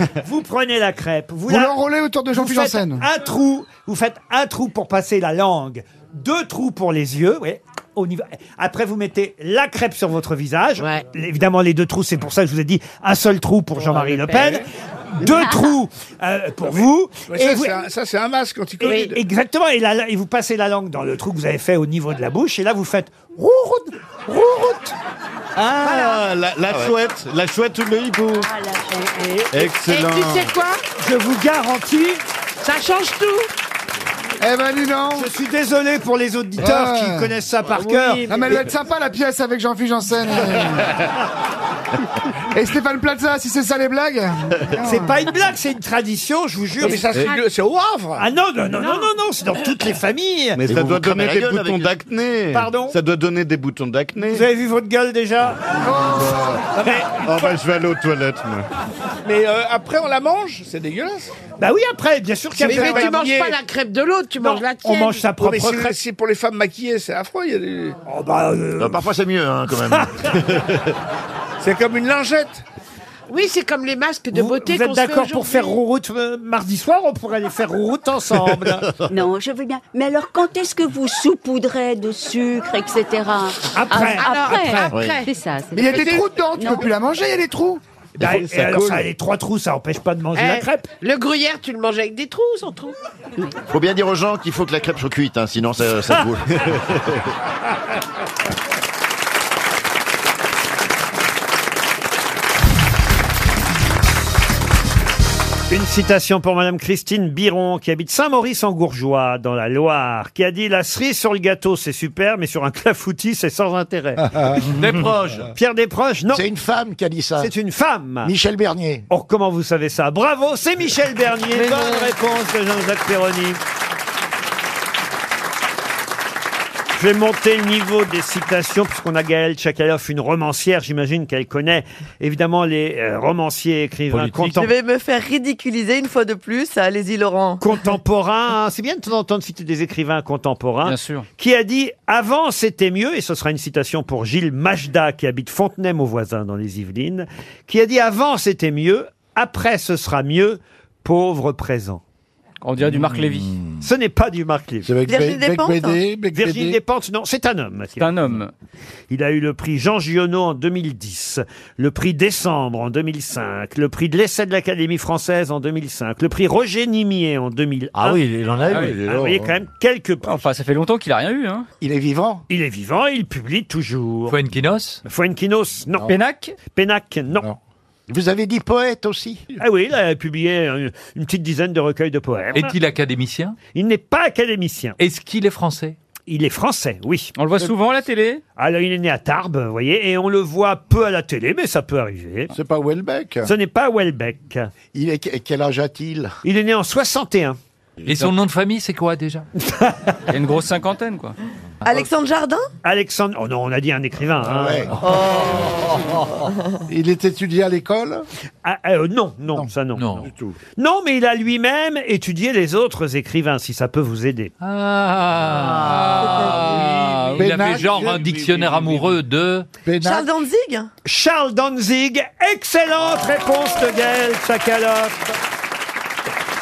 [SPEAKER 7] Ouais.
[SPEAKER 1] Vous prenez la crêpe,
[SPEAKER 7] Vous
[SPEAKER 1] vous, la-
[SPEAKER 7] l'enroulez autour de
[SPEAKER 1] vous
[SPEAKER 7] Jean-Philippe
[SPEAKER 1] faites
[SPEAKER 7] Janssen.
[SPEAKER 1] un trou, vous faites un trou pour passer la langue, deux trous pour les yeux, oui. On y va. Après, vous mettez la crêpe sur votre visage.
[SPEAKER 9] Ouais.
[SPEAKER 1] Évidemment, les deux trous, c'est pour ça que je vous ai dit un seul trou pour Jean-Marie Le Pen, deux trous euh, pour vous.
[SPEAKER 16] Mais
[SPEAKER 1] Et
[SPEAKER 16] ça,
[SPEAKER 1] vous-
[SPEAKER 16] c'est un- ça, c'est un, masque
[SPEAKER 1] et-
[SPEAKER 16] anti-Covid.
[SPEAKER 1] exactement, et, la- et vous passez la langue dans le trou que vous avez fait au niveau de la bouche, et là vous faites rouroute, rouroute.
[SPEAKER 8] Ah, la, la chouette. La chouette ou le hibou. Excellent.
[SPEAKER 9] Et tu sais quoi
[SPEAKER 1] Je vous garantis,
[SPEAKER 9] Ça change tout.
[SPEAKER 7] Eh ben dis donc
[SPEAKER 1] je suis désolé pour les auditeurs
[SPEAKER 7] Ouais.
[SPEAKER 1] qui connaissent ça par
[SPEAKER 9] Oui,
[SPEAKER 1] cœur.
[SPEAKER 7] Ah mais elle va être sympa la pièce avec Jean-Philippe Janssen et- Et Stéphane Plaza, si c'est ça les blagues
[SPEAKER 1] C'est pas une blague, c'est une tradition, je vous jure.
[SPEAKER 16] Non, mais ça, c'est le- c'est au Havre.
[SPEAKER 1] Ah non, non, non, non, non, non, c'est dans toutes les familles.
[SPEAKER 8] Mais
[SPEAKER 2] Et
[SPEAKER 8] ça
[SPEAKER 2] vous
[SPEAKER 8] doit
[SPEAKER 2] vous cramez
[SPEAKER 8] donner
[SPEAKER 2] la
[SPEAKER 8] des
[SPEAKER 2] gueule
[SPEAKER 8] boutons
[SPEAKER 2] avec-
[SPEAKER 8] d'acné.
[SPEAKER 1] Pardon
[SPEAKER 8] Ça doit donner des boutons d'acné.
[SPEAKER 1] Vous avez vu votre gueule déjà Non, mais-
[SPEAKER 8] Oh bah je vais aller aux toilettes moi.
[SPEAKER 16] Mais euh, après, on la mange. C'est dégueulasse.
[SPEAKER 1] Bah oui, après, bien sûr qu'il y
[SPEAKER 9] Mais,
[SPEAKER 1] a
[SPEAKER 16] vous
[SPEAKER 9] mais
[SPEAKER 16] avez
[SPEAKER 9] tu manges
[SPEAKER 16] oublié.
[SPEAKER 9] pas la crêpe de l'autre, tu
[SPEAKER 1] Non,
[SPEAKER 9] manges la
[SPEAKER 1] on
[SPEAKER 9] tienne.
[SPEAKER 1] mange sa
[SPEAKER 16] Oh,
[SPEAKER 1] propre
[SPEAKER 16] mais c'est
[SPEAKER 1] crêpe.
[SPEAKER 16] c'est pour les femmes maquillées, c'est affreux. il y a des-
[SPEAKER 1] Oh, bah, euh,
[SPEAKER 2] Bah, Parfois c'est mieux hein, quand même.
[SPEAKER 16] C'est comme une lingette.
[SPEAKER 24] Oui, c'est comme les masques de beauté
[SPEAKER 4] Vous
[SPEAKER 24] qu'on
[SPEAKER 4] êtes
[SPEAKER 24] se fait
[SPEAKER 4] d'accord pour
[SPEAKER 24] aujourd'hui.
[SPEAKER 4] faire route
[SPEAKER 1] euh,
[SPEAKER 4] mardi soir On pourrait les faire route ensemble.
[SPEAKER 3] Non, je veux bien. Mais alors, quand est-ce que vous saupoudrez de sucre, etc.
[SPEAKER 4] Après.
[SPEAKER 9] Ah,
[SPEAKER 3] après,
[SPEAKER 4] Après. Oui.
[SPEAKER 3] C'est ça. c'est
[SPEAKER 16] Mais il y a
[SPEAKER 3] ça.
[SPEAKER 16] des trous dedans, tu peux plus la manger, il y a des trous.
[SPEAKER 4] Bah,
[SPEAKER 16] Il faut que
[SPEAKER 4] et
[SPEAKER 16] ça
[SPEAKER 4] alors,
[SPEAKER 16] colle.
[SPEAKER 4] ça, les trois trous, ça empêche pas de manger
[SPEAKER 24] Eh,
[SPEAKER 4] la crêpe.
[SPEAKER 24] Le gruyère, tu le manges avec des trous, sans trous.
[SPEAKER 31] Faut bien dire aux gens qu'il faut que la crêpe soit cuite, hein, sinon ça, ça boule.
[SPEAKER 1] Une citation pour Madame Christine Biron, qui habite Saint-Maurice-en-Gourgeois, dans la Loire, qui a dit La cerise sur le gâteau, c'est super, mais sur un clafoutis, c'est sans intérêt.
[SPEAKER 14] Desproges.
[SPEAKER 1] Pierre Desproges, non.
[SPEAKER 15] C'est une femme qui a dit ça.
[SPEAKER 1] C'est une femme.
[SPEAKER 15] Michel Bernier.
[SPEAKER 1] Oh, comment vous savez ça Bravo, c'est Michel Bernier.
[SPEAKER 15] Mais
[SPEAKER 1] Bonne
[SPEAKER 15] non.
[SPEAKER 1] réponse de Jean-Jacques Perroni. Je vais monter le niveau des citations, puisqu'on a Gaëlle Tchakaloff, une romancière. J'imagine qu'elle connaît évidemment les euh, romanciers, écrivains,
[SPEAKER 23] Je
[SPEAKER 1] contemporains.
[SPEAKER 23] vais me faire ridiculiser une fois de plus. Allez-y, Laurent.
[SPEAKER 1] contemporain. hein. C'est bien de temps en temps de citer des écrivains contemporains. Qui a dit avant c'était mieux, et ce sera une citation pour Gilles Majda qui habite Fontenay au voisin dans les Yvelines, qui a dit avant c'était mieux, après ce sera mieux, pauvre présent.
[SPEAKER 29] On dirait du Marc Lévy.
[SPEAKER 1] Ce n'est pas du Marc Lévy.
[SPEAKER 29] Virginie Bec- Despentes, Becbédé, hein. Becbédé.
[SPEAKER 1] Virginie Despentes, non, c'est un homme. C'est
[SPEAKER 29] un homme.
[SPEAKER 1] Il a eu le prix Jean Giono en 2010, le prix Décembre en 2005, le prix de l'essai de l'Académie française en 2005, le prix Roger Nimier en 2001.
[SPEAKER 29] Ah oui, il en a eu, il est
[SPEAKER 1] Ah,
[SPEAKER 29] là,
[SPEAKER 1] vous voyez,
[SPEAKER 29] hein.
[SPEAKER 1] quand même quelques prix.
[SPEAKER 29] Enfin, ça fait longtemps qu'il a rien eu. Hein.
[SPEAKER 1] Il est vivant Il est vivant, il publie toujours. Fuenquinos Fuenquinos, non.
[SPEAKER 29] Pénac
[SPEAKER 1] Pénac, non. Vous avez dit poète aussi Ah oui, il a publié euh, une petite dizaine de recueils de poèmes.
[SPEAKER 22] Est-il académicien
[SPEAKER 1] Il n'est pas académicien.
[SPEAKER 22] Est-ce qu'il est français
[SPEAKER 1] Il est français, oui.
[SPEAKER 29] On le voit souvent à la télé
[SPEAKER 1] Alors, il est né à Tarbes, vous voyez, et on le voit peu à la télé, mais ça peut arriver. C'est pas Welbeck Ce n'est pas Welbeck. Il est, quel âge a-t-il Il est né en 61.
[SPEAKER 22] Et son nom de famille, c'est quoi déjà
[SPEAKER 29] Il y a une grosse cinquantaine, quoi.
[SPEAKER 1] Alexandre Jardin Alexandre... Oh non, on a dit un écrivain. hein.
[SPEAKER 30] Il est étudié à l'école
[SPEAKER 1] Ah, euh, non, non, ça non. Non. Non, mais il a lui-même étudié les autres écrivains, si ça peut vous aider.
[SPEAKER 7] Ah,
[SPEAKER 30] Ah.
[SPEAKER 22] Ah,
[SPEAKER 30] Ben
[SPEAKER 22] Il avait
[SPEAKER 1] Pénac,
[SPEAKER 22] genre
[SPEAKER 1] oui,
[SPEAKER 22] un
[SPEAKER 1] oui,
[SPEAKER 22] dictionnaire amoureux de...
[SPEAKER 23] Charles Danzig
[SPEAKER 1] Charles Danzig, excellente réponse de Gaël Sakaloff.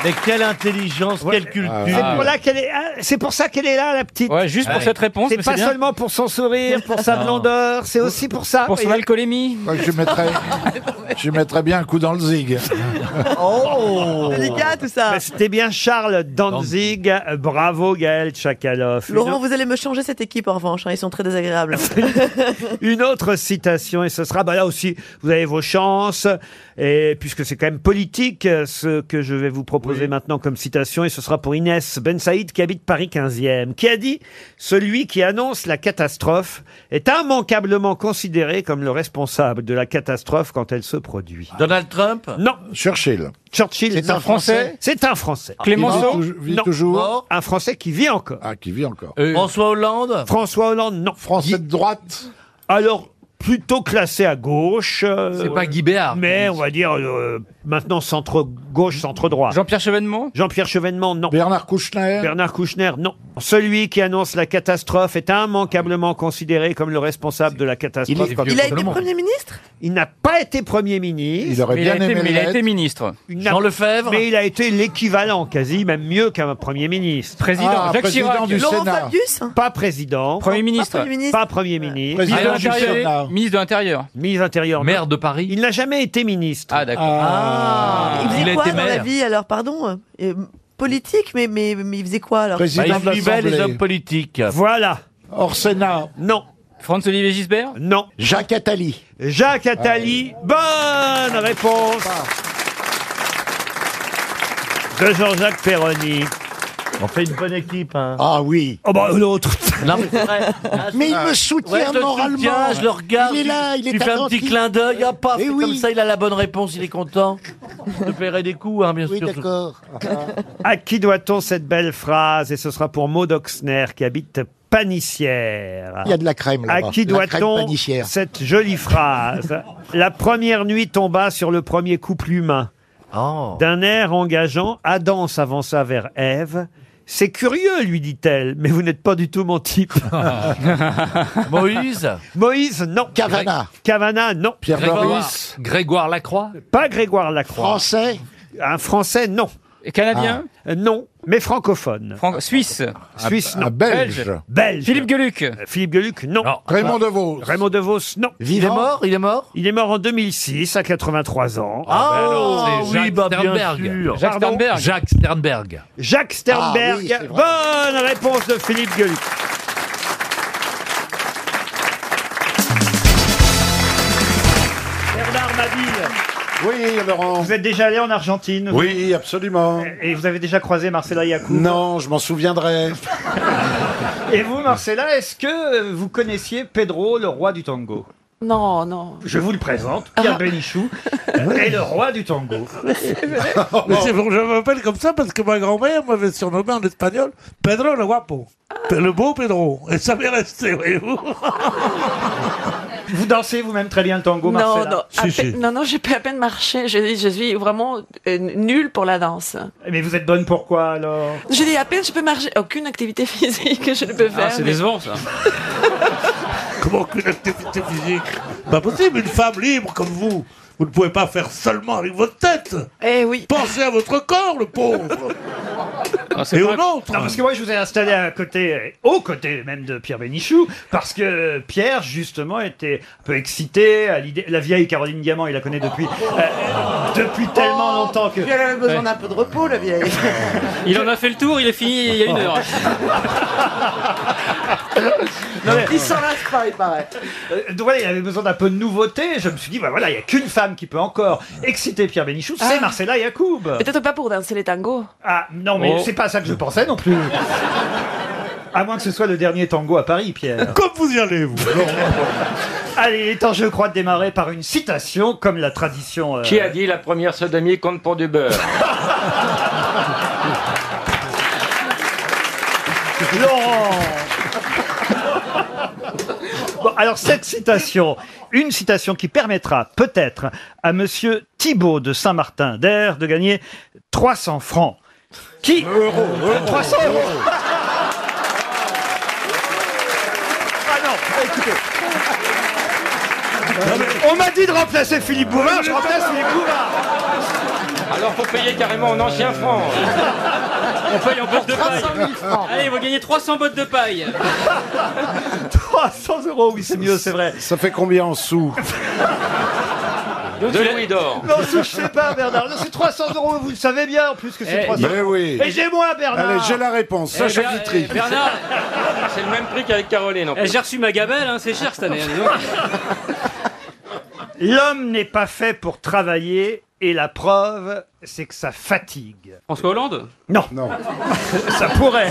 [SPEAKER 32] Mais quelle intelligence, quelle culture.
[SPEAKER 1] C'est pour, là qu'elle est- ah, c'est pour ça qu'elle est là, la petite.
[SPEAKER 32] Ouais, juste pour Ouais. cette réponse, mais
[SPEAKER 1] C'est
[SPEAKER 32] c'est
[SPEAKER 1] pas
[SPEAKER 32] bien.
[SPEAKER 1] seulement pour son sourire, pour sa
[SPEAKER 7] Ah,
[SPEAKER 32] Non.
[SPEAKER 1] blondeur, c'est aussi pour ça.
[SPEAKER 32] Pour son alcoolémie.
[SPEAKER 30] Ouais, je mettrais- Je mettrais bien un coup dans le zig.
[SPEAKER 1] Oh
[SPEAKER 23] Délicat, tout ça.
[SPEAKER 1] C'était bien Charles Danzig. Euh, Bravo Gaël Tchakaloff.
[SPEAKER 23] Laurent, vous allez me changer cette équipe en revanche. hein, Ils sont très désagréables.
[SPEAKER 1] Une autre citation, et ce sera, bah là aussi, vous avez vos chances, et puisque c'est quand même politique, euh, ce que je vais vous proposer maintenant comme citation, et ce sera pour Inès Ben Saïd, qui habite Paris 15e, qui a dit « Celui qui annonce la catastrophe est immanquablement considéré comme le responsable de la catastrophe quand elle se produit. »
[SPEAKER 32] Donald Trump
[SPEAKER 1] Non. Churchill. Churchill.
[SPEAKER 30] Ah. C'est
[SPEAKER 1] non.
[SPEAKER 30] un Français
[SPEAKER 1] C'est un Français.
[SPEAKER 32] Ah,
[SPEAKER 30] Clémenceau Il vit tou- vit
[SPEAKER 1] Ah, Non.
[SPEAKER 30] toujours
[SPEAKER 1] Un Français qui vit encore.
[SPEAKER 30] Ah, qui vit encore.
[SPEAKER 32] François Hollande
[SPEAKER 1] François Hollande, non. Français de droite Alors, plutôt classé à gauche. euh,
[SPEAKER 22] C'est pas Guy Béard.
[SPEAKER 1] Mais on va dire euh, maintenant centre-gauche, centre-droit.
[SPEAKER 32] Jean-Pierre Chevènement
[SPEAKER 1] Jean-Pierre Chevènement, non. Bernard Kouchner Bernard Kouchner, non. Celui qui annonce la catastrophe est immanquablement considéré comme le responsable de la catastrophe. quand
[SPEAKER 23] Il a été Premier ministre
[SPEAKER 1] Il n'a pas été Premier ministre.
[SPEAKER 32] Il aurait Mais il bien a été- aimé mais il a l'être. été ministre.
[SPEAKER 1] Il n'a-
[SPEAKER 32] Jean Lefebvre
[SPEAKER 1] Mais il a été l'équivalent, quasi, même mieux qu'un Premier ministre.
[SPEAKER 32] Président, Ah, Jacques président Chirac. du
[SPEAKER 23] Laurent Sénat. Fabius hein.
[SPEAKER 1] Pas président.
[SPEAKER 32] Premier ministre.
[SPEAKER 1] Pas Premier ministre. Pas Premier ministre.
[SPEAKER 32] Président Ministre de du l'Intérieur. Sénat.
[SPEAKER 1] Ministre de l'Intérieur. Ministre de l'Intérieur. Maire de Paris. Il n'a jamais été ministre.
[SPEAKER 32] Ah,
[SPEAKER 1] d'accord.
[SPEAKER 23] Ah. Il faisait quoi dans la vie alors, pardon Euh, Politique, mais, mais, mais il faisait quoi alors
[SPEAKER 32] Bah,
[SPEAKER 1] Bah,
[SPEAKER 32] il suivait les hommes politiques.
[SPEAKER 1] Voilà.
[SPEAKER 32] Sénat.
[SPEAKER 1] Non.
[SPEAKER 32] Franz-Olivier Gisbert
[SPEAKER 1] Non.
[SPEAKER 32] Jacques Attali.
[SPEAKER 1] Jacques Attali, bonne réponse de Jean-Jacques Perroni.
[SPEAKER 32] On fait une bonne équipe. Hein.
[SPEAKER 1] Ah oui. Oh bah l'autre.
[SPEAKER 32] Non, mais c'est vrai.
[SPEAKER 16] Mais il me soutient
[SPEAKER 32] Ouais, je le
[SPEAKER 16] moralement.
[SPEAKER 32] soutiens, je le regarde.
[SPEAKER 16] Il est là, il est
[SPEAKER 32] Tu fais un petit
[SPEAKER 16] attentif.
[SPEAKER 32] clin d'œil. Ah, paf,
[SPEAKER 16] Eh
[SPEAKER 32] c'est
[SPEAKER 16] oui.
[SPEAKER 32] comme ça, il a la bonne réponse, il est content. Je te paierai des coups, hein, bien sûr. Oui,
[SPEAKER 16] d'accord.
[SPEAKER 1] À qui doit-on cette belle phrase Et ce sera pour Maud Oxner qui habite Panissière.
[SPEAKER 15] Il y a de la crème, là-bas.
[SPEAKER 1] À qui
[SPEAKER 15] La crème
[SPEAKER 1] doit-on
[SPEAKER 15] panissière.
[SPEAKER 1] cette jolie phrase La première nuit tomba sur le premier couple humain. D'un air engageant, Adam s'avança vers Ève. C'est curieux, lui dit-elle, mais vous n'êtes pas du tout mon type.
[SPEAKER 33] Moïse
[SPEAKER 1] Moïse, non.
[SPEAKER 33] Cavana.
[SPEAKER 1] Cavana, non.
[SPEAKER 34] Grégoire- Grégoire Lacroix
[SPEAKER 1] Pas Grégoire Lacroix.
[SPEAKER 34] Français
[SPEAKER 1] Un Français, non.
[SPEAKER 6] Canadien
[SPEAKER 1] Euh, Non, mais francophone.
[SPEAKER 6] Suisse.
[SPEAKER 1] Suisse,
[SPEAKER 6] Un-
[SPEAKER 1] non.
[SPEAKER 6] un Belge.
[SPEAKER 1] Belge.
[SPEAKER 6] Philippe
[SPEAKER 1] Gueluc. Philippe Gueluc, non.
[SPEAKER 6] Raymond
[SPEAKER 1] DeVos. Raymond DeVos, non.
[SPEAKER 33] Il est mort Il est mort
[SPEAKER 1] Il est mort en 2006, à 83 ans.
[SPEAKER 33] Ah, ben non, c'est
[SPEAKER 1] Oh,
[SPEAKER 33] oui, Jacques bah, bien Sternberg. sûr. Jacques
[SPEAKER 1] Pardon
[SPEAKER 33] Sternberg.
[SPEAKER 1] Jacques Sternberg. Jacques Sternberg.
[SPEAKER 33] Ah oui, c'est
[SPEAKER 1] Bonne réponse de Philippe Gueluc. Bernard Mabille.
[SPEAKER 7] Oui, Laurent.
[SPEAKER 1] Vous êtes déjà allé en Argentine
[SPEAKER 7] Oui, absolument.
[SPEAKER 1] Et vous avez déjà croisé Marcela Yacoub
[SPEAKER 7] Non, je m'en souviendrai.
[SPEAKER 1] Et vous, Marcella, est-ce que euh, vous connaissiez Pedro, le roi du tango
[SPEAKER 19] Non, non.
[SPEAKER 1] Je vous le présente,
[SPEAKER 19] Ah.
[SPEAKER 1] Pierre Bénichou est le roi du tango.
[SPEAKER 8] Mais c'est pour- je m'appelle comme ça parce que ma grand-mère m'avait surnommé en espagnol Pedro le Guapo.
[SPEAKER 19] Ah.
[SPEAKER 8] Le beau Pedro. Et ça m'est resté, voyez-vous.
[SPEAKER 1] Vous dansez vous-même très bien le tango,
[SPEAKER 8] Marcella
[SPEAKER 19] non, non,
[SPEAKER 8] Si,
[SPEAKER 19] à
[SPEAKER 8] si.
[SPEAKER 19] peine- non, non, j'ai pu à peine marché. Je, dis, je suis vraiment euh, nulle pour la danse.
[SPEAKER 1] Mais vous êtes bonne pourquoi alors
[SPEAKER 19] Je dis à peine, je peux marcher. Aucune activité physique que je ne peux faire.
[SPEAKER 6] Ah,
[SPEAKER 1] Ah,
[SPEAKER 19] mais-
[SPEAKER 8] ça. Comment qu'une activité physique Pas possible, une femme libre comme vous. Vous ne pouvez pas faire seulement avec votre tête.
[SPEAKER 19] Eh oui.
[SPEAKER 8] Pensez à votre corps, le pauvre.
[SPEAKER 1] Ah,
[SPEAKER 8] Et au nôtre.
[SPEAKER 1] Non, parce que moi, je vous ai installé à côté, euh, au côté même de Pierre Bénichou, parce que euh, Pierre, justement, était un peu excité à l'idée. La vieille Caroline Diamant, il la connaît depuis, euh, depuis tellement longtemps que.
[SPEAKER 35] Puis Oh, elle avait besoin d'un peu de repos, la vieille.
[SPEAKER 6] Il en a fait le tour, il est fini il y a une heure.
[SPEAKER 16] Oh.
[SPEAKER 35] Il s'en lasse pas, il paraît.
[SPEAKER 1] Euh, donc voilà, il avait besoin d'un peu de nouveauté. Je me suis dit, bah voilà, il n'y a qu'une femme qui peut encore exciter Pierre Bénichou, c'est
[SPEAKER 19] Ah.
[SPEAKER 1] Marcella Yacoub.
[SPEAKER 19] Peut-être pas pour danser les tangos.
[SPEAKER 1] Ah, non, mais
[SPEAKER 19] Oh.
[SPEAKER 1] c'est pas à ça que je pensais non plus. À moins que ce soit le dernier tango à Paris, Pierre.
[SPEAKER 8] Comme vous y allez, vous.
[SPEAKER 1] Allez, il est temps, je crois, de démarrer par une citation, comme la tradition. euh,
[SPEAKER 2] Qui a dit la première sodomie compte pour du beurre
[SPEAKER 1] Laurent Bon, alors cette citation, une citation qui permettra peut-être à monsieur Thibault de Saint-Martin d'Air de gagner 300 francs. Qui 300 euros Ah non, écoutez On m'a dit de remplacer Philippe Bouvard, je remplace Philippe Bouvard
[SPEAKER 2] Alors faut payer carrément en ancien franc.
[SPEAKER 6] On paye en bottes de paille. Allez, vous gagnez 300 bottes de paille.
[SPEAKER 1] 300 euros, oui, c'est mieux, c'est vrai.
[SPEAKER 7] Ça fait combien en sous
[SPEAKER 2] De louis d'or.
[SPEAKER 1] Non, je sais pas, Bernard. Non, C'est 300 euros, vous le savez bien en plus que c'est
[SPEAKER 2] Eh,
[SPEAKER 1] 300
[SPEAKER 7] mais oui.
[SPEAKER 1] Et j'ai moi, Bernard
[SPEAKER 7] Allez, j'ai la réponse. Sacha
[SPEAKER 6] Ber-
[SPEAKER 7] Guitry.
[SPEAKER 6] eh, Bernard,
[SPEAKER 2] C'est le même prix qu'avec Caroline. en
[SPEAKER 6] eh,
[SPEAKER 2] plus.
[SPEAKER 6] j'ai reçu ma gabelle, hein, c'est cher cette année. hein, dis donc.
[SPEAKER 1] L'homme n'est pas fait pour travailler, et la preuve, c'est que ça fatigue.
[SPEAKER 6] François Hollande
[SPEAKER 1] Non. Non. ça pourrait.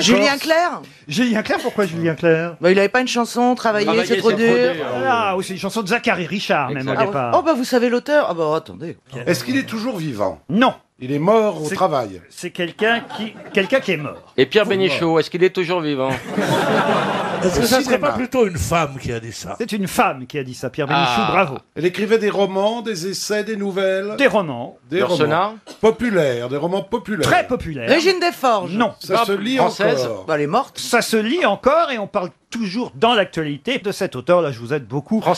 [SPEAKER 35] Julien Clerc
[SPEAKER 1] Julien Clerc, pourquoi Julien Clerc
[SPEAKER 35] bah, Il n'avait pas une chanson, Travailler,
[SPEAKER 1] Travailler,
[SPEAKER 35] c'est trop dur.
[SPEAKER 7] hein.
[SPEAKER 1] Ah, oui, c'est une chanson de Zachary Richard, même
[SPEAKER 35] Ah
[SPEAKER 1] au
[SPEAKER 35] ouais.
[SPEAKER 1] départ.
[SPEAKER 35] Oh bah vous savez l'auteur Ah bah attendez.
[SPEAKER 7] Est-ce qu'il est toujours vivant
[SPEAKER 1] Non.
[SPEAKER 7] Il est mort au
[SPEAKER 1] C'est-
[SPEAKER 7] travail.
[SPEAKER 1] C'est quelqu'un qui, quelqu'un qui est mort.
[SPEAKER 2] Et Pierre Bénichou, est-ce qu'il est toujours vivant
[SPEAKER 8] Est-ce que ça serait
[SPEAKER 7] cinéma.
[SPEAKER 8] pas plutôt une femme qui a dit ça
[SPEAKER 1] C'est une femme qui a dit ça, Pierre Bénichou,
[SPEAKER 7] Ah.
[SPEAKER 1] bravo.
[SPEAKER 7] Elle écrivait des romans, des essais, des nouvelles.
[SPEAKER 1] Des romans.
[SPEAKER 7] Des
[SPEAKER 2] Ursona.
[SPEAKER 7] romans. Populaires, des romans populaires.
[SPEAKER 1] Très populaire.
[SPEAKER 35] Régine Desforges
[SPEAKER 1] Non.
[SPEAKER 7] Ça se lit Française. encore.
[SPEAKER 35] Bah, elle est morte.
[SPEAKER 1] Ça se lit encore et on parle toujours dans l'actualité de cet auteur. Là, je vous aide beaucoup.
[SPEAKER 35] Ah,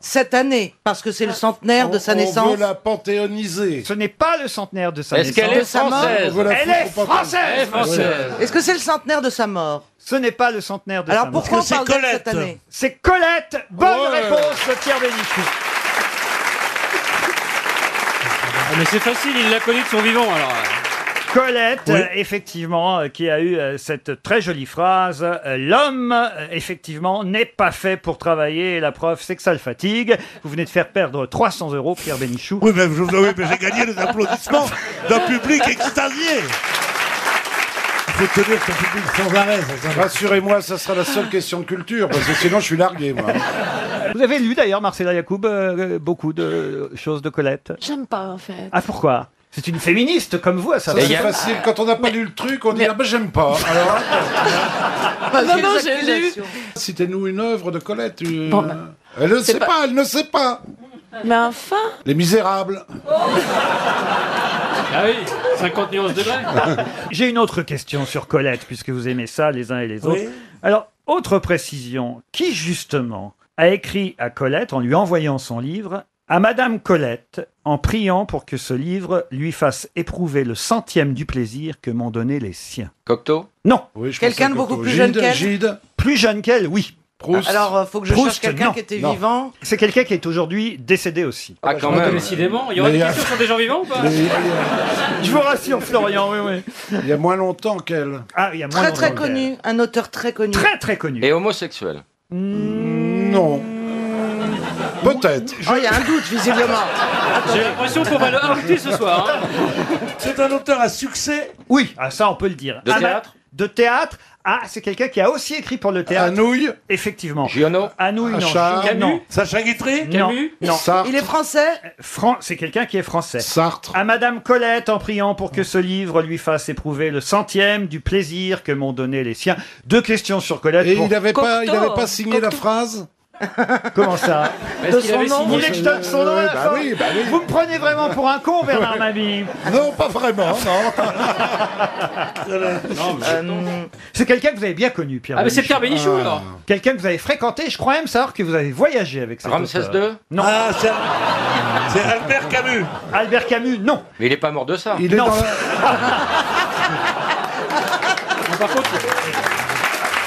[SPEAKER 35] Cette année, parce que c'est le centenaire de sa
[SPEAKER 7] on
[SPEAKER 35] naissance.
[SPEAKER 7] veut la panthéoniser.
[SPEAKER 1] Ce n'est pas le centenaire de sa
[SPEAKER 7] Est-ce
[SPEAKER 1] naissance.
[SPEAKER 7] qu'elle est De sa mort française On veut la
[SPEAKER 1] Elle
[SPEAKER 7] foutre
[SPEAKER 1] est
[SPEAKER 7] au panthéon.
[SPEAKER 1] française.
[SPEAKER 7] Elle est française.
[SPEAKER 35] Est-ce que c'est le centenaire de sa mort
[SPEAKER 1] Ce n'est pas le centenaire de
[SPEAKER 35] Alors
[SPEAKER 1] sa mort.
[SPEAKER 35] pourquoi on parle d'elle cette année
[SPEAKER 1] C'est Colette. Bonne
[SPEAKER 35] Ouais.
[SPEAKER 1] réponse de Pierre Bénichou.
[SPEAKER 6] Ah, Mais c'est facile, il l'a connu
[SPEAKER 2] Ah,
[SPEAKER 6] de son vivant alors.
[SPEAKER 1] Colette, euh, effectivement, euh, qui a eu euh, cette très jolie phrase euh, L'homme, euh, effectivement, n'est pas fait pour travailler. Et la preuve, c'est que ça le fatigue. Vous venez de faire perdre 300 euros, Pierre Bénichou.
[SPEAKER 8] Oui, mais, je- oui, mais j'ai gagné les applaudissements d'un public extasié. Il faut tenir son public sans arrêt. ça, ça.
[SPEAKER 7] Rassurez-moi, ça sera la seule question de culture, parce que sinon je suis largué, moi.
[SPEAKER 1] Vous avez lu d'ailleurs, Marcela Yacoub, euh, euh, beaucoup de euh, choses de Colette.
[SPEAKER 19] J'aime pas en fait.
[SPEAKER 1] Ah pourquoi C'est une féministe comme vous, à
[SPEAKER 7] Ça,
[SPEAKER 1] savoir.
[SPEAKER 7] c'est facile. Quand on n'a pas lu le truc, on dit Ah ben j'aime pas. Alors,
[SPEAKER 19] non, non, j'ai lu.
[SPEAKER 7] citez-nous une œuvre de Colette. une-
[SPEAKER 19] Bon, ben,
[SPEAKER 7] Elle ne
[SPEAKER 19] c'est
[SPEAKER 7] sait
[SPEAKER 19] pas-
[SPEAKER 7] pas, elle ne sait pas.
[SPEAKER 19] Mais enfin.
[SPEAKER 7] Les Misérables.
[SPEAKER 6] Ah oui 50 nuances de grec.
[SPEAKER 1] J'ai une autre question sur Colette, puisque vous aimez ça les uns et les autres.
[SPEAKER 6] Oui.
[SPEAKER 1] Alors, autre précision, qui justement a écrit à Colette, en lui envoyant son livre, à Madame Colette, en priant pour que ce livre lui fasse éprouver le centième du plaisir que m'ont donné les siens Cocteau Non.
[SPEAKER 32] Quelqu'un de pensais à beaucoup Cocteau. plus jeune Gide, qu'elle Gide.
[SPEAKER 1] Plus jeune qu'elle, oui.
[SPEAKER 32] Proust. Alors, euh, faut que je cherche quelqu'un
[SPEAKER 1] non,
[SPEAKER 32] qui était
[SPEAKER 1] non.
[SPEAKER 32] vivant.
[SPEAKER 1] C'est quelqu'un qui est aujourd'hui décédé aussi. euh, Ah,
[SPEAKER 6] quand même. Décidément. Il y aura des questions sur des gens vivants ou pas
[SPEAKER 1] Je vous rassure, Florian, oui,
[SPEAKER 30] oui. Il y a moins longtemps qu'elle.
[SPEAKER 1] Ah, il y a moins
[SPEAKER 32] Très très
[SPEAKER 1] longtemps
[SPEAKER 32] connu, un auteur très connu.
[SPEAKER 1] Très très connu.
[SPEAKER 2] Et homosexuel.
[SPEAKER 30] Hmm. Non. Peut-être.
[SPEAKER 32] Oh, il y a un doute visiblement.
[SPEAKER 6] J'ai l'impression qu'on va le harceler ce soir. hein.
[SPEAKER 1] C'est un auteur à succès Oui, ah, ça on peut le dire.
[SPEAKER 2] De
[SPEAKER 1] Ah, bah,
[SPEAKER 2] théâtre
[SPEAKER 1] De théâtre Ah, c'est quelqu'un qui a aussi écrit pour le théâtre. Anouille Effectivement.
[SPEAKER 2] Giono
[SPEAKER 1] Anouille, non.
[SPEAKER 30] Achard.
[SPEAKER 1] Giono, non.
[SPEAKER 8] Sacha Guitry
[SPEAKER 1] Non. Non. Euh,
[SPEAKER 30] Sartre.
[SPEAKER 32] Il est français
[SPEAKER 1] Fran- c'est quelqu'un qui est français.
[SPEAKER 30] Sartre.
[SPEAKER 1] À Madame Colette, en priant pour que ce livre lui fasse éprouver le centième du plaisir que m'ont donné les siens. Deux questions sur Colette.
[SPEAKER 30] Et
[SPEAKER 1] pour-
[SPEAKER 30] il n'avait pas, il avait pas signé la phrase
[SPEAKER 1] Oh, Comment ça
[SPEAKER 6] Est-ce qu'il avait
[SPEAKER 1] Vous
[SPEAKER 6] signé
[SPEAKER 1] voulez que je donne son nom à la
[SPEAKER 30] Bah
[SPEAKER 1] fin
[SPEAKER 30] oui, bah oui.
[SPEAKER 1] Vous me prenez vraiment pour un con, Bernard Mabille
[SPEAKER 30] Non, pas vraiment, non.
[SPEAKER 1] C'est quelqu'un que vous avez bien connu, Pierre.
[SPEAKER 6] Euh, Ah, mais c'est
[SPEAKER 1] Bénichou.
[SPEAKER 6] Pierre Bénichou alors.
[SPEAKER 1] Quelqu'un que vous avez fréquenté, je crois même savoir que vous avez voyagé avec cet
[SPEAKER 2] Ramsès
[SPEAKER 1] auteur.
[SPEAKER 2] II
[SPEAKER 1] Non.
[SPEAKER 8] Ah, c'est c'est Albert Camus.
[SPEAKER 1] Albert Camus, non.
[SPEAKER 2] Mais il est pas mort de ça.
[SPEAKER 30] Il est
[SPEAKER 1] Non.
[SPEAKER 30] dans la-
[SPEAKER 6] Par contre,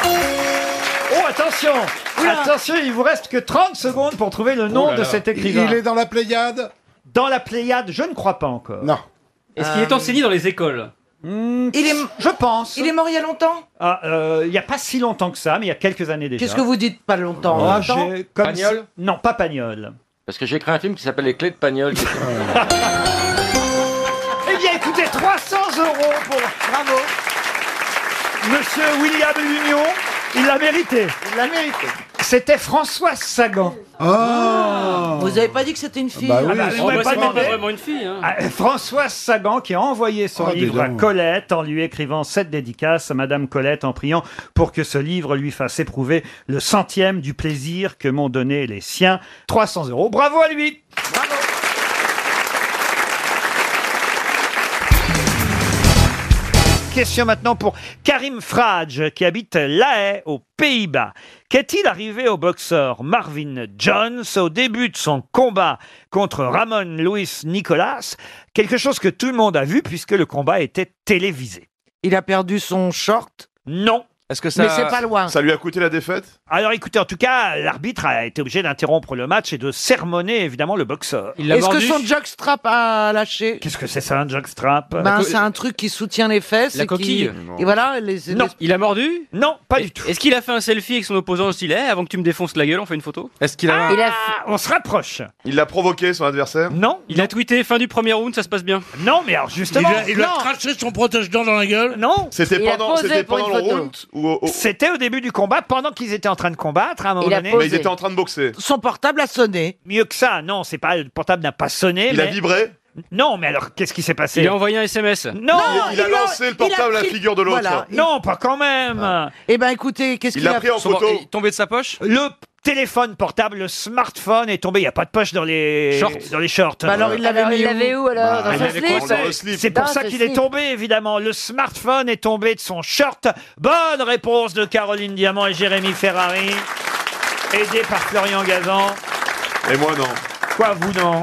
[SPEAKER 1] Ah, Oh, attention Attention, il vous reste que 30 secondes pour trouver le nom
[SPEAKER 30] Oh là
[SPEAKER 1] de
[SPEAKER 30] là.
[SPEAKER 1] cet
[SPEAKER 30] Il
[SPEAKER 1] écrivain.
[SPEAKER 30] est dans la Pléiade
[SPEAKER 1] Dans la Pléiade, je ne crois pas encore.
[SPEAKER 30] Non.
[SPEAKER 6] est-ce qu'il est enseigné dans les écoles
[SPEAKER 1] Hmm,
[SPEAKER 32] Il est,
[SPEAKER 1] je pense.
[SPEAKER 32] il est mort il y a longtemps
[SPEAKER 1] Ah, euh, Il n'y a pas si longtemps que ça, mais il y a quelques années déjà.
[SPEAKER 32] Qu'est-ce que vous dites pas longtemps
[SPEAKER 1] Ah,
[SPEAKER 32] longtemps
[SPEAKER 1] j'ai- comme
[SPEAKER 2] Pagnol
[SPEAKER 1] si- Non, pas Pagnol.
[SPEAKER 2] Parce que j'ai écrit un film qui s'appelle Les Clés de Pagnol. qui-
[SPEAKER 1] Eh bien, écoutez, 300 euros pour
[SPEAKER 32] Bravo,
[SPEAKER 1] Monsieur William Lunion. Il l'a mérité.
[SPEAKER 32] il l'a mérité.
[SPEAKER 1] C'était François Sagan.
[SPEAKER 30] Oh
[SPEAKER 32] Ah. Vous avez pas dit que c'était une fille
[SPEAKER 30] Bah
[SPEAKER 1] Ah
[SPEAKER 30] oui,
[SPEAKER 1] bah,
[SPEAKER 30] c'est-
[SPEAKER 1] vous
[SPEAKER 6] Oh,
[SPEAKER 1] m'avez
[SPEAKER 6] bah,
[SPEAKER 1] pas
[SPEAKER 6] c'était pas
[SPEAKER 1] demandé.
[SPEAKER 6] vraiment une fille. hein.
[SPEAKER 1] Ah, François Sagan qui a envoyé son
[SPEAKER 30] Oh, dis
[SPEAKER 1] livre à
[SPEAKER 30] donc.
[SPEAKER 1] Colette en lui écrivant cette dédicace à Madame Colette en priant pour que ce livre lui fasse éprouver le centième du plaisir que m'ont donné les siens. 300 euros. Bravo à lui Question maintenant pour Karim Fraj, qui habite La Haye, aux Pays-Bas. Qu'est-il arrivé au boxeur Marvin Jones au début de son combat contre Ramon Luis Nicolas Quelque chose que tout le monde a vu puisque le combat était télévisé.
[SPEAKER 7] Il a perdu son short,
[SPEAKER 1] Non.
[SPEAKER 5] Est-ce que
[SPEAKER 7] mais c'est pas loin.
[SPEAKER 5] Ça lui a coûté la défaite
[SPEAKER 1] Alors écoutez, en tout cas, l'arbitre a été obligé d'interrompre le match et de sermonner évidemment le boxeur.
[SPEAKER 6] Il l'a
[SPEAKER 7] Est-ce que son
[SPEAKER 6] mordu.
[SPEAKER 7] jockstrap a lâché
[SPEAKER 1] Qu'est-ce que c'est ça, un jockstrap
[SPEAKER 7] Ben, c'est un truc qui soutient les fesses.
[SPEAKER 6] La
[SPEAKER 7] et qui-
[SPEAKER 6] coquille.
[SPEAKER 7] Et voilà, les,
[SPEAKER 1] Non.
[SPEAKER 7] les-
[SPEAKER 6] Il a mordu
[SPEAKER 1] Non, pas du tout.
[SPEAKER 6] Est-ce qu'il a fait un selfie avec son opposant au stylet avant que tu me défonces la gueule On fait une photo
[SPEAKER 5] Est-ce qu'il
[SPEAKER 7] Ah,
[SPEAKER 5] a...
[SPEAKER 1] Il a- Ah, On se rapproche.
[SPEAKER 5] Il l'a provoqué, son adversaire
[SPEAKER 1] Non,
[SPEAKER 6] Il a tweeté fin du premier round, ça se passe bien.
[SPEAKER 1] non, mais alors
[SPEAKER 8] Il
[SPEAKER 1] justement,
[SPEAKER 8] a, il a
[SPEAKER 1] non,
[SPEAKER 8] craché son protège-dents dans la gueule.
[SPEAKER 1] non.
[SPEAKER 5] C'était
[SPEAKER 13] Il a
[SPEAKER 5] pendant,
[SPEAKER 13] posé
[SPEAKER 5] c'était
[SPEAKER 13] pour
[SPEAKER 5] pendant
[SPEAKER 13] une
[SPEAKER 5] le
[SPEAKER 13] photo.
[SPEAKER 5] round ou au- au-
[SPEAKER 1] C'était au début du combat, pendant qu'ils étaient en train de combattre, à un moment
[SPEAKER 13] Il a
[SPEAKER 1] donné.
[SPEAKER 13] posé.
[SPEAKER 5] Mais ils étaient en train de boxer.
[SPEAKER 7] son portable a sonné.
[SPEAKER 1] Mieux que ça, non, c'est pas le portable n'a pas sonné.
[SPEAKER 5] Il
[SPEAKER 1] mais...
[SPEAKER 5] a vibré
[SPEAKER 1] Non, mais alors qu'est-ce qui s'est passé
[SPEAKER 6] Il a envoyé un SMS.
[SPEAKER 1] Non,
[SPEAKER 5] Il- il a lancé le portable à la figure de l'autre.
[SPEAKER 7] Voilà.
[SPEAKER 1] non, pas quand même.
[SPEAKER 7] Eh ben écoutez, qu'est-ce
[SPEAKER 5] Il
[SPEAKER 7] qu'il
[SPEAKER 5] l'a
[SPEAKER 7] a
[SPEAKER 5] pris en photo.
[SPEAKER 6] Tombé de sa poche
[SPEAKER 1] Le téléphone portable, le smartphone est tombé. Il n'y a pas de poche dans les
[SPEAKER 6] Shorts.
[SPEAKER 1] dans les shorts.
[SPEAKER 7] Bah alors il l'avait
[SPEAKER 13] Alors,
[SPEAKER 7] mis
[SPEAKER 13] il l'avait où alors
[SPEAKER 5] Bah,
[SPEAKER 13] Dans son
[SPEAKER 5] il l'avait
[SPEAKER 13] slip
[SPEAKER 5] coincé dans le slip.
[SPEAKER 1] C'est pour
[SPEAKER 13] Dans
[SPEAKER 1] ça
[SPEAKER 13] ce
[SPEAKER 1] qu'il est
[SPEAKER 13] slip.
[SPEAKER 1] tombé, évidemment. Le smartphone est tombé de son short. Bonne réponse de Caroline Diamant et Jérémy Ferrari, aidé par Florian Gazan.
[SPEAKER 5] Et moi, non.
[SPEAKER 1] Quoi, vous, non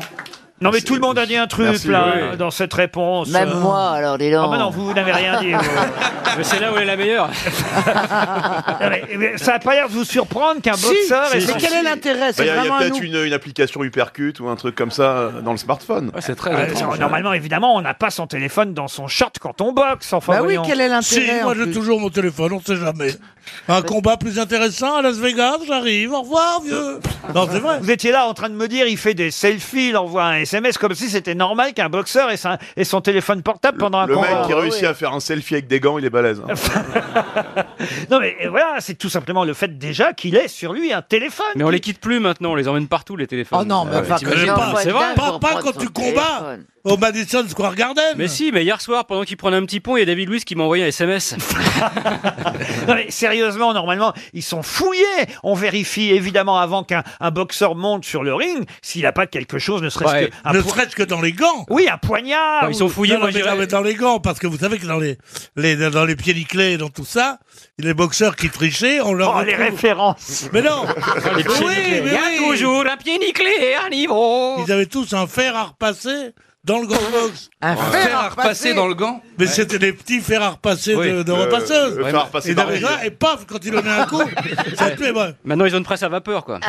[SPEAKER 1] Non, mais tout le monde a dit un truc,
[SPEAKER 5] Merci,
[SPEAKER 1] là,
[SPEAKER 5] oui.
[SPEAKER 1] dans cette réponse.
[SPEAKER 13] Même
[SPEAKER 1] Euh,
[SPEAKER 13] moi, alors, dis donc.
[SPEAKER 1] Ah bah non, vous, vous n'avez rien dit. vous.
[SPEAKER 6] Mais c'est là où elle est la meilleure.
[SPEAKER 1] Non, mais- mais ça n'a pas l'air de vous surprendre qu'un
[SPEAKER 7] Si,
[SPEAKER 1] boxeur ait
[SPEAKER 7] mais
[SPEAKER 1] son-
[SPEAKER 7] quel est l'intérêt
[SPEAKER 5] Bah,
[SPEAKER 7] C'est
[SPEAKER 5] Il y a, il y a
[SPEAKER 7] vraiment un
[SPEAKER 5] peut-être
[SPEAKER 7] ouf.
[SPEAKER 5] une, une application Hypercut ou un truc comme ça euh, dans le smartphone.
[SPEAKER 22] C'est très
[SPEAKER 1] Euh,
[SPEAKER 8] hein.
[SPEAKER 1] Normalement, évidemment, on n'a pas son téléphone dans son short quand on boxe. Enfin,
[SPEAKER 7] Bah oui,
[SPEAKER 1] voyons.
[SPEAKER 7] quel est
[SPEAKER 8] Si,
[SPEAKER 7] l'intérêt en
[SPEAKER 8] moi j'ai
[SPEAKER 7] plus
[SPEAKER 8] toujours mon téléphone, on sait jamais. Un combat plus intéressant à Las Vegas, j'arrive, au revoir vieux. Non, c'est vrai.
[SPEAKER 1] Vous étiez là en train de me dire, il fait des selfies, il envoie un SMS comme si c'était normal qu'un boxeur ait, sa- ait son téléphone portable pendant
[SPEAKER 7] Ah,
[SPEAKER 1] un
[SPEAKER 5] Le
[SPEAKER 1] combat. Ah
[SPEAKER 5] mec
[SPEAKER 7] bah
[SPEAKER 5] qui réussit à faire un selfie avec des gants, il est balèze. hein.
[SPEAKER 1] Non mais euh, voilà, c'est tout simplement le fait déjà qu'il ait sur lui un téléphone.
[SPEAKER 6] Mais on les quitte plus maintenant, on les emmène partout les téléphones.
[SPEAKER 7] Oh non, mais
[SPEAKER 6] Ah,
[SPEAKER 7] enfin, que-
[SPEAKER 6] t'imagines pas,
[SPEAKER 7] non,
[SPEAKER 6] c'est vrai.
[SPEAKER 8] Pas, pas quand tu combats. au Madison Square Garden.
[SPEAKER 6] Mais si, mais hier soir, pendant qu'il prenait un petit pont, il y a David Louis qui m'a envoyé un SMS.
[SPEAKER 1] Non, mais sérieusement, normalement, ils sont fouillés. On vérifie évidemment avant qu'un un boxeur monte sur le ring s'il n'a pas quelque chose, ne serait-ce
[SPEAKER 8] Ouais.
[SPEAKER 1] que. un
[SPEAKER 8] Ne
[SPEAKER 1] po-
[SPEAKER 8] serait-ce que dans les gants.
[SPEAKER 1] Oui, un poignard.
[SPEAKER 8] Non,
[SPEAKER 1] ou-
[SPEAKER 8] non, mais non, mais dans les gants, parce que vous savez que dans les, les dans les pieds nickelés et dans tout ça, les boxeurs qui trichaient, on leur.
[SPEAKER 1] Oh, les références.
[SPEAKER 8] Mais non.
[SPEAKER 6] Ah, Les pieds
[SPEAKER 8] Mais oui,
[SPEAKER 6] nickelés.
[SPEAKER 8] mais
[SPEAKER 6] Il y a
[SPEAKER 8] oui.
[SPEAKER 6] toujours un pied nickelé et un livre.
[SPEAKER 8] Ils avaient tous un fer à repasser dans le gant box.
[SPEAKER 6] Un
[SPEAKER 8] Ouais.
[SPEAKER 6] fer à repasser dans le
[SPEAKER 8] gant Mais c'était des petits fers à repasser
[SPEAKER 6] Oui.
[SPEAKER 8] de, de
[SPEAKER 6] Le-
[SPEAKER 8] repasseuses.
[SPEAKER 6] le fer à repasser
[SPEAKER 8] et,
[SPEAKER 6] pareil.
[SPEAKER 8] là, et paf, quand il donnait un coup, ça te plaît, ouais.
[SPEAKER 6] Maintenant, ils ont une presse à vapeur, quoi.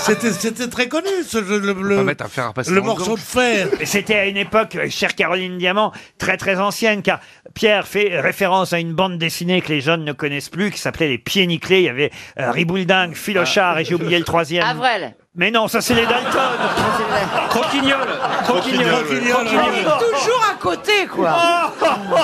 [SPEAKER 8] C'était c'était très connu, ce jeu, le, le- le morceau de fer.
[SPEAKER 1] Et C'était à une époque, euh, chère Caroline Diamant, très très ancienne, car Pierre fait référence à une bande dessinée que les jeunes ne connaissent plus, qui s'appelait Les Pieds Nickelés. Il y avait euh, Riboulding, Philochard, et j'ai oublié le troisième.
[SPEAKER 13] Avrel.
[SPEAKER 1] Mais non, ça c'est les
[SPEAKER 8] Ah,
[SPEAKER 1] Dalton.
[SPEAKER 6] Croquignol. Croquignol.
[SPEAKER 1] Croquignol.
[SPEAKER 13] Ah,
[SPEAKER 6] Croquignol.
[SPEAKER 1] Il est toujours
[SPEAKER 13] à côté,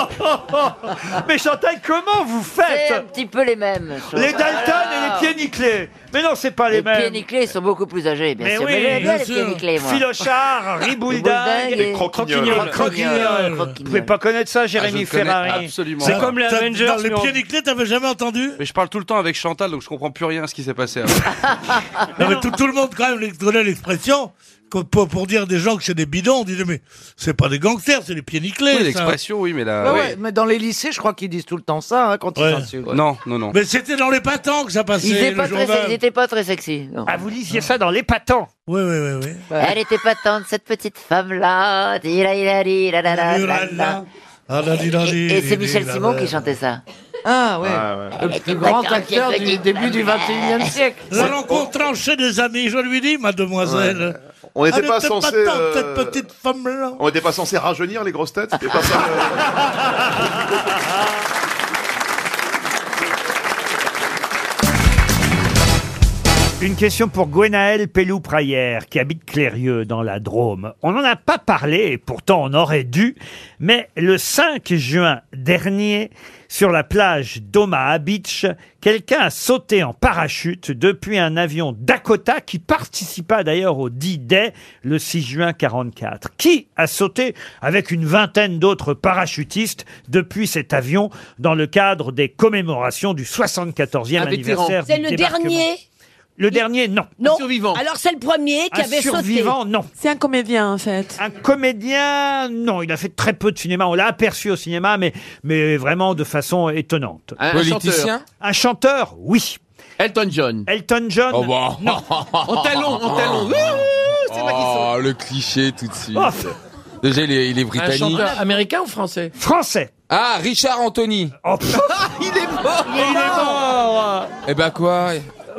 [SPEAKER 1] Mais Chantal, comment vous
[SPEAKER 13] C'est un
[SPEAKER 1] faites
[SPEAKER 13] petit peu les mêmes.
[SPEAKER 1] Les Dalton et les Pieds Nickelés. Mais non, c'est pas les,
[SPEAKER 13] Les
[SPEAKER 1] mêmes.
[SPEAKER 13] pieds nickelés sont beaucoup plus âgés, Eh bien
[SPEAKER 1] Mais
[SPEAKER 13] sûr.
[SPEAKER 1] oui,
[SPEAKER 13] mais j'aimais bien
[SPEAKER 1] Eh bien
[SPEAKER 13] les pieds
[SPEAKER 1] sûr.
[SPEAKER 13] nickelés, moi.
[SPEAKER 1] Philochard, Riboulding
[SPEAKER 13] Riboulding et Croquignol. Croquignol.
[SPEAKER 1] Vous pouvez pas connaître ça,
[SPEAKER 6] Ah,
[SPEAKER 12] Ah,
[SPEAKER 1] Jérémy Ferrari
[SPEAKER 8] C'est comme les
[SPEAKER 1] T'as- t'as-
[SPEAKER 8] Avengers. les pieds nickelés, t'avais jamais entendu
[SPEAKER 29] Mais je parle tout le temps avec Chantal, donc je comprends plus rien à ce qui s'est passé.
[SPEAKER 8] Non, mais tout, tout le monde, quand même, les- donnait l'expression que pour, pour dire des gens que c'est des bidons. On disait, mais c'est pas des gangsters, c'est des pieds nickelés. ça.
[SPEAKER 29] Oui, l'expression, oui, mais là.
[SPEAKER 8] Bah
[SPEAKER 29] oui.
[SPEAKER 8] ouais.
[SPEAKER 23] Mais dans les lycées, je crois qu'ils disent tout le temps ça hein, quand
[SPEAKER 8] Ouais.
[SPEAKER 23] ils s'insultent.
[SPEAKER 29] Non, non, non.
[SPEAKER 8] Mais c'était dans les patins que ça passait.
[SPEAKER 13] Ils n'étaient
[SPEAKER 8] le
[SPEAKER 13] pas, très
[SPEAKER 8] journal.
[SPEAKER 13] se- ils étaient pas très sexy. non.
[SPEAKER 1] Ah, vous lisiez ça dans Les Patents
[SPEAKER 8] Oui, oui, oui. oui.
[SPEAKER 13] Elle était patente, cette petite femme-là. Dira, dira, dira, dira, dira, dira.
[SPEAKER 8] Ah, là, dis, là, dis,
[SPEAKER 13] Et c'est
[SPEAKER 8] dis,
[SPEAKER 13] Michel
[SPEAKER 8] dis, là,
[SPEAKER 13] Simon
[SPEAKER 8] là.
[SPEAKER 13] qui chantait ça. bah,
[SPEAKER 23] Ah ouais.
[SPEAKER 13] ouais.
[SPEAKER 23] Le plus grand
[SPEAKER 13] Quand il y a
[SPEAKER 23] acteur du
[SPEAKER 13] petite
[SPEAKER 23] début du
[SPEAKER 13] femme.
[SPEAKER 23] 21e siècle.
[SPEAKER 8] Nous allons contrancher des amis, je lui dis, mademoiselle.
[SPEAKER 5] On n'était
[SPEAKER 8] Elle
[SPEAKER 5] pas
[SPEAKER 8] était
[SPEAKER 5] censé,
[SPEAKER 8] patente,
[SPEAKER 5] euh,
[SPEAKER 8] cette petite femme-là.
[SPEAKER 5] On n'était pas censé rajeunir les grosses têtes C'était pas ça, le-
[SPEAKER 1] Une question pour Gwenaël Pellou-Praillère, qui habite Clérieux, dans la Drôme. On n'en a pas parlé, et pourtant on aurait dû, mais le 5 juin dernier, sur la plage d'Omaha Beach, quelqu'un a sauté en parachute depuis un avion Dakota qui participa d'ailleurs au D-Day le 6 juin 44. Qui a sauté avec une vingtaine d'autres parachutistes depuis cet avion dans le cadre des commémorations du 74e anniversaire
[SPEAKER 21] C'est
[SPEAKER 1] du
[SPEAKER 21] le
[SPEAKER 1] débarquement
[SPEAKER 21] dernier
[SPEAKER 1] le dernier, non.
[SPEAKER 21] Non. Alors c'est le premier qui
[SPEAKER 1] Un
[SPEAKER 21] avait
[SPEAKER 1] survivant,
[SPEAKER 21] sauté.
[SPEAKER 1] non.
[SPEAKER 23] C'est un comédien en fait.
[SPEAKER 1] Un comédien, non. Il a fait très peu de cinéma. On l'a aperçu au cinéma, mais, mais vraiment de façon étonnante.
[SPEAKER 12] Un- un Politicien chanteur
[SPEAKER 1] Un chanteur, oui.
[SPEAKER 12] Elton John.
[SPEAKER 1] Elton John.
[SPEAKER 12] Oh bah.
[SPEAKER 1] Non.
[SPEAKER 12] En talon, en talon. Ouh, c'est moi qui saute. Oh, le cliché tout de suite.
[SPEAKER 1] Oh.
[SPEAKER 12] Déjà, il est, il est britannique.
[SPEAKER 32] américain ou français
[SPEAKER 1] Français.
[SPEAKER 12] Ah, Richard Anthony.
[SPEAKER 32] Il est mort
[SPEAKER 1] Il est mort
[SPEAKER 12] Eh ben quoi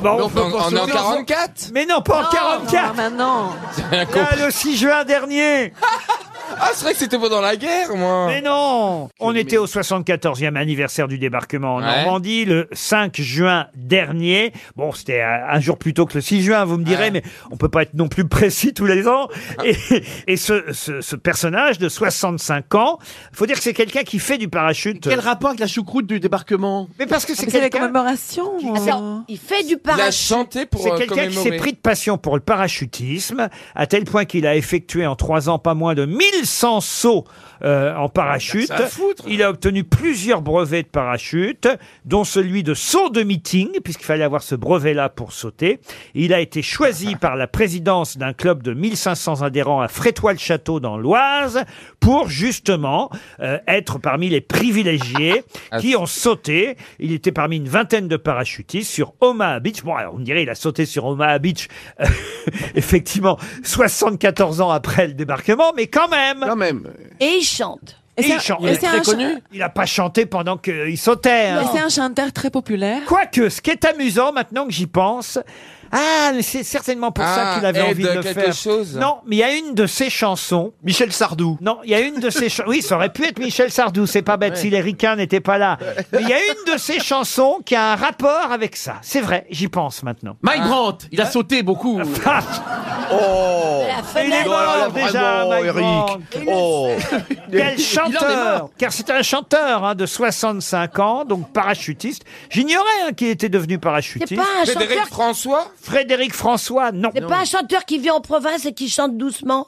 [SPEAKER 1] Bah,
[SPEAKER 12] on,
[SPEAKER 1] peut pas
[SPEAKER 12] on est en
[SPEAKER 1] sauter.
[SPEAKER 12] 44
[SPEAKER 1] Mais non, pas en 44
[SPEAKER 23] maintenant.
[SPEAKER 1] Là, le 6 juin dernier
[SPEAKER 12] Ah, c'est vrai que c'était pas dans la guerre, moi.
[SPEAKER 1] Mais non On était au 74e anniversaire du débarquement en Normandie, le 5 juin dernier. Bon, c'était un un jour plus tôt que le 6 juin, vous me direz, mais on peut pas être non plus précis tous les ans.
[SPEAKER 32] Ah.
[SPEAKER 1] Et, et ce, ce- ce personnage de 65 ans, faut dire que c'est quelqu'un qui fait du parachute.
[SPEAKER 32] Quel rapport avec la choucroute du débarquement
[SPEAKER 1] Ah, Mais parce
[SPEAKER 9] Ah,
[SPEAKER 1] que
[SPEAKER 23] C'est la commémoration.
[SPEAKER 21] Attends, il fait du parachute.
[SPEAKER 12] chanté pour,
[SPEAKER 1] C'est
[SPEAKER 12] euh,
[SPEAKER 1] quelqu'un qui s'est
[SPEAKER 12] commémorer.
[SPEAKER 1] pris de passion pour le parachutisme, à tel point qu'il a effectué en trois ans pas moins de 1100 sauts euh, en parachute.
[SPEAKER 32] Ah, Ça a à foutre.
[SPEAKER 1] Il a obtenu plusieurs brevets de parachute, dont celui de saut de meeting, puisqu'il fallait avoir ce brevet-là pour sauter. Il a été choisi par la présidence d'un club de 1500 adhérents à Frétois-le-Château dans l'Oise pour justement euh, être parmi les privilégiés qui ont sauté. Il était parmi une vingtaine de parachutistes sur Omaha Beach. Bon, alors, on dirait il a sauté sur Omaha Beach, euh, effectivement, 74 ans après le débarquement, mais quand même. Quand même.
[SPEAKER 21] Et il chante.
[SPEAKER 1] Et il chante. Il n'a pas chanté pendant qu'il sautait. hein.
[SPEAKER 23] un chanteur très populaire.
[SPEAKER 1] Quoique, ce qui est amusant maintenant que j'y pense, ah, mais c'est certainement pour ça
[SPEAKER 12] Ah,
[SPEAKER 1] qu'il avait
[SPEAKER 12] aide
[SPEAKER 1] envie de le
[SPEAKER 12] quelque
[SPEAKER 1] faire.
[SPEAKER 12] chose.
[SPEAKER 1] Non, mais il y a une de ses chansons. Michel Sardou. Non, il y a une de ses chansons. Oui, ça aurait pu être Michel Sardou, c'est pas bête si les ricains n'étaient pas là. Mais il y a une de ses chansons qui a un rapport avec ça. C'est vrai, j'y pense maintenant. Ah. bah,
[SPEAKER 32] Mike Brandt, il a sauté beaucoup.
[SPEAKER 1] oh Il est
[SPEAKER 32] Non, alors là,
[SPEAKER 1] mort déjà,
[SPEAKER 32] vraiment,
[SPEAKER 1] Mike
[SPEAKER 32] Eric.
[SPEAKER 1] Brandt.
[SPEAKER 32] Oh.
[SPEAKER 1] Quel
[SPEAKER 32] Il en est
[SPEAKER 1] chanteur
[SPEAKER 32] mort.
[SPEAKER 1] Car c'est un chanteur hein, de 65 ans, donc parachutiste. J'ignorais hein, qu'il était devenu parachutiste.
[SPEAKER 21] C'est pas un Frédéric chanteur-
[SPEAKER 1] François Frédéric François, non.
[SPEAKER 21] C'est pas un chanteur qui vient en province et qui chante doucement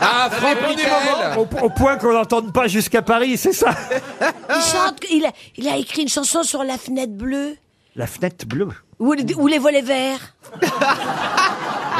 [SPEAKER 1] Ah,
[SPEAKER 12] Franck dépend des Michael. moments.
[SPEAKER 1] au, au point qu'on l'entende pas jusqu'à Paris, c'est ça
[SPEAKER 21] Il chante, il a, il a écrit une chanson sur la fenêtre bleue,
[SPEAKER 1] La fenêtre bleue.
[SPEAKER 21] ou, les- ou les volets verts.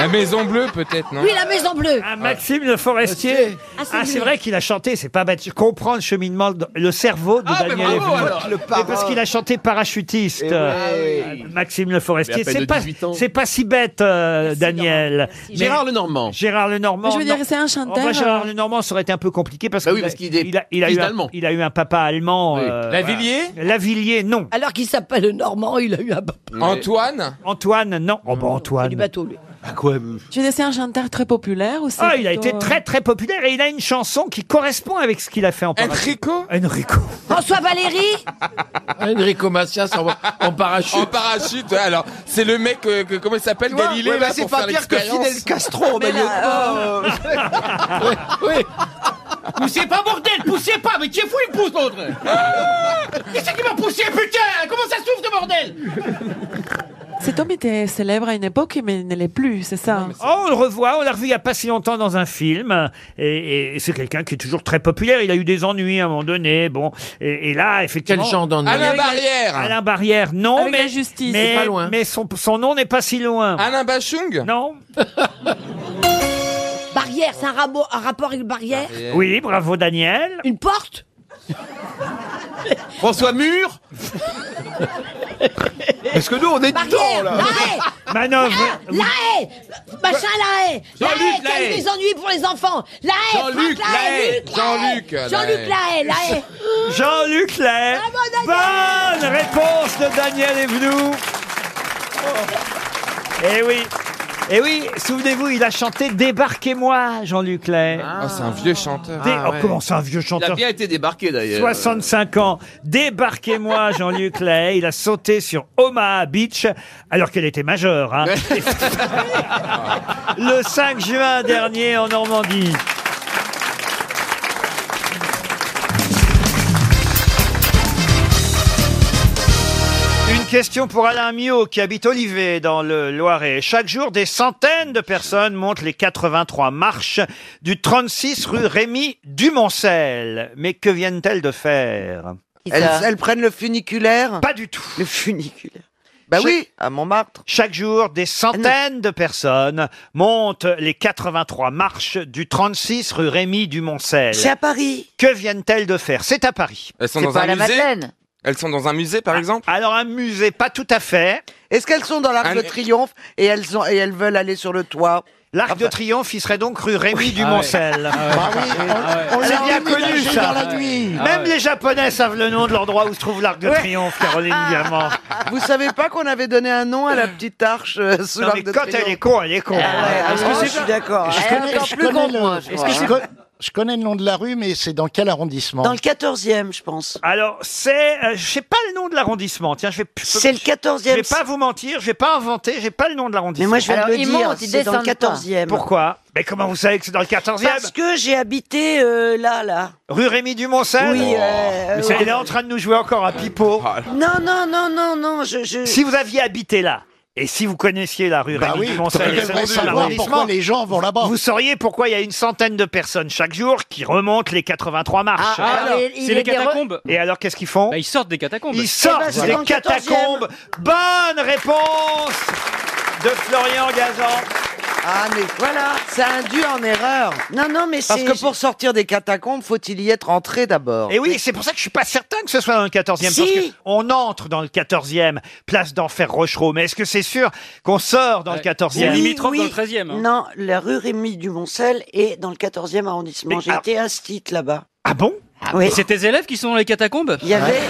[SPEAKER 12] La Maison Bleue, peut-être, non
[SPEAKER 21] Oui, la maison bleue.
[SPEAKER 1] Ah, Maxime Le Forestier.
[SPEAKER 21] Ah, c'est
[SPEAKER 1] Ah, c'est
[SPEAKER 21] lui.
[SPEAKER 1] vrai qu'il a chanté, c'est pas bête. Je comprends le cheminement, de- le cerveau de
[SPEAKER 12] Ah, mais
[SPEAKER 1] Daniel
[SPEAKER 12] bravo,
[SPEAKER 1] Evnoy.
[SPEAKER 12] alors. Le
[SPEAKER 1] Mais
[SPEAKER 12] parrain. Eh Ah
[SPEAKER 1] parce qu'il a chanté parachutiste. euh, Maxime Le
[SPEAKER 12] Mais
[SPEAKER 1] Forestier.
[SPEAKER 12] à peine
[SPEAKER 1] C'est
[SPEAKER 12] de
[SPEAKER 1] pas,
[SPEAKER 12] 18 ans.
[SPEAKER 1] c'est pas si bête, euh, Daniel. Mais-
[SPEAKER 12] Gérard Lenormand.
[SPEAKER 1] Gérard Lenormand.
[SPEAKER 12] Mais je veux dire,
[SPEAKER 1] non.
[SPEAKER 12] c'est un
[SPEAKER 1] Oh,
[SPEAKER 12] chanteur,
[SPEAKER 1] moi, Gérard
[SPEAKER 12] euh.
[SPEAKER 1] Lenormand, ça aurait été un peu compliqué parce
[SPEAKER 12] Bah oui,
[SPEAKER 1] qu'il a-
[SPEAKER 12] parce qu'il est
[SPEAKER 1] il a, il a
[SPEAKER 12] fils
[SPEAKER 1] eu un,
[SPEAKER 12] d'Allemand.
[SPEAKER 1] il a eu un papa allemand. euh,
[SPEAKER 12] Lavilliers
[SPEAKER 1] voilà. Lavilliers, non.
[SPEAKER 21] Alors qu'il s'appelle le Normand, il a eu un
[SPEAKER 12] Antoine
[SPEAKER 1] Antoine, non. Oh, bah, Antoine. Du
[SPEAKER 21] bateau, lui.
[SPEAKER 24] Tu es un chanteur très populaire aussi.
[SPEAKER 1] Ah, il a été très très populaire et il a une chanson qui correspond avec ce qu'il a fait en parachute.
[SPEAKER 12] Enrico
[SPEAKER 1] Enrico.
[SPEAKER 21] François Valéry
[SPEAKER 3] Hein,
[SPEAKER 12] Enrico Macias en, parachute. En parachute, ouais, alors c'est le mec, euh, que- comment il s'appelle
[SPEAKER 3] Ouais,
[SPEAKER 12] Galilée
[SPEAKER 3] ouais,
[SPEAKER 12] là,
[SPEAKER 3] mais c'est
[SPEAKER 12] pour
[SPEAKER 3] pas
[SPEAKER 12] faire
[SPEAKER 3] pire que
[SPEAKER 12] l'expérience.
[SPEAKER 3] Fidel Castro, bah, mais
[SPEAKER 12] Mais
[SPEAKER 3] le-
[SPEAKER 19] oh.
[SPEAKER 12] là, euh,
[SPEAKER 3] Oh. Oui, oui. Poussez pas, bordel, poussez pas, mais qui est fou, il pousse l'autre Ah. Qu'est-ce qui m'a poussé, putain Comment ça souffle de bordel
[SPEAKER 24] Cet homme était célèbre à une époque, mais il ne l'est plus, c'est ça.
[SPEAKER 1] Oh, on le revoit, on l'a revu il n'y a pas si longtemps dans un film, et, et c'est quelqu'un qui est toujours très populaire. Il a eu des ennuis à un moment donné, bon, et, et là effectivement.
[SPEAKER 12] Quel genre d'ennui Alain Barrière.
[SPEAKER 1] Alain Barrière, non.
[SPEAKER 12] Avec
[SPEAKER 1] mais,
[SPEAKER 12] la justice,
[SPEAKER 1] mais-
[SPEAKER 12] c'est pas loin.
[SPEAKER 1] Mais son, son nom n'est pas si loin.
[SPEAKER 12] Alain Bachung
[SPEAKER 1] Non.
[SPEAKER 21] Barrière, c'est un, rabo- un rapport avec une barrière
[SPEAKER 1] Oui, bravo Daniel.
[SPEAKER 21] Une porte
[SPEAKER 3] François Mur Parce que nous, on est
[SPEAKER 21] Barrière
[SPEAKER 3] dedans,
[SPEAKER 21] La
[SPEAKER 3] là
[SPEAKER 21] haie
[SPEAKER 1] Manœuvre.
[SPEAKER 21] La haie Machin, la haie La
[SPEAKER 3] Jean-Luc
[SPEAKER 21] haie qui a eu
[SPEAKER 3] Lahaye.
[SPEAKER 21] des ennuis pour les enfants La haie
[SPEAKER 3] Jean-Luc
[SPEAKER 21] Franck Lahaye,
[SPEAKER 3] Lahaye.
[SPEAKER 21] Luc Lahaye,
[SPEAKER 3] Jean-Luc Lahaye.
[SPEAKER 21] Jean-Luc Ah la haie La haie
[SPEAKER 1] Jean-Luc Lahaye.
[SPEAKER 9] Ah,
[SPEAKER 21] Bravo,
[SPEAKER 1] Bonne réponse de Daniel Evenou. Eh oui. Eh oui, souvenez-vous, il a chanté Débarquez-moi, Jean-Luc Lahaye.
[SPEAKER 12] Ah, c'est un vieux chanteur. Ah,
[SPEAKER 1] Dé- oh, comment c'est un vieux chanteur
[SPEAKER 3] Il a bien été euh, débarqué, d'ailleurs.
[SPEAKER 1] 65 ans, débarquez-moi Jean-Luc Lahaye, il a sauté sur Omaha Beach alors qu'elle était majeure. hein. Le 5 juin dernier en Normandie. Une question pour Alain Miot qui habite Olivet dans le Loiret. Chaque jour, des centaines de personnes montent les 83 marches du 36 rue Rémy Dumoncel. Mais que viennent-elles de faire
[SPEAKER 7] Elles, elles prennent le funiculaire
[SPEAKER 1] Pas du tout.
[SPEAKER 7] Le funiculaire. Ah Bah oui, à Montmartre.
[SPEAKER 1] Chaque jour, des centaines de personnes montent les 83 marches du 36 rue Rémy Dumoncel.
[SPEAKER 7] C'est à Paris.
[SPEAKER 1] Que viennent-elles de faire C'est à Paris.
[SPEAKER 3] Euh,
[SPEAKER 12] Elles sont dans un musée Elles sont dans un musée, par exemple
[SPEAKER 1] Ah, Alors un musée, pas tout à fait.
[SPEAKER 7] Est-ce qu'elles sont dans l'Arc
[SPEAKER 12] Un-
[SPEAKER 7] de Triomphe et elles, ont, et elles veulent aller sur le toit
[SPEAKER 1] L'Arc de Triomphe, il serait donc rue Rémy Dumoncel.
[SPEAKER 7] Ah oui,
[SPEAKER 1] On l'a bien
[SPEAKER 7] emménagé
[SPEAKER 1] connu,
[SPEAKER 7] dans
[SPEAKER 1] ça.
[SPEAKER 7] la nuit.
[SPEAKER 1] Même
[SPEAKER 7] Ah ouais.
[SPEAKER 1] les Japonais savent le nom de l'endroit où se trouve l'Arc de
[SPEAKER 7] Ouais. Ah.
[SPEAKER 1] Triomphe, Caroline Diamant.
[SPEAKER 7] Vous savez pas qu'on avait donné un nom à la petite arche euh, sous
[SPEAKER 1] Non, mais
[SPEAKER 7] l'Arc de
[SPEAKER 1] quand
[SPEAKER 7] Triomphe Ah
[SPEAKER 1] elle est con, elle est con.
[SPEAKER 7] Est-ce que c'est-
[SPEAKER 15] d'accord. Je
[SPEAKER 7] Elle est
[SPEAKER 15] connais,
[SPEAKER 7] encore
[SPEAKER 15] je
[SPEAKER 7] plus
[SPEAKER 15] connais
[SPEAKER 7] grande,
[SPEAKER 15] le,
[SPEAKER 7] moi, je
[SPEAKER 15] je
[SPEAKER 7] crois.
[SPEAKER 15] co- je connais le nom de la rue, mais c'est dans quel arrondissement
[SPEAKER 7] Dans le 14e, je pense.
[SPEAKER 1] Alors, c'est, euh, je sais pas le nom de l'arrondissement. Tiens, je vais.
[SPEAKER 7] C'est le 14e.
[SPEAKER 1] Je vais pas vous mentir, je vais pas inventer, j'ai pas le nom de l'arrondissement.
[SPEAKER 7] Mais moi, je vais Alors, le ils dire, montent, ils c'est dans le descendent pas. 14e.
[SPEAKER 1] Pourquoi Mais comment vous savez que c'est dans le 14e
[SPEAKER 7] Parce que j'ai habité euh, là, là.
[SPEAKER 1] Rue Rémy Dumoncel
[SPEAKER 7] Oui, euh, Ah,
[SPEAKER 1] Mais c'est-
[SPEAKER 7] ouais.
[SPEAKER 1] Elle est en train de nous jouer encore à pipeau.
[SPEAKER 7] Non, non, non, non, non, je... je...
[SPEAKER 1] Si vous aviez habité là, et si vous connaissiez la rue
[SPEAKER 15] Bah
[SPEAKER 1] Rémy
[SPEAKER 15] oui,
[SPEAKER 1] Dumoncel,
[SPEAKER 15] tu
[SPEAKER 1] et ce
[SPEAKER 15] devrais
[SPEAKER 1] nom de
[SPEAKER 15] savoir
[SPEAKER 1] l'arrondissement,
[SPEAKER 15] pourquoi les gens vont là-bas.
[SPEAKER 1] Vous sauriez pourquoi il y a une centaine de personnes chaque jour qui remontent les 83 marches.
[SPEAKER 6] Ah, alors, il- il c'est les est des re- catacombes. Bah,
[SPEAKER 1] Et alors, qu'est-ce qu'ils font
[SPEAKER 6] Ils sortent des catacombes.
[SPEAKER 1] Ils sortent
[SPEAKER 6] Eh ben, c'est dans
[SPEAKER 1] des
[SPEAKER 6] le 14e.
[SPEAKER 1] catacombes. Bonne réponse de Florian Gazan.
[SPEAKER 7] Ah, mais voilà, c'est induit en erreur. Non, non, mais Parce
[SPEAKER 1] c'est-
[SPEAKER 7] que pour sortir des catacombes, faut-il y être entré d'abord.
[SPEAKER 1] Et Eh oui, c'est pour ça que je suis pas certain que ce soit dans le 14e. Parce
[SPEAKER 7] Si.
[SPEAKER 1] qu'on entre dans le 14e, place d'enfer Rochereau. Mais est-ce que c'est sûr qu'on sort dans le 14e
[SPEAKER 6] C'est limitrophe Euh, dans le 13e. hein.
[SPEAKER 19] Non, la rue Rémy du Moncel est dans le 14e arrondissement.
[SPEAKER 1] Mais-
[SPEAKER 19] J'ai
[SPEAKER 1] ah.
[SPEAKER 19] été instite là-bas.
[SPEAKER 1] Ah bon
[SPEAKER 6] Et C'est tes élèves qui sont dans les catacombes
[SPEAKER 19] Il y avait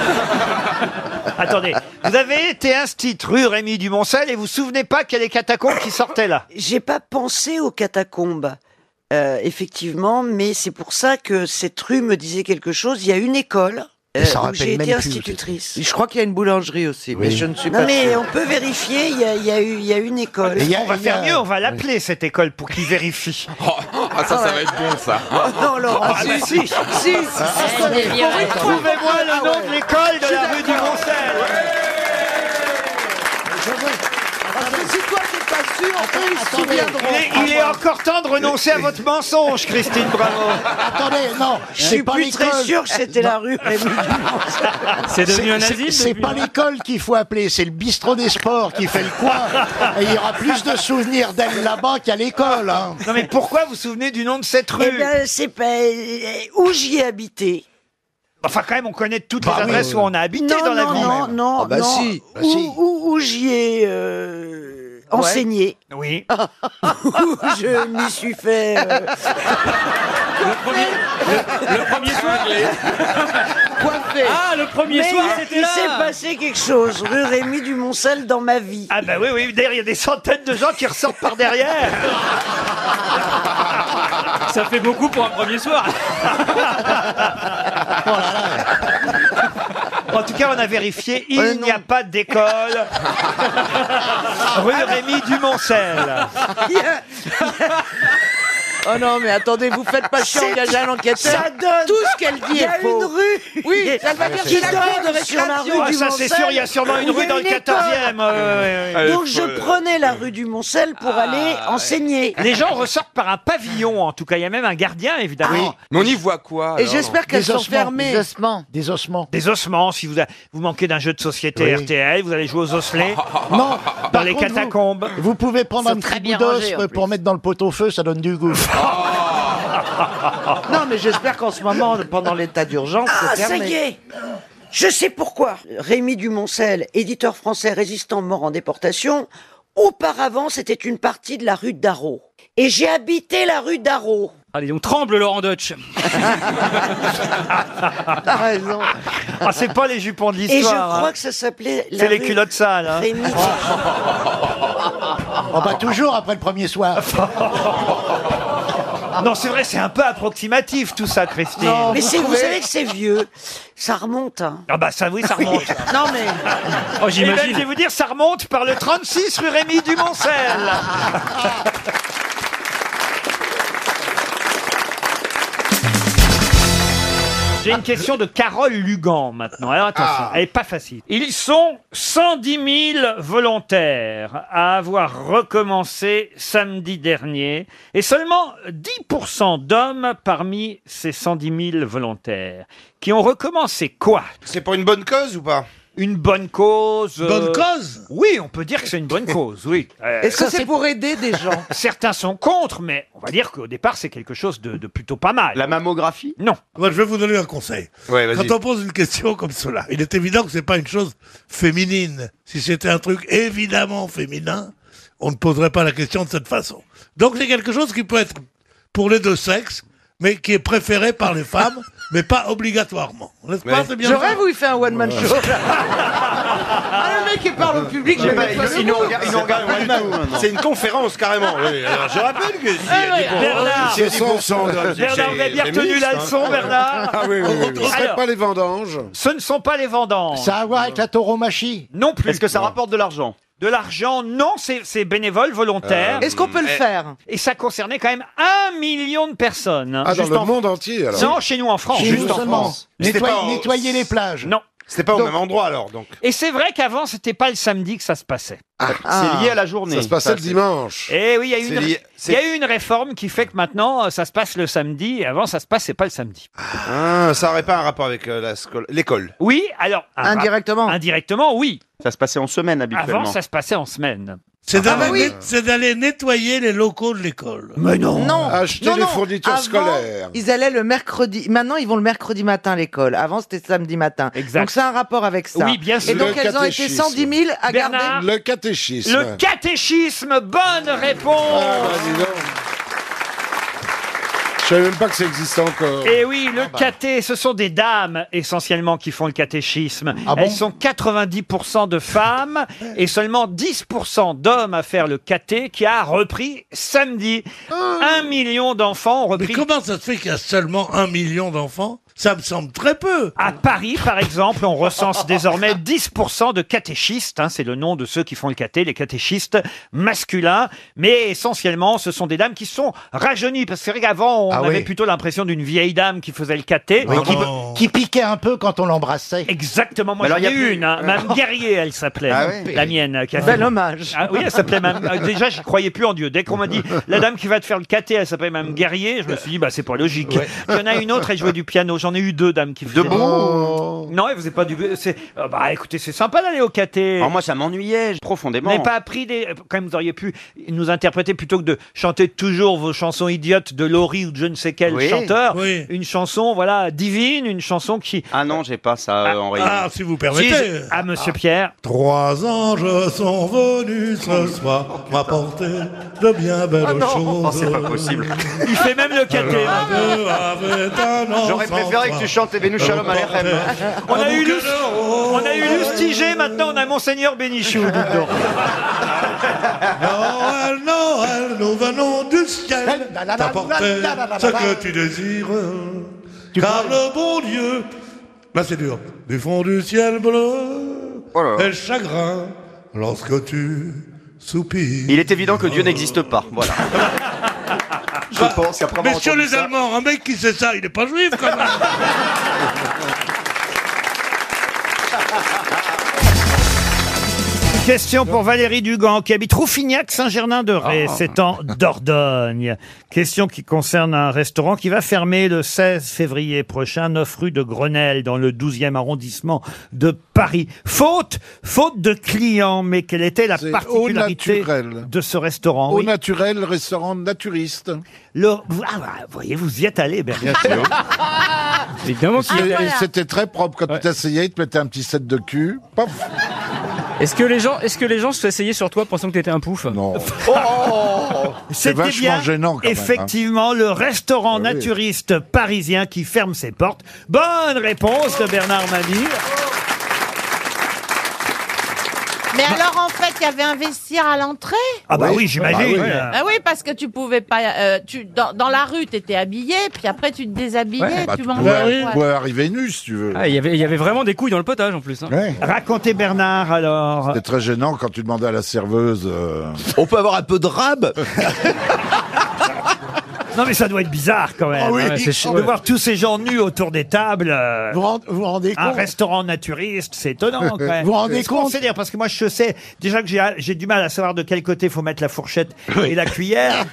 [SPEAKER 1] Attendez, vous avez été instit rue Rémy Dumoncel et vous vous souvenez pas qu'il y a des catacombes qui sortaient là
[SPEAKER 19] J'ai pas pensé aux catacombes, euh, effectivement, mais c'est pour ça que cette rue me disait quelque chose. Il y a une école
[SPEAKER 7] Mais
[SPEAKER 19] euh,
[SPEAKER 7] ça
[SPEAKER 19] où
[SPEAKER 7] rappelle
[SPEAKER 19] j'ai
[SPEAKER 7] même
[SPEAKER 19] été
[SPEAKER 7] plus,
[SPEAKER 19] institutrice.
[SPEAKER 7] Je crois qu'il y a une boulangerie aussi, mais je ne suis pas
[SPEAKER 19] Non, mais
[SPEAKER 7] sûr.
[SPEAKER 19] on peut vérifier, il y a, il y a eu- il y a une école.
[SPEAKER 1] on va faire mieux, on va l'appeler cette école pour qu'il vérifie.
[SPEAKER 12] Ah, ça, ça va être bon, ça.
[SPEAKER 19] Non, Laurent,
[SPEAKER 1] Ah, bah, si, si, si. Trouvez-moi le nom de l'école ah, de la rue du Moncel.
[SPEAKER 7] Parce que si toi, t'es pas
[SPEAKER 1] sûr ils Il est, il est encore temps de renoncer à votre mensonge, Christine Bravo.
[SPEAKER 15] Attendez, non,
[SPEAKER 1] Je
[SPEAKER 15] c'est
[SPEAKER 1] suis
[SPEAKER 15] pas
[SPEAKER 1] plus
[SPEAKER 15] l'école.
[SPEAKER 1] très sûr que c'était la rue, mais oui. C'est devenu un
[SPEAKER 15] c'est-
[SPEAKER 1] asile
[SPEAKER 15] C'est
[SPEAKER 1] depuis,
[SPEAKER 15] pas
[SPEAKER 1] hein.
[SPEAKER 15] l'école qu'il faut appeler, c'est le bistrot des sports qui fait le coin. Et il y aura plus de souvenirs d'elle là-bas qu'à l'école. hein.
[SPEAKER 1] Non mais pourquoi vous vous souvenez du nom de cette rue
[SPEAKER 19] Eh ben, c'est pas...
[SPEAKER 15] euh,
[SPEAKER 19] Où j'y ai habité
[SPEAKER 1] Enfin, quand même, on connaît toutes
[SPEAKER 19] Bah
[SPEAKER 7] Ah
[SPEAKER 1] les
[SPEAKER 19] oui,
[SPEAKER 1] adresses
[SPEAKER 19] oui.
[SPEAKER 1] où on a habité
[SPEAKER 19] non,
[SPEAKER 1] dans la
[SPEAKER 19] non,
[SPEAKER 1] vie.
[SPEAKER 19] Non,
[SPEAKER 15] Ah
[SPEAKER 19] non,
[SPEAKER 7] bah
[SPEAKER 15] bah
[SPEAKER 19] non. où, où- où j'y ai euh, enseigné.
[SPEAKER 1] Oui.
[SPEAKER 19] où je m'y suis fait... euh,
[SPEAKER 6] Le premier soir.
[SPEAKER 19] coiffé.
[SPEAKER 6] Ah, le premier
[SPEAKER 19] Mais
[SPEAKER 6] soir,
[SPEAKER 19] il y a-
[SPEAKER 6] c'était là.
[SPEAKER 19] Il s'est passé quelque chose, rue Rémi du Moncel, dans ma vie.
[SPEAKER 1] Ah bah oui, oui, d'ailleurs, il y a des centaines de gens qui ressortent par derrière.
[SPEAKER 6] Ça fait beaucoup pour un premier soir.
[SPEAKER 1] Oh En tout cas, on a vérifié, il n'y a pas d'école. Rue Rémi Dumoncel.
[SPEAKER 32] Oh non, mais attendez, vous faites pas chier,
[SPEAKER 19] C'est-
[SPEAKER 32] engagez un enquêteur.
[SPEAKER 19] ça donne-
[SPEAKER 32] Tout ce qu'elle
[SPEAKER 19] Il
[SPEAKER 32] dit
[SPEAKER 19] y
[SPEAKER 32] est
[SPEAKER 19] a
[SPEAKER 32] faux.
[SPEAKER 19] une rue
[SPEAKER 32] Oui, ça va
[SPEAKER 19] qui
[SPEAKER 32] faire sur la
[SPEAKER 19] donne
[SPEAKER 32] cour de
[SPEAKER 19] sur la
[SPEAKER 32] récréation.
[SPEAKER 19] rue
[SPEAKER 1] Ah,
[SPEAKER 19] du
[SPEAKER 1] ça, c'est
[SPEAKER 19] Moncel,
[SPEAKER 1] sûr, il y a sûrement une
[SPEAKER 19] où
[SPEAKER 1] rue
[SPEAKER 19] il y a
[SPEAKER 1] dans le
[SPEAKER 19] une école.
[SPEAKER 1] 14e, euh, ouais, ouais, ouais.
[SPEAKER 19] Donc je prenais la rue du Moncel pour
[SPEAKER 1] Ah.
[SPEAKER 19] aller enseigner.
[SPEAKER 1] Les gens ressortent par un pavillon, en tout cas. Il y a même un gardien, évidemment.
[SPEAKER 12] Mais on y voit quoi alors
[SPEAKER 15] Des ossements,
[SPEAKER 12] Des
[SPEAKER 15] ossements. Des ossements.
[SPEAKER 1] Des ossements, si vous, a- vous manquez d'un jeu de société
[SPEAKER 15] Oui.
[SPEAKER 1] RTL, vous allez jouer aux osselets.
[SPEAKER 15] Non,
[SPEAKER 1] dans
[SPEAKER 15] par
[SPEAKER 1] les
[SPEAKER 15] contre, vous-
[SPEAKER 1] catacombes.
[SPEAKER 15] Vous, pouvez prendre
[SPEAKER 1] Ils
[SPEAKER 15] un
[SPEAKER 1] sont
[SPEAKER 15] petit
[SPEAKER 1] très
[SPEAKER 15] bout
[SPEAKER 1] bien
[SPEAKER 15] d'os
[SPEAKER 1] rangés, en
[SPEAKER 15] euh, pour mettre dans le pot au feu, ça donne du goût.
[SPEAKER 7] Non, mais j'espère qu'en ce moment, pendant l'état d'urgence,
[SPEAKER 19] Ah,
[SPEAKER 7] c'est
[SPEAKER 19] ça
[SPEAKER 7] fermé.
[SPEAKER 19] y est Je sais pourquoi. Rémi Dumoncel, éditeur français résistant mort en déportation, auparavant, c'était une partie de la rue d'Arro. Et j'ai habité la rue d'Arro.
[SPEAKER 6] Allez, donc tremble Laurent Deutsch.
[SPEAKER 1] T'as raison. Ah, c'est pas les jupons de l'histoire.
[SPEAKER 19] Et je crois
[SPEAKER 1] hein.
[SPEAKER 19] que ça s'appelait la
[SPEAKER 1] C'est les
[SPEAKER 19] rue
[SPEAKER 1] culottes sales. hein.
[SPEAKER 19] Rémi.
[SPEAKER 7] Oh,
[SPEAKER 15] On
[SPEAKER 7] bah,
[SPEAKER 15] va toujours après le premier soir.
[SPEAKER 1] Non, c'est vrai, c'est un peu approximatif tout ça, Christine.
[SPEAKER 19] mais c'est- vous savez que c'est vieux. Ça remonte. hein.
[SPEAKER 1] Ah bah ça, oui, ça remonte.
[SPEAKER 19] Non mais Eh ben,
[SPEAKER 1] oh, j'imagine. je vais vous dire, ça remonte par le 36 rue Rémi Dumoncel. J'ai une question de Carole Lugan maintenant. Alors attention, elle est pas facile. Ils sont 110 000 volontaires à avoir recommencé samedi dernier et seulement 10% d'hommes parmi ces 110 000 volontaires qui ont recommencé quoi C'est pour une bonne cause ou pas une bonne cause. euh,
[SPEAKER 8] Bonne cause
[SPEAKER 1] Oui, on peut dire que c'est une bonne cause, oui. Euh,
[SPEAKER 7] Est-ce que c'est pour aider des gens
[SPEAKER 1] Certains sont contre, mais on va dire qu'au départ, c'est quelque chose de, de plutôt pas mal. La mammographie Non.
[SPEAKER 8] Moi, je vais vous donner un conseil.
[SPEAKER 1] Ouais, vas-y.
[SPEAKER 8] Quand on pose une question comme cela, il est évident que c'est pas une chose féminine. Si c'était un truc évidemment féminin, on ne poserait pas la question de cette façon. Donc c'est quelque chose qui peut être pour les deux sexes, mais qui est préféré par les femmes, mais pas obligatoirement. N'est-ce pas C'est bien
[SPEAKER 7] Je
[SPEAKER 8] ça
[SPEAKER 7] rêve où il fait un one-man show. ah, le mec, il parle au public, je
[SPEAKER 4] J'ai
[SPEAKER 7] vais
[SPEAKER 4] pas-
[SPEAKER 7] mettre le
[SPEAKER 4] ils nous
[SPEAKER 7] logo.
[SPEAKER 4] regardent- ils nous regardent pas du tout, maintenant. C'est une conférence carrément. oui. Alors, je rappelle que si
[SPEAKER 7] Ah ouais,
[SPEAKER 1] Bernard.
[SPEAKER 4] c'est 10% d'hommes, c'est-
[SPEAKER 1] Bernard, vous avez bien
[SPEAKER 4] c'est
[SPEAKER 1] retenu la
[SPEAKER 4] mixte, hein.
[SPEAKER 1] leçon, Bernard.
[SPEAKER 4] Ah oui, oui, oui, oui.
[SPEAKER 1] Alors,
[SPEAKER 15] les vendanges.
[SPEAKER 1] ce ne sont pas les vendanges.
[SPEAKER 15] Ça a à voir avec la tauromachie.
[SPEAKER 1] Non plus.
[SPEAKER 15] Est-ce que ça
[SPEAKER 1] rapporte de l'argent De l'argent, non, c'est c'est bénévole, volontaire.
[SPEAKER 15] Euh, Est-ce qu'on peut le eh. faire
[SPEAKER 1] Et ça concernait quand même un million de personnes. hein.
[SPEAKER 30] Ah, dans
[SPEAKER 1] Juste
[SPEAKER 30] le
[SPEAKER 1] en-
[SPEAKER 30] monde entier, alors.
[SPEAKER 1] Non, chez nous en France.
[SPEAKER 30] Chez nous Juste en seulement. France. C'était
[SPEAKER 15] Nettoyer,
[SPEAKER 30] pas en-
[SPEAKER 15] nettoyer les plages.
[SPEAKER 1] Non.
[SPEAKER 30] C'était pas au
[SPEAKER 1] Donc-
[SPEAKER 30] même endroit alors, donc.
[SPEAKER 1] Et c'est vrai qu'avant, c'était pas le samedi que ça se passait.
[SPEAKER 30] Ah. lié à la journée. Ça se passait le
[SPEAKER 1] c'est-
[SPEAKER 30] dimanche.
[SPEAKER 1] Eh oui, il y a eu
[SPEAKER 30] C'est
[SPEAKER 1] une-
[SPEAKER 30] lié-
[SPEAKER 1] il y, a eu une réforme qui fait que maintenant, euh, ça se passe le samedi. Et avant, ça se passait pas le samedi.
[SPEAKER 4] Ah, ça aurait pas un rapport avec euh, la sco- l'école.
[SPEAKER 1] Oui, alors. un rap-
[SPEAKER 4] Indirectement.
[SPEAKER 1] Ah, Indirectement, oui.
[SPEAKER 4] Ça se passait en semaine
[SPEAKER 1] Avant, ça se passait en semaine.
[SPEAKER 8] C'est d'aller
[SPEAKER 1] Ah bah oui.
[SPEAKER 8] net- c'est d'aller nettoyer les locaux de l'école.
[SPEAKER 1] Mais non.
[SPEAKER 7] Non.
[SPEAKER 30] Acheter
[SPEAKER 7] Non,
[SPEAKER 30] les
[SPEAKER 7] non.
[SPEAKER 30] fournitures
[SPEAKER 7] Avant,
[SPEAKER 30] scolaires.
[SPEAKER 7] Ils allaient le mercredi. Maintenant, ils vont le mercredi matin à l'école. Avant, c'était samedi matin. Donc, c'est un rapport avec ça.
[SPEAKER 30] Oui, bien sûr.
[SPEAKER 7] Et donc,
[SPEAKER 30] Le
[SPEAKER 7] elles ont été
[SPEAKER 30] catéchisme.
[SPEAKER 7] 110 000 à
[SPEAKER 1] Bernard.
[SPEAKER 7] garder.
[SPEAKER 30] Le catéchisme.
[SPEAKER 1] Le catéchisme, bonne réponse
[SPEAKER 30] Ah, bah, dis donc. Je savais même pas que ça existait
[SPEAKER 7] Euh,
[SPEAKER 30] encore.
[SPEAKER 1] Et Eh oui,
[SPEAKER 7] ah
[SPEAKER 1] le
[SPEAKER 7] bah.
[SPEAKER 1] caté, ce sont des dames essentiellement qui font le catéchisme.
[SPEAKER 30] Ah bon
[SPEAKER 1] Elles sont 90% de femmes et seulement 10% d'hommes à faire le caté qui a repris samedi. Un million d'enfants ont repris.
[SPEAKER 8] Mais comment ça se fait qu'il y a seulement un million d'enfants Ça me semble très peu.
[SPEAKER 1] À Paris, par exemple, on recense désormais 10% de catéchistes. hein, c'est le nom de ceux qui font le caté, les catéchistes masculins. Mais essentiellement, ce sont des dames qui sont rajeunies. Parce que c'est vrai qu'avant, on on
[SPEAKER 36] Ah
[SPEAKER 1] avait
[SPEAKER 36] oui.
[SPEAKER 1] plutôt l'impression d'une vieille dame qui faisait le caté.
[SPEAKER 36] Oui, qui- qui piquait un peu quand on l'embrassait.
[SPEAKER 7] Oh,
[SPEAKER 1] Exactement, moi j'en ai une, hein.
[SPEAKER 4] Ah.
[SPEAKER 1] Mme Guerrier, elle s'appelait,
[SPEAKER 36] Ah
[SPEAKER 1] hein,
[SPEAKER 36] oui.
[SPEAKER 1] la mienne. qui a
[SPEAKER 36] Bel
[SPEAKER 1] fait-
[SPEAKER 36] hommage.
[SPEAKER 1] Ah oui, elle s'appelait Mme... euh, Déjà, je croyais plus en Dieu. Dès qu'on m'a dit, la dame qui va te faire le caté, elle s'appelle Mme Guerrier, je me suis dit, bah c'est pas logique. Il y en a une autre, elle jouait du piano, j'en ai eu deux dames qui faisaient...
[SPEAKER 4] bon
[SPEAKER 1] Non, elle faisait pas du... c'est- euh, Bah écoutez, c'est sympa d'aller au caté.
[SPEAKER 4] moi, ça m'ennuyait
[SPEAKER 1] Vous
[SPEAKER 4] profondément.
[SPEAKER 1] n'avez pas appris des. Quand même, vous auriez pu nous interpréter plutôt que de chanter toujours vos chansons idiotes de Laurie ou de je ne sais quel
[SPEAKER 4] Oui.
[SPEAKER 1] chanteur.
[SPEAKER 4] Oui.
[SPEAKER 1] Une chanson, voilà, divine, une chanson qui.
[SPEAKER 4] Ah non, j'ai pas ça euh, en rayon.
[SPEAKER 1] ah,
[SPEAKER 8] si vous permettez.
[SPEAKER 1] Si, je- Ah, monsieur Pierre.
[SPEAKER 8] Trois anges sont venus ce soir m'apporter de bien belles
[SPEAKER 1] Ah non.
[SPEAKER 8] choses.
[SPEAKER 1] Oh, c'est pas possible. Il fait même le caté.
[SPEAKER 8] J'aurais
[SPEAKER 1] préféré que tu chantes Ebenou Shalom à On a eu Lust- on a eu Lustiger, maintenant on a Monseigneur Bénichou. dedans.
[SPEAKER 8] Noël, Noël, nous venons du ciel t'apporter ce que tu désires. Car le bon Dieu, là c'est dur, du fond du ciel bleu,
[SPEAKER 1] Oh
[SPEAKER 8] est le chagrin lorsque tu soupires.
[SPEAKER 4] Il est évident que Dieu n'existe pas. Voilà. Je pense qu'après avoir
[SPEAKER 8] Messieurs
[SPEAKER 4] entendu
[SPEAKER 8] les
[SPEAKER 4] ça-
[SPEAKER 8] Allemands, un mec qui sait ça, il n'est pas juif quand même.
[SPEAKER 1] Question pour Valérie Dugan, qui habite Roufignac, Saint-Germain-de-Ré,
[SPEAKER 4] Ah.
[SPEAKER 1] c'est en Dordogne. Question qui concerne un restaurant qui va fermer le 16 février prochain, 9 rue de Grenelle, dans le 12e arrondissement de Paris. Faute, faute de clients, mais quelle était la
[SPEAKER 6] C'est au
[SPEAKER 1] particularité
[SPEAKER 6] naturel.
[SPEAKER 1] de ce restaurant
[SPEAKER 6] Au
[SPEAKER 1] oui
[SPEAKER 6] naturel, restaurant naturiste.
[SPEAKER 1] Le... Ah, bah, voyez, vous y êtes allé, Bernard.
[SPEAKER 6] Évidemment
[SPEAKER 1] qu'il y a- voilà.
[SPEAKER 6] Ah, C'était très propre. Quand tu t'asseyais, ils te mettaient un petit set de cul. Paf
[SPEAKER 16] Est-ce que les gens, est-ce que les gens se essayaient sur toi pensant que t'étais un pouf
[SPEAKER 6] Non.
[SPEAKER 16] Oh
[SPEAKER 1] C'était
[SPEAKER 6] vachement
[SPEAKER 1] bien,
[SPEAKER 6] gênant, quand même, hein.
[SPEAKER 1] effectivement, le restaurant
[SPEAKER 6] Ah oui.
[SPEAKER 1] naturiste parisien qui ferme ses portes. Bonne réponse de Bernard Mabille.
[SPEAKER 9] Mais alors, en fait, il y avait un vestiaire à l'entrée
[SPEAKER 1] Ah bah oui, j'imagine.
[SPEAKER 9] Ah oui, parce que tu pouvais pas. euh, tu, dans, dans la rue, t'étais habillé, puis après, tu te déshabillais,
[SPEAKER 6] Bah,
[SPEAKER 9] tu
[SPEAKER 6] tu
[SPEAKER 9] mangeais.
[SPEAKER 6] pouvais, tu
[SPEAKER 9] Ouais.
[SPEAKER 6] pouvais arriver nu si tu veux.
[SPEAKER 16] Ah, il y avait, il y avait vraiment des couilles dans le potage en plus. hein.
[SPEAKER 1] Racontez Bernard alors.
[SPEAKER 6] C'était très gênant quand tu demandais à la serveuse. euh, On peut avoir un peu de rab
[SPEAKER 1] Non mais ça doit être bizarre quand même.
[SPEAKER 6] Ah oui, Ouais, c'est
[SPEAKER 1] de
[SPEAKER 6] chiant. ouais.
[SPEAKER 1] voir tous ces gens nus autour des tables. euh,
[SPEAKER 36] Vous rend- vous rendez
[SPEAKER 1] un
[SPEAKER 36] compte
[SPEAKER 1] restaurant naturiste, c'est étonnant quand même.
[SPEAKER 36] Vous rendez
[SPEAKER 1] Ce qu'on
[SPEAKER 36] compte
[SPEAKER 1] sait dire, parce que moi je sais déjà que j'ai j'ai du mal à savoir de quel côté faut mettre la fourchette et la cuillère.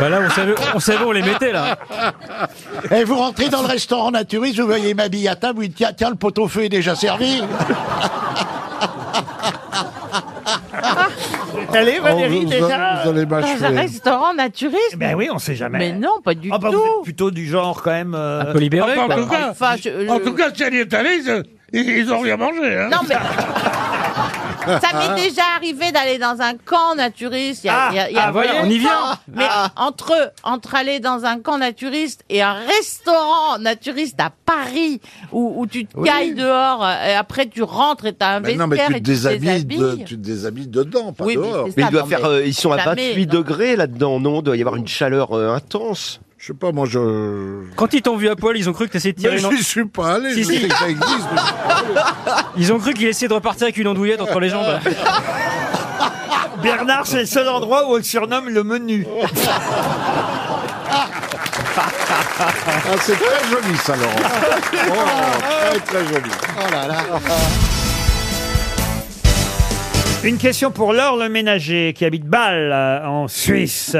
[SPEAKER 16] Bah là, on savait, on savait où on les mettait là.
[SPEAKER 36] Et vous rentrez dans le restaurant naturiste, vous voyez ma bille à table, vous dites tiens, tiens, le pot-au-feu est déjà servi.
[SPEAKER 1] Allez
[SPEAKER 36] Oh,
[SPEAKER 1] Valérie
[SPEAKER 36] vous-
[SPEAKER 9] déjà
[SPEAKER 6] vous allez m'achever.
[SPEAKER 9] Dans un restaurant naturiste
[SPEAKER 1] Ben oui, on sait jamais.
[SPEAKER 9] Mais non, pas du
[SPEAKER 1] Ah bah, vous
[SPEAKER 9] tout.
[SPEAKER 1] êtes plutôt du genre quand même. euh,
[SPEAKER 8] Enfin, en, tout cas,
[SPEAKER 9] Enfin, je-
[SPEAKER 8] en
[SPEAKER 9] je-
[SPEAKER 8] tout cas, si elle y est allée, ils- ils ils ont rien mangé. Hein.
[SPEAKER 9] Non, mais. Ça
[SPEAKER 6] Ah.
[SPEAKER 9] m'est déjà arrivé d'aller dans un camp naturiste. il y a- il y a- il y a
[SPEAKER 8] Ah,
[SPEAKER 9] pas
[SPEAKER 8] voyez, on
[SPEAKER 9] longtemps.
[SPEAKER 8] y vient.
[SPEAKER 9] Mais
[SPEAKER 6] Ah.
[SPEAKER 9] entre, entre aller dans un camp naturiste et un restaurant naturiste à Paris où, où tu te
[SPEAKER 6] Oui.
[SPEAKER 9] cailles dehors euh, et après tu rentres et t'as un
[SPEAKER 6] Mais
[SPEAKER 9] vestiaire
[SPEAKER 6] non, mais tu te
[SPEAKER 9] et tu te
[SPEAKER 6] déshabilles, de-
[SPEAKER 9] déshabilles.
[SPEAKER 6] tu te déshabilles dedans, pas
[SPEAKER 9] Oui, mais
[SPEAKER 6] dehors.
[SPEAKER 9] c'est Mais ça, il doit non, faire, euh, ils sont à Jamais, 28 non. degrés là-dedans, non Il doit y avoir une chaleur euh, intense.
[SPEAKER 6] Je sais pas, moi je.
[SPEAKER 16] Quand ils t'ont vu à poil, ils ont cru que t'essayais de tirer.
[SPEAKER 6] Mais
[SPEAKER 16] une-
[SPEAKER 6] j'y suis pas allé,
[SPEAKER 16] Si,
[SPEAKER 6] je
[SPEAKER 16] si.
[SPEAKER 6] sais que ça existe, mais
[SPEAKER 16] Ils ont cru qu'il essayait de repartir avec une andouillette entre les jambes.
[SPEAKER 1] Bernard, c'est le seul endroit où on le surnomme le menu.
[SPEAKER 6] Ah, c'est très joli ça, Laurent. Oh, très très joli.
[SPEAKER 36] Oh là là.
[SPEAKER 1] Une question pour Laure le ménager qui habite Bâle euh, en Suisse.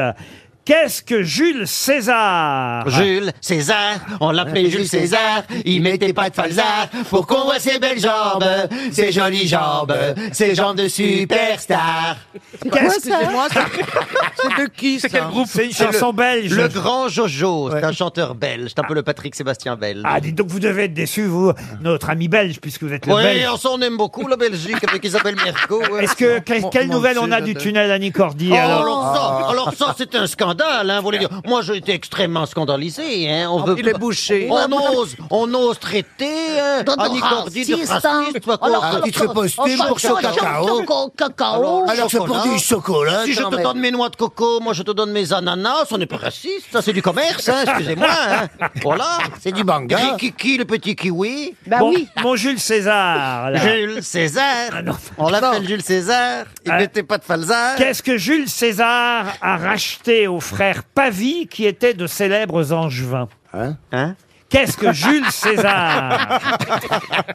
[SPEAKER 1] Qu'est-ce que Jules César
[SPEAKER 7] Jules César, on l'appelait Jules César, il mettait pas de falzar pour qu'on voit ses belles jambes, ses jolies jambes, ses jambes de superstar.
[SPEAKER 9] Qu'est-ce que c'est moi ça
[SPEAKER 7] C'est de qui C'est quel groupe
[SPEAKER 1] C'est une chanson
[SPEAKER 7] le-
[SPEAKER 1] belge.
[SPEAKER 7] Le grand Jojo, c'est un chanteur belge, c'est un peu le Patrick Sébastien belge.
[SPEAKER 1] Ah, dites donc, vous devez être déçu, vous, notre ami belge, puisque vous êtes le
[SPEAKER 7] oui,
[SPEAKER 1] belge.
[SPEAKER 7] on s'en aime beaucoup la Belgique avec Isabelle Merco. ouais.
[SPEAKER 1] Est-ce que, que-
[SPEAKER 7] Mon-
[SPEAKER 1] quelle
[SPEAKER 7] mon
[SPEAKER 1] nouvelle on
[SPEAKER 7] Dieu,
[SPEAKER 1] a du
[SPEAKER 7] j'adore.
[SPEAKER 1] tunnel à Nicordi
[SPEAKER 7] Oh,
[SPEAKER 1] alors
[SPEAKER 7] alors ça, alors ça, c'est un scandale, hein, vous voulez dire. Moi, j'ai été extrêmement scandalisé, hein. On veut
[SPEAKER 9] il est
[SPEAKER 7] pas-
[SPEAKER 9] bouché.
[SPEAKER 7] On ose, on ose traiter, hein,
[SPEAKER 9] De
[SPEAKER 7] Annie Cordy de
[SPEAKER 9] raciste, hein.
[SPEAKER 7] raciste, quoi, Ah,
[SPEAKER 9] Alors,
[SPEAKER 7] quoi.
[SPEAKER 9] alors,
[SPEAKER 7] Titre
[SPEAKER 9] on
[SPEAKER 7] posthume
[SPEAKER 9] chante
[SPEAKER 7] pour
[SPEAKER 9] sur
[SPEAKER 7] Chocacao.
[SPEAKER 9] Choco- cacao,
[SPEAKER 7] alors
[SPEAKER 9] c'est pour du chocolat,
[SPEAKER 7] Si je
[SPEAKER 9] quand
[SPEAKER 7] te
[SPEAKER 9] même.
[SPEAKER 7] donne mes noix de coco, moi je te donne mes ananas, on n'est pas raciste, ça c'est du commerce, hein, excusez-moi. hein. Voilà. C'est du manga. Bah Kiki, le petit kiwi.
[SPEAKER 1] Bon, Mon Jules César. là.
[SPEAKER 7] Jules César. on l'appelle Jules César. Il
[SPEAKER 1] Ah.
[SPEAKER 7] hein. n'était pas de falzar.
[SPEAKER 1] Qu'est-ce que Jules César a racheté au frères Pavie qui étaient de célèbres angevins.
[SPEAKER 7] Hein?
[SPEAKER 1] Qu'est-ce que Jules César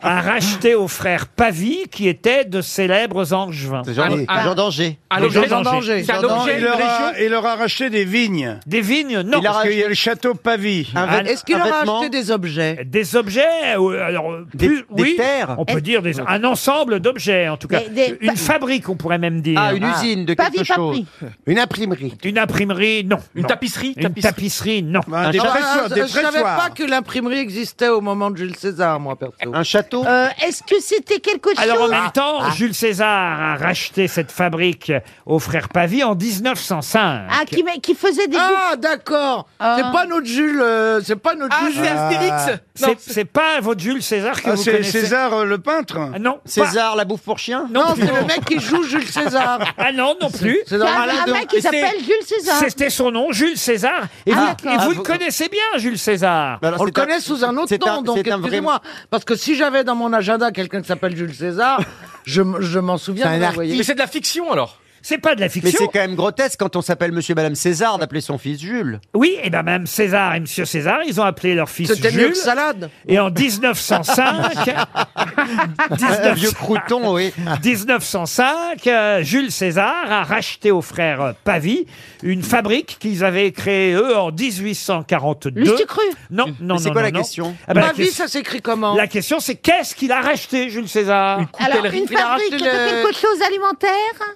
[SPEAKER 1] a racheté aux frères Pavie qui étaient de célèbres angevins
[SPEAKER 7] C'est Jean- Ah, Jean d'Angers. ah, l'objet
[SPEAKER 1] Les gens
[SPEAKER 7] d'Angers.
[SPEAKER 1] d'Angers.
[SPEAKER 7] C'est un objet,
[SPEAKER 1] Il leur a-
[SPEAKER 7] une
[SPEAKER 1] il leur a racheté des vignes. Des vignes, non.
[SPEAKER 7] Il a
[SPEAKER 1] Parce qu'il y
[SPEAKER 7] racheté-
[SPEAKER 1] a le château Pavie.
[SPEAKER 7] Un vêt- Est-ce qu'il un leur a vêtement acheté
[SPEAKER 1] des objets Des objets euh, alors, euh, plus-
[SPEAKER 7] des
[SPEAKER 1] oui,
[SPEAKER 7] terres
[SPEAKER 1] On peut dire des- un ensemble d'objets, en tout cas.
[SPEAKER 7] Des- des-
[SPEAKER 1] Une fabrique, on pourrait même dire.
[SPEAKER 7] Ah, une usine de quelque chose.
[SPEAKER 1] Une imprimerie. Une imprimerie, non. Une tapisserie Une tapisserie, non.
[SPEAKER 7] des Ah, pressoirs, des
[SPEAKER 1] ne
[SPEAKER 7] je savais pressoirs. pas
[SPEAKER 1] que l'imprimerie existait au moment de Jules César, moi, perso.
[SPEAKER 7] Un château
[SPEAKER 1] Est-ce que c'était quelque chose Alors en même
[SPEAKER 7] Euh, Ah,
[SPEAKER 1] temps, Jules César a racheté cette fabrique aux frères Pavie en 1905.
[SPEAKER 9] Ah, qui, mais- qui faisait des.
[SPEAKER 19] Ah, d'accord.
[SPEAKER 7] Ah.
[SPEAKER 19] C'est pas notre Jules. euh, c'est pas notre
[SPEAKER 1] Ah,
[SPEAKER 19] Jules.
[SPEAKER 1] Euh, C'est- C'est pas votre Jules César que
[SPEAKER 19] Ah,
[SPEAKER 1] vous
[SPEAKER 19] c'est
[SPEAKER 1] connaissez.
[SPEAKER 19] César,
[SPEAKER 1] le peintre Non.
[SPEAKER 7] César, la bouffe pour chien
[SPEAKER 1] Non,
[SPEAKER 7] Non,
[SPEAKER 1] plus.
[SPEAKER 7] c'est le mec qui joue Jules César.
[SPEAKER 1] Ah non, non plus.
[SPEAKER 7] C'est dans C'est un- Alado. un mec qui
[SPEAKER 1] Et c'est-
[SPEAKER 7] s'appelle Jules César.
[SPEAKER 1] C'était son nom, Jules César. Et
[SPEAKER 7] Ah,
[SPEAKER 1] vous,
[SPEAKER 7] d'accord.
[SPEAKER 1] et vous
[SPEAKER 7] Ah,
[SPEAKER 1] le
[SPEAKER 7] vous- Bah
[SPEAKER 1] connaissez bien, Jules César.
[SPEAKER 7] alors,
[SPEAKER 19] On le
[SPEAKER 7] c'est un-
[SPEAKER 19] connaît sous un autre
[SPEAKER 7] c'est
[SPEAKER 19] nom,
[SPEAKER 7] un-
[SPEAKER 19] donc
[SPEAKER 7] c'est un vrai-
[SPEAKER 19] excusez-moi. Parce que si j'avais dans mon agenda quelqu'un qui s'appelle Jules César, je, m- je m'en souviens.
[SPEAKER 37] Mais c'est de la fiction alors
[SPEAKER 1] C'est pas de la
[SPEAKER 7] Mais
[SPEAKER 1] fiction.
[SPEAKER 7] c'est quand même grotesque quand on s'appelle Monsieur et Madame César d'appeler son fils Jules.
[SPEAKER 1] Oui, et bien même César et Monsieur César, ils ont appelé leur fils
[SPEAKER 7] C'était
[SPEAKER 1] Jules.
[SPEAKER 7] mieux que salade.
[SPEAKER 1] Et en 1905,
[SPEAKER 7] Un vieux crouton, oui.
[SPEAKER 1] 1905, euh, Jules César a racheté aux frères Pavie une fabrique qu'ils avaient créée eux en 1842.
[SPEAKER 7] Lustucru
[SPEAKER 1] Non, non, non.
[SPEAKER 7] Mais c'est quoi
[SPEAKER 1] non,
[SPEAKER 7] la
[SPEAKER 1] non.
[SPEAKER 7] question
[SPEAKER 1] Ah ben, la
[SPEAKER 19] Ma vie,
[SPEAKER 1] question-
[SPEAKER 19] ça s'écrit comment
[SPEAKER 1] La question, c'est qu'est-ce qu'il a racheté, Jules César
[SPEAKER 9] Alors, une fabrique de quelque chose alimentaire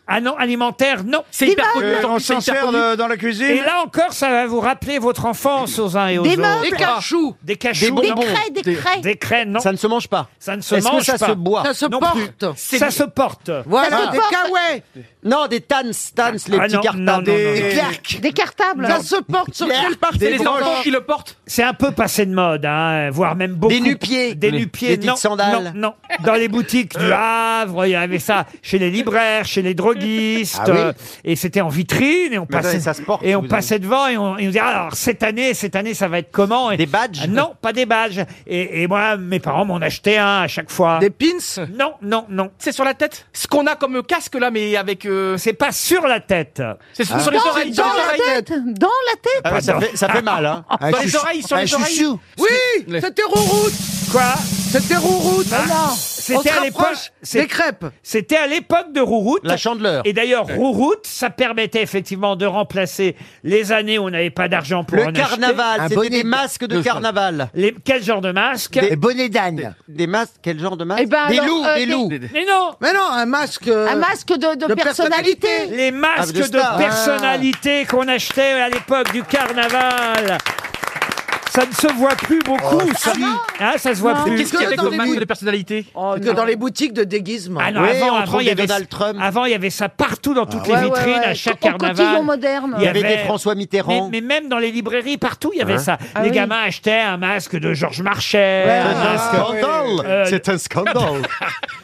[SPEAKER 1] Ah non, alimentaire, non.
[SPEAKER 9] C'est hyper Des connu, meubles. en
[SPEAKER 1] On
[SPEAKER 9] plus, c'est
[SPEAKER 1] s'en
[SPEAKER 9] hyper
[SPEAKER 1] sert
[SPEAKER 9] connu.
[SPEAKER 1] de- dans la cuisine. Et là encore, ça va vous rappeler votre enfance aux uns et aux
[SPEAKER 9] Des
[SPEAKER 1] autres.
[SPEAKER 9] meubles. Des
[SPEAKER 1] cachous. Des cachous.
[SPEAKER 7] Des bonbons.
[SPEAKER 1] non.
[SPEAKER 9] Des craies, des craies.
[SPEAKER 1] Des craies, non. Ça ne se mange pas. Ça ne se
[SPEAKER 7] Est-ce que
[SPEAKER 1] mange
[SPEAKER 7] ça
[SPEAKER 1] pas.
[SPEAKER 7] se boit Ça se
[SPEAKER 1] Non
[SPEAKER 7] porte.
[SPEAKER 1] plus.
[SPEAKER 7] C'est-
[SPEAKER 1] Ça se porte.
[SPEAKER 7] Voilà,
[SPEAKER 1] Ah.
[SPEAKER 7] des kawaii Non, des tans, tans, les
[SPEAKER 1] Ah
[SPEAKER 7] petits
[SPEAKER 1] non,
[SPEAKER 7] cartons.
[SPEAKER 1] non, non, non, non.
[SPEAKER 7] des
[SPEAKER 9] Des cartables.
[SPEAKER 7] Ça se porte sur quelle partie
[SPEAKER 1] Des broches.
[SPEAKER 37] le portent
[SPEAKER 1] C'est un peu passé de mode, hein, voire même beaucoup. Des nu-pieds. Des
[SPEAKER 7] Les-
[SPEAKER 1] nu-pieds,
[SPEAKER 7] les petites
[SPEAKER 1] non,
[SPEAKER 7] sandales.
[SPEAKER 1] Non, non. Dans les boutiques du Havre, il y avait ça chez les libraires, chez les droguistes.
[SPEAKER 7] Ah oui.
[SPEAKER 1] euh, et c'était en vitrine et on
[SPEAKER 7] Mais
[SPEAKER 1] passait,
[SPEAKER 7] attendez, ça se porte,
[SPEAKER 1] et on
[SPEAKER 7] vous
[SPEAKER 1] passait devant et on, et on disait alors cette année, cette année, ça va être comment Des badges Non, pas des badges. Et, et moi, mes parents m'en achetaient un à chaque fois.
[SPEAKER 37] Des
[SPEAKER 1] pins Non, non, non.
[SPEAKER 37] C'est sur la tête Ce qu'on a comme casque là, mais avec. euh,
[SPEAKER 1] C'est pas sur la tête.
[SPEAKER 37] C'est
[SPEAKER 13] Ah.
[SPEAKER 37] sur sur les oreilles.
[SPEAKER 9] Ah. Dans la tête Dans la tête
[SPEAKER 1] Ah ouais, ça fait- ça fait mal, hein. Un
[SPEAKER 37] Dans les
[SPEAKER 1] chouchou.
[SPEAKER 37] oreilles, sur
[SPEAKER 1] Un
[SPEAKER 37] les oreilles.
[SPEAKER 1] chouchou.
[SPEAKER 19] Oui, c'était Rouroute.
[SPEAKER 1] Quoi
[SPEAKER 19] C'était Rouroute.
[SPEAKER 7] Hein
[SPEAKER 1] Ah,
[SPEAKER 19] Non. On
[SPEAKER 1] C'était
[SPEAKER 19] se
[SPEAKER 1] à l'époque
[SPEAKER 19] rapproche
[SPEAKER 1] c'est-
[SPEAKER 19] des crêpes.
[SPEAKER 1] C'était à l'époque de Rouroute.
[SPEAKER 7] La chandeleur.
[SPEAKER 1] Et d'ailleurs,
[SPEAKER 7] Ouais.
[SPEAKER 1] Rouroute, ça permettait effectivement de remplacer les années où on n'avait pas d'argent pour en
[SPEAKER 7] Le
[SPEAKER 1] acheter.
[SPEAKER 7] carnaval, c'était des masques de carnaval.
[SPEAKER 1] Les, quel genre de masque
[SPEAKER 7] Des bonnets d'âne. Des, des masques, quel genre de masques
[SPEAKER 19] Eh
[SPEAKER 13] Eh
[SPEAKER 9] ben
[SPEAKER 7] Des
[SPEAKER 9] alors,
[SPEAKER 7] loups,
[SPEAKER 9] euh,
[SPEAKER 7] des
[SPEAKER 9] des-
[SPEAKER 7] loups.
[SPEAKER 1] Mais non
[SPEAKER 19] Mais non, un masque. euh,
[SPEAKER 9] Un masque de, de personnalité.
[SPEAKER 1] Les masques
[SPEAKER 7] Ah, de
[SPEAKER 1] de,
[SPEAKER 7] star.
[SPEAKER 1] personnalité qu'on achetait à l'époque du carnaval. Ça ne se voit plus beaucoup, ça. Hein, ça se voit
[SPEAKER 37] Mais
[SPEAKER 1] plus.
[SPEAKER 37] Qu'est-ce qu'il y avait comme masque de personnalité
[SPEAKER 19] que dans les boutiques de déguisement.
[SPEAKER 1] Oh, Ah non,
[SPEAKER 7] Oui,
[SPEAKER 1] avant,
[SPEAKER 7] on
[SPEAKER 1] avant,
[SPEAKER 7] trouve
[SPEAKER 1] il y
[SPEAKER 7] des
[SPEAKER 1] avait,
[SPEAKER 7] Donald Ah
[SPEAKER 1] avant, il y avait ça partout dans
[SPEAKER 7] ouais.
[SPEAKER 1] toutes les
[SPEAKER 7] Ouais, ouais,
[SPEAKER 1] vitrines,
[SPEAKER 7] ouais.
[SPEAKER 1] à chaque
[SPEAKER 9] Au
[SPEAKER 1] carnaval.
[SPEAKER 9] cotillon moderne.
[SPEAKER 7] Il y avait des François Mitterrand.
[SPEAKER 1] Mais, mais même dans les librairies, partout, il y avait
[SPEAKER 7] Hein
[SPEAKER 1] ça.
[SPEAKER 7] Ah
[SPEAKER 1] les
[SPEAKER 7] oui.
[SPEAKER 1] gamins achetaient un masque de Georges Marchais. Ah,
[SPEAKER 7] un scandale.
[SPEAKER 1] Euh,
[SPEAKER 7] C'est un scandale.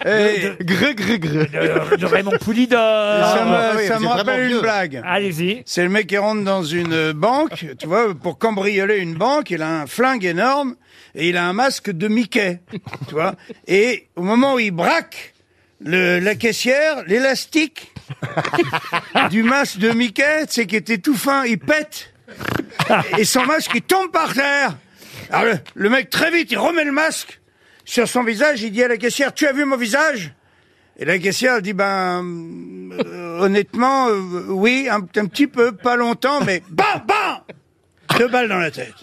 [SPEAKER 1] Eh, Gré, gré, gré. euh, De, de Raymond Poulidor.
[SPEAKER 16] Ça me,
[SPEAKER 1] Ah, oui,
[SPEAKER 16] ça
[SPEAKER 1] c'est
[SPEAKER 16] me
[SPEAKER 1] vraiment
[SPEAKER 16] rappelle une
[SPEAKER 1] vieux.
[SPEAKER 16] blague.
[SPEAKER 1] Allez-y.
[SPEAKER 16] C'est le mec qui rentre dans une euh, banque, tu vois, pour cambrioler une banque, il a un flingue énorme et il a un masque de Mickey, tu vois. Et au moment où il braque le, la caissière, l'élastique du masque de Mickey, c'est qui était tout fin, il pète et son masque il tombe par terre. Alors le, le mec très vite, il remet le masque sur son visage, il dit à la caissière, tu as vu mon visage et la caissière elle dit ben euh, honnêtement euh, oui un, un petit peu pas longtemps mais bam bam deux balles dans la tête.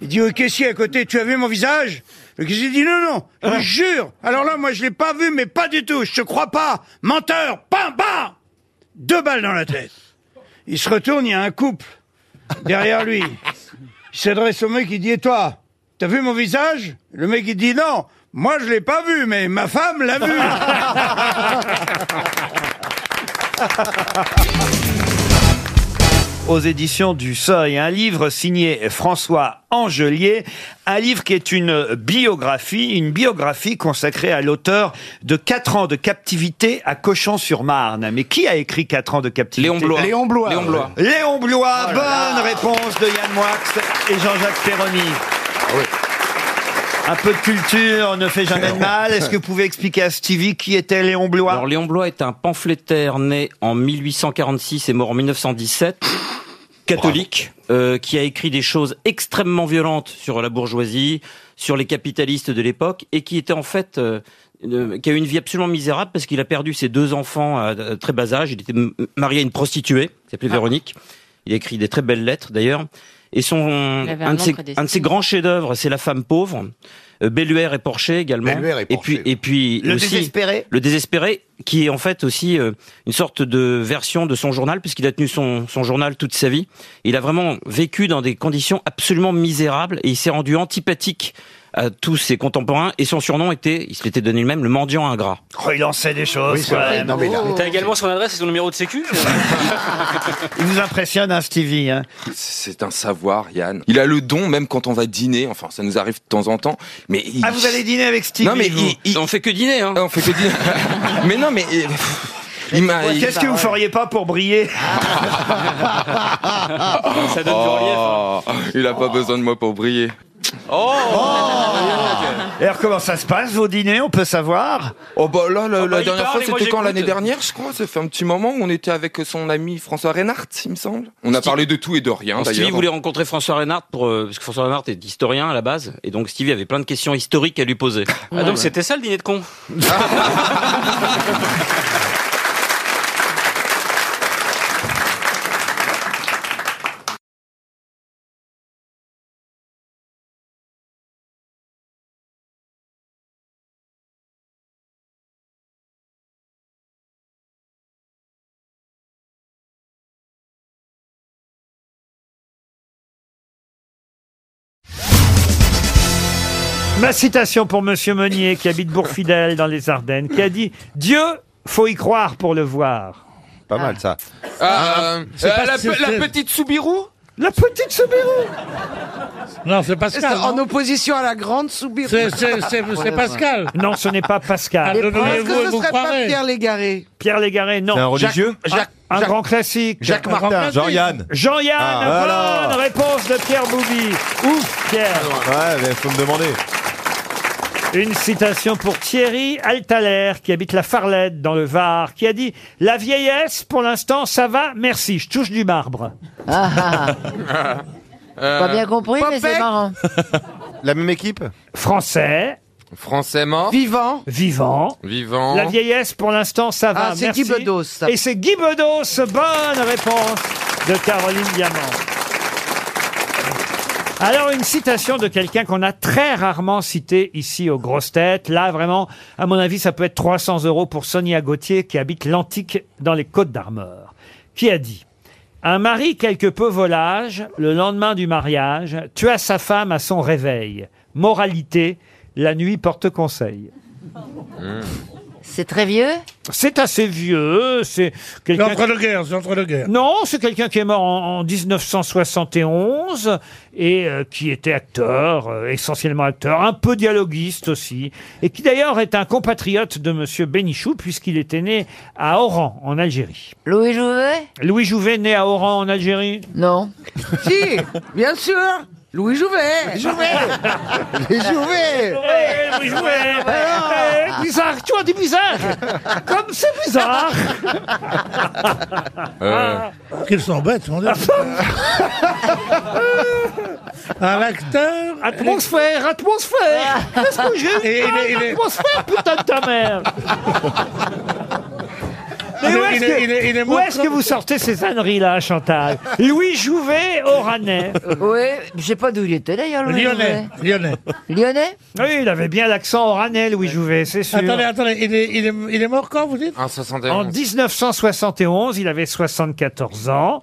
[SPEAKER 16] Il dit au caissier à côté tu as vu mon visage Le caissier dit non non je vous jure alors là moi je l'ai pas vu mais pas du tout je te crois pas menteur bam bam deux balles dans la tête. Il se retourne il y a un couple derrière lui. Il s'adresse au mec il dit et toi t'as vu mon visage Le mec il dit non moi je l'ai pas vu mais ma femme l'a vu.
[SPEAKER 1] aux éditions du Seuil, un livre signé François Angelier, un livre qui est une biographie, une biographie consacrée à l'auteur de 4 ans de captivité à Cochon-sur-Marne. Mais qui a écrit 4 ans de captivité
[SPEAKER 37] Léon Blois. Léon Blois. Léon Blois.
[SPEAKER 1] Léon Blois,
[SPEAKER 37] Oh là là.
[SPEAKER 1] bonne réponse de Yann Moix et Jean-Jacques Perroni. Ah Un peu de culture ne fait jamais de mal. Est-ce que vous pouvez expliquer à Stevie qui était Léon Blois
[SPEAKER 29] Alors Léon Blois est un pamphlétaire né en 1846 et mort en 1917. catholique euh, qui a écrit des choses extrêmement violentes sur la bourgeoisie, sur les capitalistes de l'époque, et qui était en fait euh, euh, qui a eu une vie absolument misérable parce qu'il a perdu ses deux enfants à, à très bas âge. Il était m- marié à une prostituée qui s'appelait Véronique. Il a écrit des très belles lettres d'ailleurs. Et son
[SPEAKER 13] avait
[SPEAKER 29] un
[SPEAKER 13] un
[SPEAKER 29] de, ses,
[SPEAKER 13] encre des
[SPEAKER 29] un de ses grands chefs-d'œuvre, c'est La femme pauvre. Euh, Belluaire et Porcher également.
[SPEAKER 13] Belluaire et
[SPEAKER 29] puis et puis
[SPEAKER 13] Le
[SPEAKER 29] aussi-
[SPEAKER 13] Désespéré.
[SPEAKER 29] Le désespéré qui est en fait aussi euh, une sorte de version de son journal puisqu'il a tenu son son journal toute sa vie. Il a vraiment vécu dans des conditions absolument misérables et il s'est rendu antipathique à tous ses contemporains et son surnom était, il se l'était donné lui-même, le mendiant ingrat.
[SPEAKER 1] Oh, il en sait des choses.
[SPEAKER 29] Oui, c'est
[SPEAKER 1] quand
[SPEAKER 29] vrai.
[SPEAKER 1] même.
[SPEAKER 29] Non, mais là-
[SPEAKER 6] T'as également son adresse et son numéro de sécu
[SPEAKER 1] Il vous impressionne, hein, Stevie. hein.
[SPEAKER 16] C'est un savoir, Yann. Il a le don, même quand on va dîner. Enfin, ça nous arrive de temps en temps. Mais il-
[SPEAKER 1] Ah, vous allez dîner avec Stevie
[SPEAKER 16] Non, mais
[SPEAKER 1] vous
[SPEAKER 16] il- il-
[SPEAKER 29] on fait que dîner. Hein.
[SPEAKER 16] on fait que dîner. mais non, mais euh, il- il m'a. il-
[SPEAKER 1] Qu'est-ce que vous feriez pas pour briller
[SPEAKER 16] Ça donne Oh, Il a pas besoin de moi pour briller.
[SPEAKER 1] Oh, Et alors, comment ça se passe, vos dîners On peut savoir
[SPEAKER 16] Oh, bah là, la,
[SPEAKER 1] bah,
[SPEAKER 16] la
[SPEAKER 1] il
[SPEAKER 16] dernière
[SPEAKER 1] parle
[SPEAKER 16] fois, c'était
[SPEAKER 1] et moi,
[SPEAKER 16] quand
[SPEAKER 1] j'écoute.
[SPEAKER 16] l'année dernière, je crois. Ça fait un petit moment. On était avec son ami François Reinhardt, il me semble. On a parlé de tout et de rien,
[SPEAKER 29] Alors, Stevie
[SPEAKER 16] d'ailleurs.
[SPEAKER 29] voulait rencontrer François Reinhardt pour, euh, parce que François Reinhardt est historien à la base, et donc Stevie avait plein de questions historiques à lui poser.
[SPEAKER 6] Ah donc c'était ça le dîner de con
[SPEAKER 1] Ma citation pour Monsieur Meunier, qui habite Bourfidel dans les Ardennes, qui a dit « Dieu, faut y croire pour le voir ». Pas mal, ça.
[SPEAKER 16] Ah, euh,
[SPEAKER 1] C'est
[SPEAKER 16] euh,
[SPEAKER 1] pas
[SPEAKER 16] la,
[SPEAKER 1] si
[SPEAKER 16] la
[SPEAKER 1] c'est-
[SPEAKER 16] petite Soubirou
[SPEAKER 1] La petite Soubirou
[SPEAKER 8] Non, c'est Pascal.
[SPEAKER 7] en
[SPEAKER 8] non
[SPEAKER 7] opposition à la grande Soubirou.
[SPEAKER 8] C'est- c'est- c'est- c'est Pascal. Ah,
[SPEAKER 1] Non, ce n'est pas Pascal.
[SPEAKER 7] Ah, Est-ce que ce serait pas Pierre Légaré
[SPEAKER 1] Pierre Légaré, non.
[SPEAKER 7] C'est un religieux
[SPEAKER 1] Jacques- Jacques- un
[SPEAKER 7] Jacques-
[SPEAKER 1] grand classique.
[SPEAKER 7] Jacques Martin. Jean-Yann.
[SPEAKER 1] Jean-Yann,
[SPEAKER 31] Ah,
[SPEAKER 1] bonne
[SPEAKER 31] voilà.
[SPEAKER 1] réponse de Pierre Boubi. Ouf, Pierre.
[SPEAKER 31] Ouais, mais faut me demander.
[SPEAKER 1] Une citation pour Thierry Altaler, qui habite la Farlette, dans le Var, qui a dit « La vieillesse, pour l'instant, ça va, merci, je touche du marbre.
[SPEAKER 19] ah.
[SPEAKER 1] Euh,
[SPEAKER 13] Pas bien compris, mais c'est marrant.
[SPEAKER 16] La même équipe
[SPEAKER 1] Français.
[SPEAKER 16] Français mort.
[SPEAKER 1] Vivant. Vivant.
[SPEAKER 16] Vivant.
[SPEAKER 1] La vieillesse, pour l'instant, ça va.
[SPEAKER 16] Ah, c'est
[SPEAKER 1] merci.
[SPEAKER 16] Guy Bedos, ça.
[SPEAKER 1] Et c'est Guy Bedos. Bonne réponse de Caroline Diamant. Alors, une citation de quelqu'un qu'on a très rarement cité ici aux grosses têtes. Là, vraiment, à mon avis, ça peut être 300 euros pour Sonia Gauthier qui habite l'Antique dans les Côtes d'Armor. Qui a dit Un mari quelque peu volage, le lendemain du mariage, tua sa femme à son réveil. Moralité, la nuit porte conseil. Mmh.
[SPEAKER 13] C'est très vieux
[SPEAKER 1] C'est assez vieux, c'est quelqu'un...
[SPEAKER 8] C'est entre-deux-guerres, c'est entre-deux-guerres.
[SPEAKER 1] Non, c'est quelqu'un qui est mort en, en 1971 et euh, qui était acteur, euh, essentiellement acteur, un peu dialoguiste aussi, et qui d'ailleurs est un compatriote de Monsieur Bénichou puisqu'il était né à Oran, en Algérie.
[SPEAKER 13] Louis Jouvet
[SPEAKER 1] Louis Jouvet, né à Oran, en Algérie
[SPEAKER 13] Non.
[SPEAKER 7] Si, bien sûr Louis Jouvet Jouvet Louis Jouvet Ah.
[SPEAKER 1] Eh, Louis Jouvet Eh, Bizarre, tu vois, des bizarres Comme c'est bizarre Euh.
[SPEAKER 8] Qu'ils sont bêtes, mon dieu. Un acteur.
[SPEAKER 1] Atmosphère, atmosphère Qu'est-ce que
[SPEAKER 8] Et
[SPEAKER 1] j'ai eu
[SPEAKER 8] il est-
[SPEAKER 1] Ah,
[SPEAKER 8] il est-
[SPEAKER 1] Atmosphère, putain de ta mère Mais
[SPEAKER 8] Il
[SPEAKER 1] où
[SPEAKER 8] est-
[SPEAKER 1] est-ce
[SPEAKER 8] il est- il est- il est
[SPEAKER 1] que, où
[SPEAKER 8] mort
[SPEAKER 1] est-ce que vous sortez ces âneries-là, Chantal Louis Jouvet, Oranais.
[SPEAKER 13] Oui, je sais pas d'où il était d'ailleurs, Louis
[SPEAKER 8] Lyonnais. Lyonnais.
[SPEAKER 13] Jouvet. Lyonnais
[SPEAKER 1] Oui, il avait bien l'accent Oranais, Louis Jouvet, c'est sûr.
[SPEAKER 8] Attendez, attendez, il est, il, est, il est mort quand, vous dites
[SPEAKER 16] En
[SPEAKER 1] En 1971, il avait 74 ans.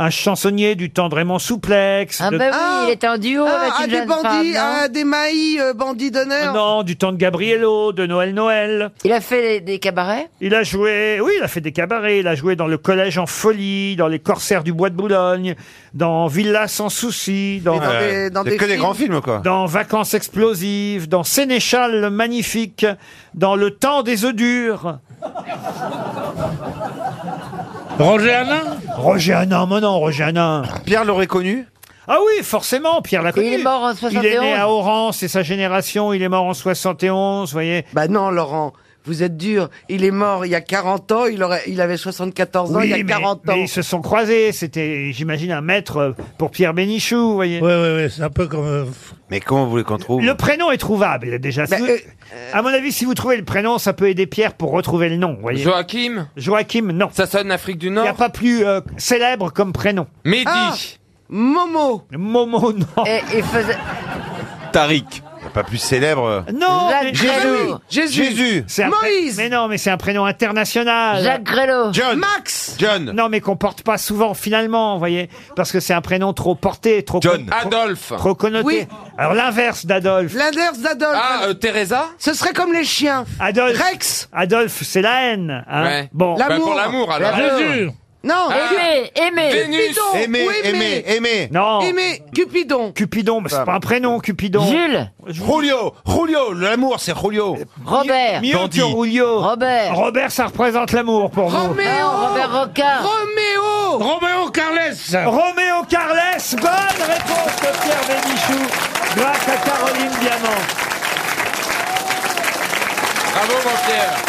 [SPEAKER 1] Un chansonnier du temps de Raymond Souplex.
[SPEAKER 13] Ah
[SPEAKER 1] de-
[SPEAKER 13] ben oui, il était en duo avec
[SPEAKER 7] Ah,
[SPEAKER 13] une
[SPEAKER 7] des
[SPEAKER 13] jeune
[SPEAKER 7] bandits,
[SPEAKER 13] femme, non
[SPEAKER 7] ah, des maïs, euh, bandits d'honneur
[SPEAKER 1] Non, du temps de Gabriello, de Noël Noël.
[SPEAKER 13] Il a fait des, des cabarets
[SPEAKER 1] Il a joué, oui, il a fait des cabarets, il a joué dans le collège en folie, dans les corsaires du bois de Boulogne, dans Villa sans souci,
[SPEAKER 31] Mais
[SPEAKER 1] dans,
[SPEAKER 31] dans Euh, des- dans c'est des que des films. grands films, quoi.
[SPEAKER 1] Dans Vacances explosives, dans Sénéchal le magnifique, dans Le temps des œufs durs.
[SPEAKER 8] Roger Hanin
[SPEAKER 1] Roger Hanin, mais non, Roger Hanin.
[SPEAKER 31] Pierre l'aurait connu
[SPEAKER 1] Ah oui, forcément, Pierre l'a
[SPEAKER 13] Et
[SPEAKER 1] connu.
[SPEAKER 13] il est mort en
[SPEAKER 1] Il est né
[SPEAKER 13] 71.
[SPEAKER 1] à Oran, c'est sa génération, il est mort en 71, vous voyez.
[SPEAKER 7] ah. Bah non, Laurent. vous êtes dur. Il est mort il y a 40 ans, il, aurait, il avait 74 ans il y a
[SPEAKER 1] Oui, mais-
[SPEAKER 7] 40 ans.
[SPEAKER 1] mais ils se sont croisés. C'était, j'imagine, un maître pour Pierre Bénichou, vous voyez. Oui, oui, oui, c'est un peu comme. euh,
[SPEAKER 5] Mais comment vous voulez qu'on trouve
[SPEAKER 1] Le prénom est trouvable déjà. Si vous- À mon avis, si vous trouvez le prénom, ça peut aider Pierre pour retrouver le nom. vous Voyez.
[SPEAKER 16] Joachim
[SPEAKER 1] Joachim, non.
[SPEAKER 16] Ça sonne Afrique du
[SPEAKER 1] Il
[SPEAKER 16] Nord
[SPEAKER 1] n'y a pas plus euh, célèbre comme prénom.
[SPEAKER 16] Mehdi. Ah,
[SPEAKER 7] Momo.
[SPEAKER 1] Momo, non.
[SPEAKER 13] Et il faisait.
[SPEAKER 5] Tariq. Pas plus célèbre.
[SPEAKER 1] Non, mais-
[SPEAKER 5] Jésus. Jésus. Jésus.
[SPEAKER 1] C'est un pré- Mais non, mais c'est un prénom international.
[SPEAKER 13] Jacques Grelot.
[SPEAKER 5] John.
[SPEAKER 7] Max.
[SPEAKER 5] John.
[SPEAKER 1] Non, mais qu'on porte pas souvent finalement, vous voyez, parce que c'est un prénom trop porté, trop.
[SPEAKER 16] John.
[SPEAKER 1] con- trop-
[SPEAKER 16] Adolphe.
[SPEAKER 1] Trop connoté.
[SPEAKER 16] Oui.
[SPEAKER 1] Alors l'inverse d'Adolphe.
[SPEAKER 7] L'inverse d'Adolphe.
[SPEAKER 16] Ah, euh, Teresa
[SPEAKER 7] Ce serait comme les chiens.
[SPEAKER 1] Adolphe.
[SPEAKER 7] Rex.
[SPEAKER 1] Adolphe, c'est la haine. hein.
[SPEAKER 16] Ouais.
[SPEAKER 1] Bon.
[SPEAKER 16] Bah, pour l'amour, alors. Jésus.
[SPEAKER 7] Non.
[SPEAKER 16] Ah.
[SPEAKER 13] Aimer, aimer.
[SPEAKER 16] Vénus.
[SPEAKER 7] Cupidon.
[SPEAKER 16] Aimer,
[SPEAKER 7] Ou aimer.
[SPEAKER 5] aimer.
[SPEAKER 1] Non.
[SPEAKER 7] Aimer. Cupidon.
[SPEAKER 1] Cupidon, mais c'est pas un prénom, Cupidon.
[SPEAKER 13] Jules.
[SPEAKER 5] Julio. Julio. L'amour, c'est Julio.
[SPEAKER 13] Robert.
[SPEAKER 1] Mieux que Rulio.
[SPEAKER 13] Robert.
[SPEAKER 1] Robert, ça représente l'amour
[SPEAKER 7] Oh.
[SPEAKER 1] pour vous.
[SPEAKER 7] Roméo.
[SPEAKER 13] Non, Robert Rocard.
[SPEAKER 7] Roméo.
[SPEAKER 8] Roméo Carles
[SPEAKER 1] Roméo Carles, bonne réponse de Pierre Bénichou, grâce à Caroline Diamant.
[SPEAKER 16] Bravo, mon Pierre.